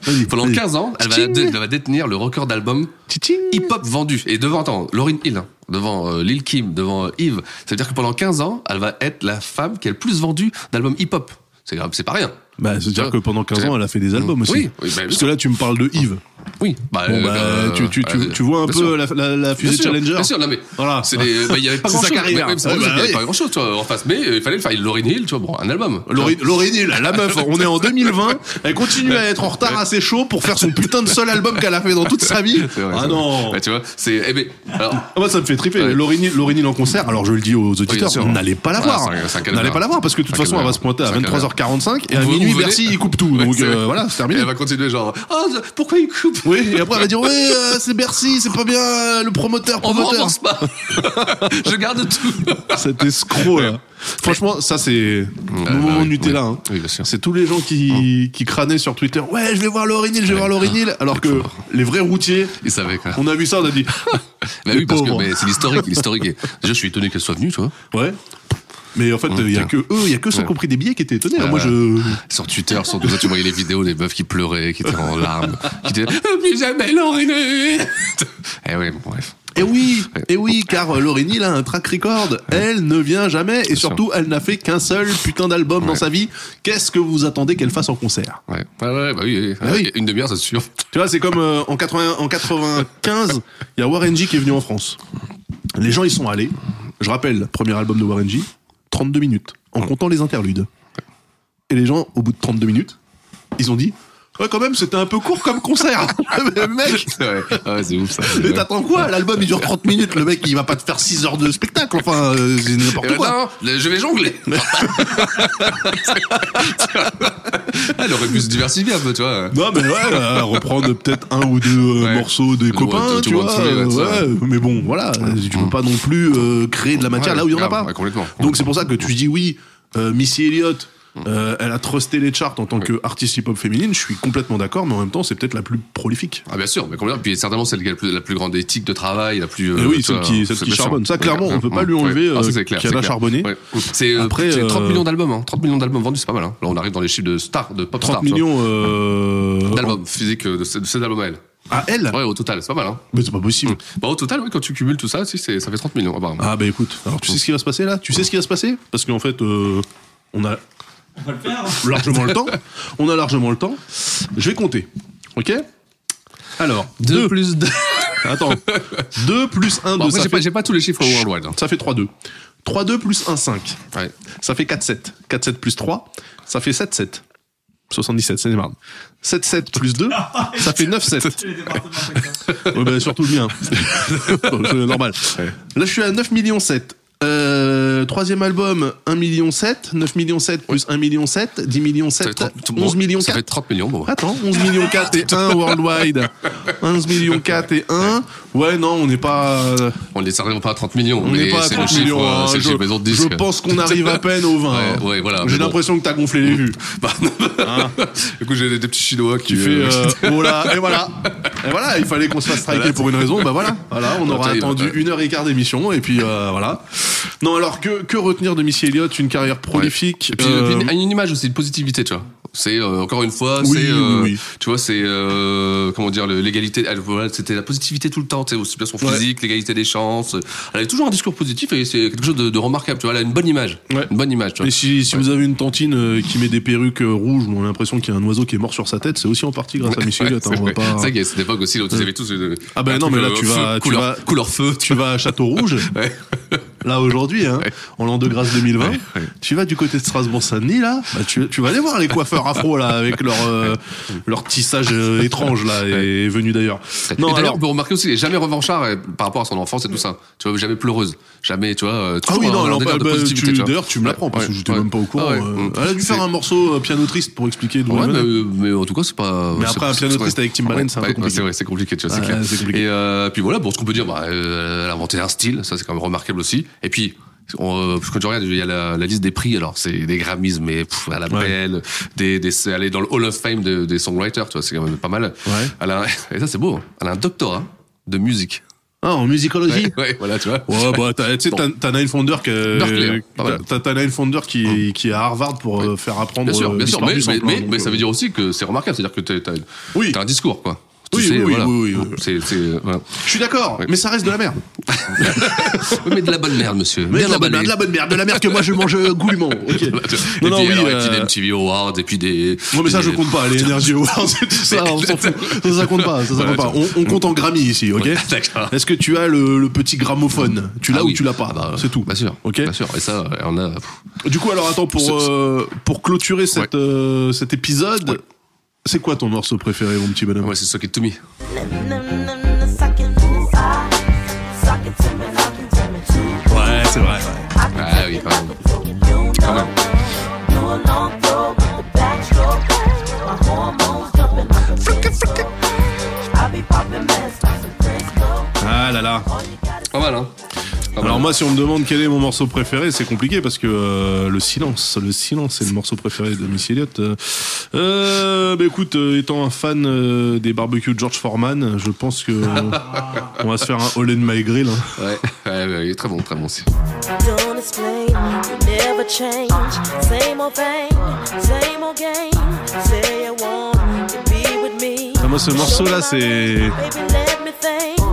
Vas-y, Pendant vas-y. 15 ans, elle va, Tching. elle va détenir le record d'albums Tchitching. hip-hop vendu. Et devant, attends, Lauryn Hill, hein, devant euh, Lil Kim, devant euh, Yves. C'est-à-dire que pendant 15 ans, elle va être la femme qui a le plus vendu d'albums hip-hop. C'est grave, c'est pas rien. Bah, c'est-à-dire que pendant 15 ans, elle a fait des albums aussi. Oui, oui, bah, Parce que là, tu me parles de Yves. Oui. Bah, Bon, euh, bah, euh, tu, tu, tu, euh, tu vois un bien peu sûr. la, la, la Bien fusée sûr, Challenger. Bien sûr, non mais Voilà. c'est des- bah, il y avait pas C'est sa grand chose. carrière. c'est vrai, Ouais, il y bah, avait oui. pas grand chose en face, mais euh, il fallait le faire. Lauryn Hill, tu vois, bon, un album. Laurie- Laurie Hill, la meuf, on est en 2020, elle continue à être en retard assez chaud pour faire son putain de seul album qu'elle a fait dans toute sa vie. C'est vrai, ah c'est vrai. non Ouais, tu vois, c'est eh ben, alors Ah bah ça me fait triper. Ouais. Laurine Hill- Laurine Hill en concert, alors je le dis aux auditeurs, bien sûr. on n'allait pas la Ouais, voir. c'est un- c'est un on n'allait calvaire. pas la voir parce que de toute C'est un façon elle va calvaire. se pointer à C'est un 23h45 et à Vous- vous minuit venez- Bercy il coupe tout. Ouais, Donc c'est euh, vrai. Eh voilà, c'est terminé. elle va continuer genre ah pourquoi il coupe Oui, et après elle va dire ouais euh, c'est Bercy, c'est pas bien euh, le promoteur, On ne promoteur. rembourse pas. Je garde tout. Cet escroc là. Franchement, ça c'est bah le moment oui, Nutella. oui. hein. Oui, bien sûr. Hein. C'est tous les gens qui, qui crânaient sur Twitter. Ouais, je vais voir Lauryn Hill, je vais voir Lauryn Hill. Alors que les vrais routiers, Il savait quoi. on a vu ça, on a dit. Bah les oui, parce que pauvres. mais c'est l'historique, l'historique. est- Déjà, je suis étonné qu'elle soit venue, tu vois. Ouais. Mais en fait, il y a que eux, il y a que ceux qui ont pris des billets qui étaient étonnés. Moi, je. Sur Twitter, sur tout ça, tu voyais les vidéos des meufs qui pleuraient, qui étaient en larmes, qui disaient « Plus jamais l'orinée !» Eh ouais, bon, bref. Eh oui, eh oui, car euh, Lauryn Hill a un track record. Elle ne vient jamais et sûr. surtout, elle n'a fait qu'un seul putain d'album dans sa vie. Qu'est-ce que vous attendez qu'elle fasse en concert Ouais, ouais, ouais, bah oui, oui. Bah oui. une demi-heure, c'est sûr. Tu vois, c'est comme euh, en, 80 en 95, il y a Warren G qui est venu en France. Les gens, ils sont allés. Je rappelle, premier album de Warren G, 32 minutes, en comptant les interludes. Et les gens, au bout de 32 minutes, ils ont dit Ouais, quand même, c'était un peu court comme concert. Mais mec, C'est vrai. Ah Ouais, c'est ouf, ça. Mais t'attends quoi L'album il dure 30 minutes, le mec il va pas te faire 6 heures de spectacle, enfin euh, c'est Eh n'importe ben quoi. non, le- je vais jongler. Elle aurait pu Ah, se diversifier un peu, tu vois. Non mais ouais, bah, reprendre peut-être un ou deux euh, Ouais. morceaux des Le copains, one, two, tu one, vois. three, euh, ouais, ça. ouais, mais bon, voilà, tu peux pas non plus euh, créer de la matière Ouais, là où il y en a grave, pas. ouais, complètement. Donc c'est pour ça que tu dis oui, euh, Missy Elliott, euh, elle a trusté les charts en tant qu'artiste hip-hop féminine, je suis complètement d'accord, mais en même temps c'est peut-être la plus prolifique. Ah bien sûr, mais combien Puis certainement celle qui a le plus- la plus grande éthique de travail, la plus. Eh oui, celle qui- celle qui bien sûr. charbonne. Ça, clairement, on peut pas lui Ouais. enlever, Ah, ça, euh, c'est clair, qu'elle c'est a clair. charbonné. Ouais. C'est euh, Après, c'est 30 euh, millions d'albums, hein. 30 millions d'albums vendus, c'est pas mal. Hein. Là, on arrive dans les chiffres de stars, de pop 30 stars. millions euh, tu vois. d'albums physiques euh, de ces de ces albums à elle. à elle Ouais, au total, c'est pas mal. Hein. Mais c'est pas possible. Bah, au total, oui, quand tu cumules tout ça, si, c'est- ça fait 30 millions. apparemment. Ah bah écoute, alors tu sais ce qui va se passer là Tu sais ce qui va se passer Parce qu'en fait, euh, on a On va le faire. hein. largement le temps. On a largement le temps. Je vais compter. Ok Alors, 2 plus 2. Attends. 2 plus 1, 2, Bon, après, ça, j'ai fait... pas, j'ai pas tous les chiffres au worldwide. hein. ça fait 3, 2. 3, 2 plus 1, 5. Ouais. Ça fait 4, 7. 4, 7 plus 3, ça fait 7, 7. 77, c'est marrant. 7, 7 plus 2, ça fait 9, 7. Les départements, c'est ça. Ouais, bah, surtout le mien. C'est Normal. Là, je suis à 9 millions 7. Euh, troisième album, 1 million 7. 9 millions 7 plus 1 million 7. 10 millions Ça 7. fait 30 bon, 11 millions Ça fait 4. 30 millions, bon. Attends, 11 millions 4 et 1 worldwide. 11 millions 4 et 1. Ouais, non, on n'est pas, euh, On n'est certainement pas à 30 millions, on n'est mais pas à c'est le 30 chiffre, millions. euh, hein. c'est le je, chiffre maison de disque. je pense qu'on arrive à peine au 20. Ouais, hein. ouais, voilà, J'ai mais bon. l'impression que t'as gonflé les vues. Bah, non. Du coup, j'ai des des petits chinois qui. Tu fais, euh, euh, oh là, et voilà. Et voilà, il fallait qu'on se fasse striker pour une raison, bah voilà. Voilà, on aura Attends, il- attendu une heure et quart d'émission, et puis euh, voilà. Non, alors que, que retenir de Missy Elliott Une carrière prolifique. Et puis, euh, et puis, une image aussi de positivité, tu vois. C'est euh, encore une fois, Oui, c'est oui, euh, oui. tu vois, c'est euh, comment dire le- l'égalité. elle, voilà, C'était la positivité tout le temps. Tu sais, aussi bien son Ouais. physique, l'égalité des chances. Elle avait toujours un discours positif et c'est quelque chose de, de remarquable. Tu vois, elle a une bonne image, Ouais. une bonne image. Tu vois. Et si, si Ouais. vous avez une tantine euh, qui met des perruques euh, rouges, on a l'impression qu'il y a un oiseau qui est mort sur sa tête, c'est aussi en partie grâce à Missy Ouais, Elliott. hein, c'est on va vrai. pas- C'est vrai qu'à cette époque aussi, ils avaient tous. euh, Ah ben un non, truc, mais là, euh, tu feu, vas- tu couleur, vas- couleur feu. Tu vas à Château Rouge, Ouais. là aujourd'hui, hein, Ouais. en l'an de grâce 2020, Ouais, ouais. tu vas du côté de Strasbourg-Saint-Denis, là, bah, tu, tu vas aller voir les coiffeurs afro, là, avec leur, euh, leur tissage euh, étrange, là, et venu d'ailleurs. et Non, d'ailleurs, alors. on peut remarquer aussi, elle est jamais revanchard euh, par rapport à son enfance et tout ça. Tu vois, jamais pleureuse. Jamais, tu vois, euh, Ah toujours oui, non, un- un alors, délire bah, de bah, positivité, tu- tu vois. d'ailleurs, tu me l'apprends, parce que Ouais, j'étais ouais. même pas au courant. Ah ouais. euh, Mm. Elle a dû C'est- faire un morceau euh, piano triste pour expliquer d'où Ouais, elle mais, venait. euh, mais en tout cas, c'est pas. Mais c'est- après, un c'est- piano c'est- triste avec Timbaland, c'est un peu ouais, compliqué. C'est vrai, c'est compliqué, tu vois, c'est Ouais, clair. c'est compliqué. Et euh, puis voilà, bon, ce qu'on peut dire, bah, euh, elle a inventé un style, ça c'est quand même remarquable aussi. Et puis. On, euh, quand je regarde, il y a la, la liste des prix. Alors, c'est des Grammys, mais pff, à la Ouais. belle, des, des, c'est- elle est dans le Hall of Fame de- des songwriters. Tu vois, c'est quand même pas mal. Elle a, et ça, c'est beau. hein. Elle a un doctorat de musique. Ah, en musicologie Ouais, voilà, tu vois. Ouais, bah, t'as- tu sais, Bon. t'as- t'as Nile Fonder Berkeley, hein, que, pas mal. t'as- t'as Nile Fonder qui, est- qui est à Harvard pour euh, faire apprendre. Bien sûr, euh, bien sûr. Mais, Miss Barbie mais, sans plan, mais- donc, mais ça euh, veut dire aussi que c'est remarquable. C'est-à-dire que t'as, t'as- Oui. t'as un discours, quoi. Tu Oui, sais, oui, oui, voilà. oui, oui. C'est, c'est, voilà. Je suis d'accord, mais ça reste de la merde. Oui, mais de la bonne merde, monsieur. Mais Bien de la, bonne, emballé. merde, de la bonne merde, de la merde que moi je mange euh, goulûment. Ok. Et Non, non, puis, oui. alors, euh, et puis des MTV Awards, et puis des. Non mais ça je des- compte pas, les Energy Awards et tout ça, on s'en fout. Ça, ça compte pas, ça, ça Voilà, compte pas. tu- On, on compte en Grammy ici, ok Ouais, d'accord. Est-ce que tu as le, le petit gramophone Tu l'as Ah ou oui. tu l'as pas Ah bah, C'est tout. Bien sûr. Ok. Bien sûr. Et ça, euh, on a. pff, Du coup alors attends, C'est- pour, c'est- euh, pour clôturer cette, Ouais. euh, cet épisode, c'est quoi ton morceau préféré mon petit bonhomme Ouais, c'est Sock It To Me. Ouais c'est vrai. Ah oui, quand même. Quand même. Ah là là. Pas mal, hein. Pas Alors mal. moi si on me demande quel est mon morceau préféré, c'est compliqué parce que euh, le silence, le silence est le morceau préféré de Missy Elliott. Euh, euh, bah écoute, euh, étant un fan euh, des barbecues de George Foreman, je pense que on, on va se faire un All in My Grill. hein. Ouais, ouais, ouais, il est très bon, très bon aussi. Don't explain, you never change. Same old thing, same old game. Say you want to be with me. Ah, moi ce morceau là c'est Baby, let me think.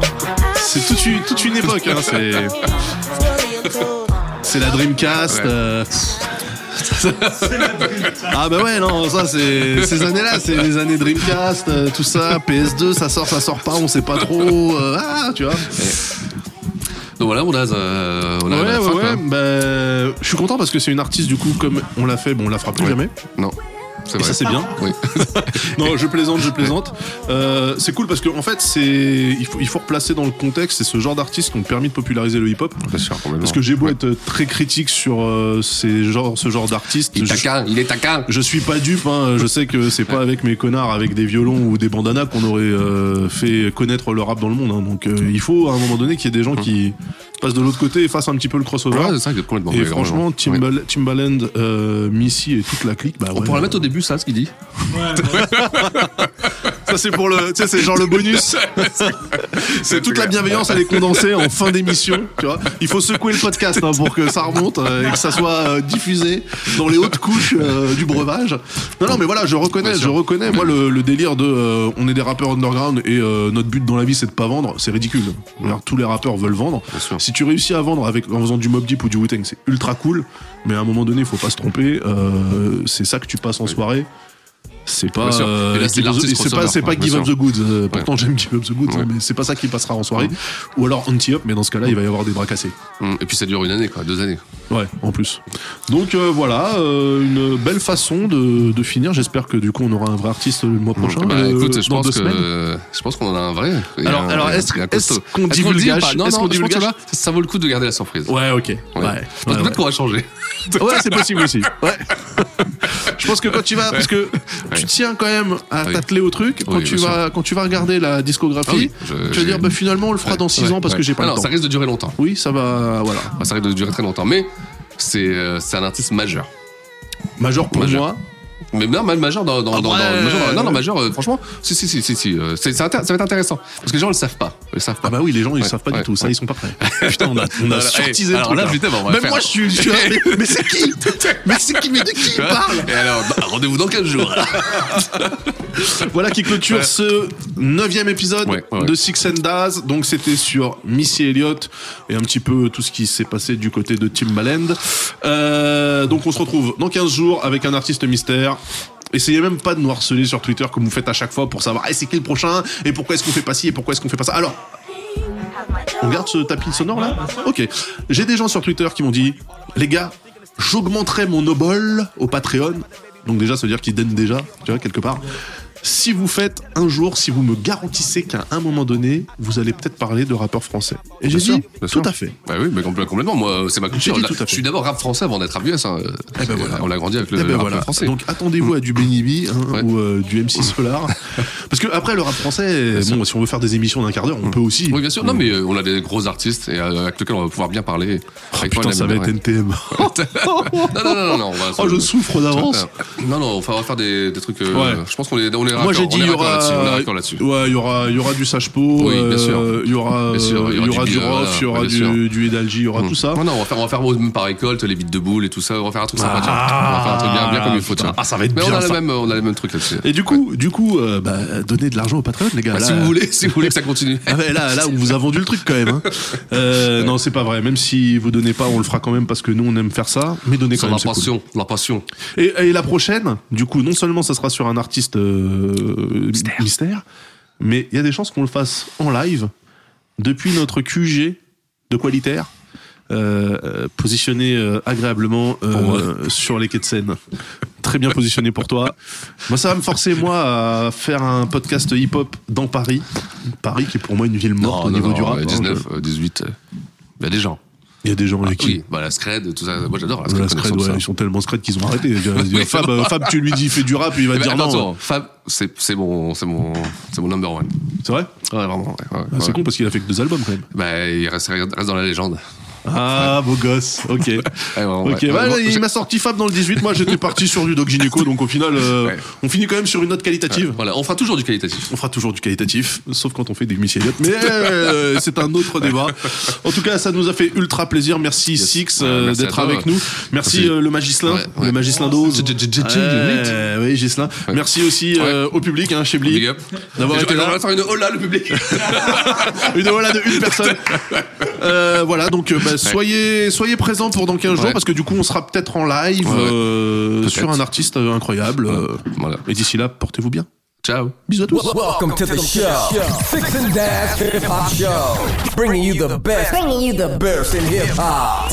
c'est toute une, toute une époque. Hein, c'est Story untold. c'est la Dreamcast. Ouais. euh, ah bah ouais non ça c'est ces années là c'est les années Dreamcast euh, tout ça PS2 ça sort ça sort pas on sait pas trop euh, ah tu vois Donc voilà, on a. euh, on Ouais, a ouais, la fin, quoi. ouais. Bah, je suis content parce que c'est une artiste, du coup, comme on l'a fait, bon, on la fera plus Ouais. jamais. Non. C'est Et vrai. ça, c'est bien. Oui. Non, je plaisante, je plaisante. Euh, c'est cool parce que, en fait, c'est, il faut, il faut replacer dans le contexte, c'est ce genre d'artistes qui ont permis de populariser le hip-hop. Bien sûr, complètement. Parce que j'ai beau Ouais. être très critique sur euh, ces genres, ce genre d'artistes. Il est je- taquin, il est taquin. je suis pas dupe, hein. je sais que c'est pas avec mes connards, avec des violons ou des bandanas qu'on aurait euh, fait connaître le rap dans le monde. hein. Donc euh, il faut à un moment donné qu'il y ait des gens qui passent de l'autre côté et fassent un petit peu le crossover. Ouais, c'est ça, complètement. Et Ouais, franchement, complètement. Timbal- Timbaland, euh, Missy et toute la clique, bah On ouais. pourra le mettre au début, ça, ce qu'il dit. Ça c'est pour le, tu sais, c'est genre le bonus. c'est toute la bienveillance, elle est condensée en fin d'émission. Tu vois, il faut secouer le podcast hein, pour que ça remonte euh, et que ça soit euh, diffusé dans les hautes couches euh, du breuvage. Non, non, mais voilà, je reconnais, Bien je sûr. reconnais. Moi, le, le délire de, euh, on est des rappeurs underground et euh, notre but dans la vie c'est de pas vendre, c'est ridicule. Alors, tous les rappeurs veulent vendre. Bien sûr. Si tu réussis à vendre avec en faisant du Mob Deep ou du Wu Tang, c'est ultra cool. Mais à un moment donné, il faut pas se tromper. euh, c'est ça que tu passes en soirée. C'est pas. Bien sûr. euh, Et là, c'est Give Up the- l'artiste c'est pas, crossover, c'est pas ouais, Give bien Up the sûr. Goods. euh, pourtant, j'aime Give Up the Goods, Ouais. mais c'est pas ça qui passera en soirée. Ou alors Anti-Up, mais dans ce cas-là, il va y avoir des bras cassés. Mm, Et puis ça dure une année, quoi, deux années. Ouais, en plus. Donc euh, voilà, euh, une belle façon de, de finir. J'espère que du coup, on aura un vrai artiste le mois prochain. Bah, euh, écoute, je dans pense deux que euh, semaines. je pense qu'on en a un vrai. Il y a Alors- un- alors, il y a est-ce- un est-ce costaud. qu'on Est-ce le dit ou divulgage pas Non, Est-ce non, qu'on je pense que divulgage là, ça vaut le coup de garder la surprise. Ouais, ok. Ouais. Ouais. Parce que ouais, peut-être qu'on va changer. Ouais, c'est possible aussi. Ouais. Je pense que quand tu vas, parce que tu tiens quand même à Oui. t'atteler au truc, quand, Oui, tu bien vas, quand tu vas regarder la discographie, Ah oui, tu je- vas j'ai- dire, bah, finalement, on le fera dans 6 Ouais, ans parce ouais. que j'ai pas Ah le non, temps. Ça risque de durer longtemps. Oui, ça va, voilà. Enfin, Ça risque de durer très longtemps. Mais c'est euh, c'est un artiste majeur. Major pour Major. moi. Mais non, ma- majeur dans, dans, Ah dans, dans- ouais. majeur dans- non, non, majeur, euh, franchement, si, si, si, si, si, euh, c'est- c'est intér- ça va être intéressant. Parce que les gens ne le savent pas. Ils savent pas. Ah bah oui, les gens, ils savent pas Ouais, du tout. Ça, ouais. ils sont pas prêts. Putain, on a, on a Alors, sortisé le alors truc. là, là. putain, bah, on va Même faire- moi, je suis. je suis là, mais mais c'est qui Mais c'est qui Mais de qui il parle Et alors, bah, rendez-vous dans 15 jours. Voilà qui clôture Ouais. ce neuvième épisode Ouais, ouais, ouais. de Six and Daz. Donc c'était sur Missy Elliott et un petit peu tout ce qui s'est passé du côté de Timbaland. Euh, donc on se retrouve dans 15 jours avec un artiste mystère. Essayez même pas de nous harceler sur Twitter comme vous faites à chaque fois pour savoir eh, c'est qui le prochain et pourquoi est-ce qu'on fait pas ci et pourquoi est-ce qu'on fait pas ça. Alors, on garde ce tapis sonore là Ok. J'ai des gens sur Twitter qui m'ont dit Les gars, j'augmenterai mon obol au Patreon. Donc déjà, ça veut dire qu'ils donnent déjà, tu vois, quelque part. Si vous faites un jour, si vous me garantissez qu'à un moment donné, vous allez peut-être parler de rappeurs français. Et j'ai dit sûr, bien Tout sûr. à fait. Bah oui, mais compl- complètement. Moi, euh, c'est ma culture. dit Là, tout à fait. Je suis d'abord rap français avant d'être rap US. Hein. Eh ben voilà. On a grandi avec le Eh ben rap voilà. français. Donc attendez-vous à du Benny B hein, Ouais. ou euh, du MC Solar. Parce que après le rap français, sûr. Mm. bon, si on veut faire des émissions d'un quart d'heure, on peut aussi. Oui, bien sûr. Non, mais euh, on a des gros artistes et euh, avec lesquels on va pouvoir bien parler. Oh, Avec putain, Paul ça va être Lambert, NTM. ouais. Non, non, non, non, non. on va se- Oh, je souffre d'avance. Non, non, on va faire des, des trucs. euh, Ouais. Je pense qu'on est, on est raccord. Moi j'ai dit on il est y raccord aura, là-dessus, on est raccord là-dessus. ouais, il y aura, il y aura du sage po, Oui, bien euh, sûr. il y aura, Bien sûr, il y aura du beer, rof, il y aura bien sûr. Mmh. du, du Edalji, il y aura tout ça. Non, non, on va faire, on va faire même par récolte, les bites de boule et tout ça. On va faire un truc sympa. tiens. on va faire un truc bien, bien comme il faut. putain. tiens. Ah, ça va être mais bien, on a ça. le même, on a le même truc là-dessus. Et du coup, du coup, euh, bah, donnez de l'argent au Patreon, les gars. Bah, là. euh, si vous voulez, si vous voulez que ça continue. Ah ouais, là, là, on vous a vendu le truc quand même. hein. Euh, non, c'est pas vrai. Même si vous donnez pas, on le fera quand même parce que nous, on aime faire ça. Mais donnez Sur quand la même. c'est cool. passion, la passion. Et, et la prochaine, du coup, non seulement ça sera sur un artiste euh, mystère. mais il y a des chances qu'on le fasse en live depuis notre QG de qualitaire. euh, euh, positionné euh, agréablement euh, sur les quais de Seine. Très bien positionné pour toi. Moi, ça va me forcer, moi, à faire un podcast hip-hop dans Paris. Paris qui est pour moi une ville morte au niveau du rap. hein, 19, euh, 18. euh, Il y a des gens. je- Il y a des gens avec qui Oui, bah, la Scred, tout ça. Moi, j'adore la Ouais, Scred. la Scred, connaissance, ouais, ça. ils sont tellement scred qu'ils ont arrêté. Je veux dire, Oui, Fab, c'est euh, Fab, tu lui dis fais du rap, il va Eh ben, dire attends, non. hein. attends, Fab, c'est c'est mon, c'est mon, c'est mon number one. C'est vrai Ouais, vraiment. ouais, ouais, Ah, C'est ouais. con parce qu'il a fait que deux albums quand même. Bah, il reste, reste dans la légende. Ah, beau gosse. Ok. vraiment, ok. ouais. bah, Ouais, moi, il j'ai- m'a sorti Fab dans le 18. Moi, j'étais parti sur du Doc Gynéco. Donc, au final, euh, Ouais. on finit quand même sur une note qualitative. Voilà, on fera toujours du qualitatif. On fera toujours du qualitatif, sauf quand on fait des Missy Elliott. Mais euh, c'est un autre débat. En tout cas, ça nous a fait ultra plaisir. Merci Six euh, merci à d'être toi. avec nous. Merci, Merci. euh, le Magislin, Ouais, ouais. le Magislin d'Oz. J- j- j- j- Ouais, Oui, Gislin. Merci aussi euh, au public, hein, Chebli, Big up. d'avoir Et été je- On là. va faire une hola, le public. Une voilà de une personne. Euh, voilà, donc euh, bah, soyez soyez présents pour dans 15 jours Ouais. parce que du coup on sera peut-être en live Ouais, ouais. euh, Peut-être. sur un artiste euh, incroyable. euh, Voilà. Et d'ici là, portez-vous bien. Ciao. Bisous à tous. Welcome to the show. Six and Dash Hip Hop Show. Bringing you the best. Bringing you the best in hip hop.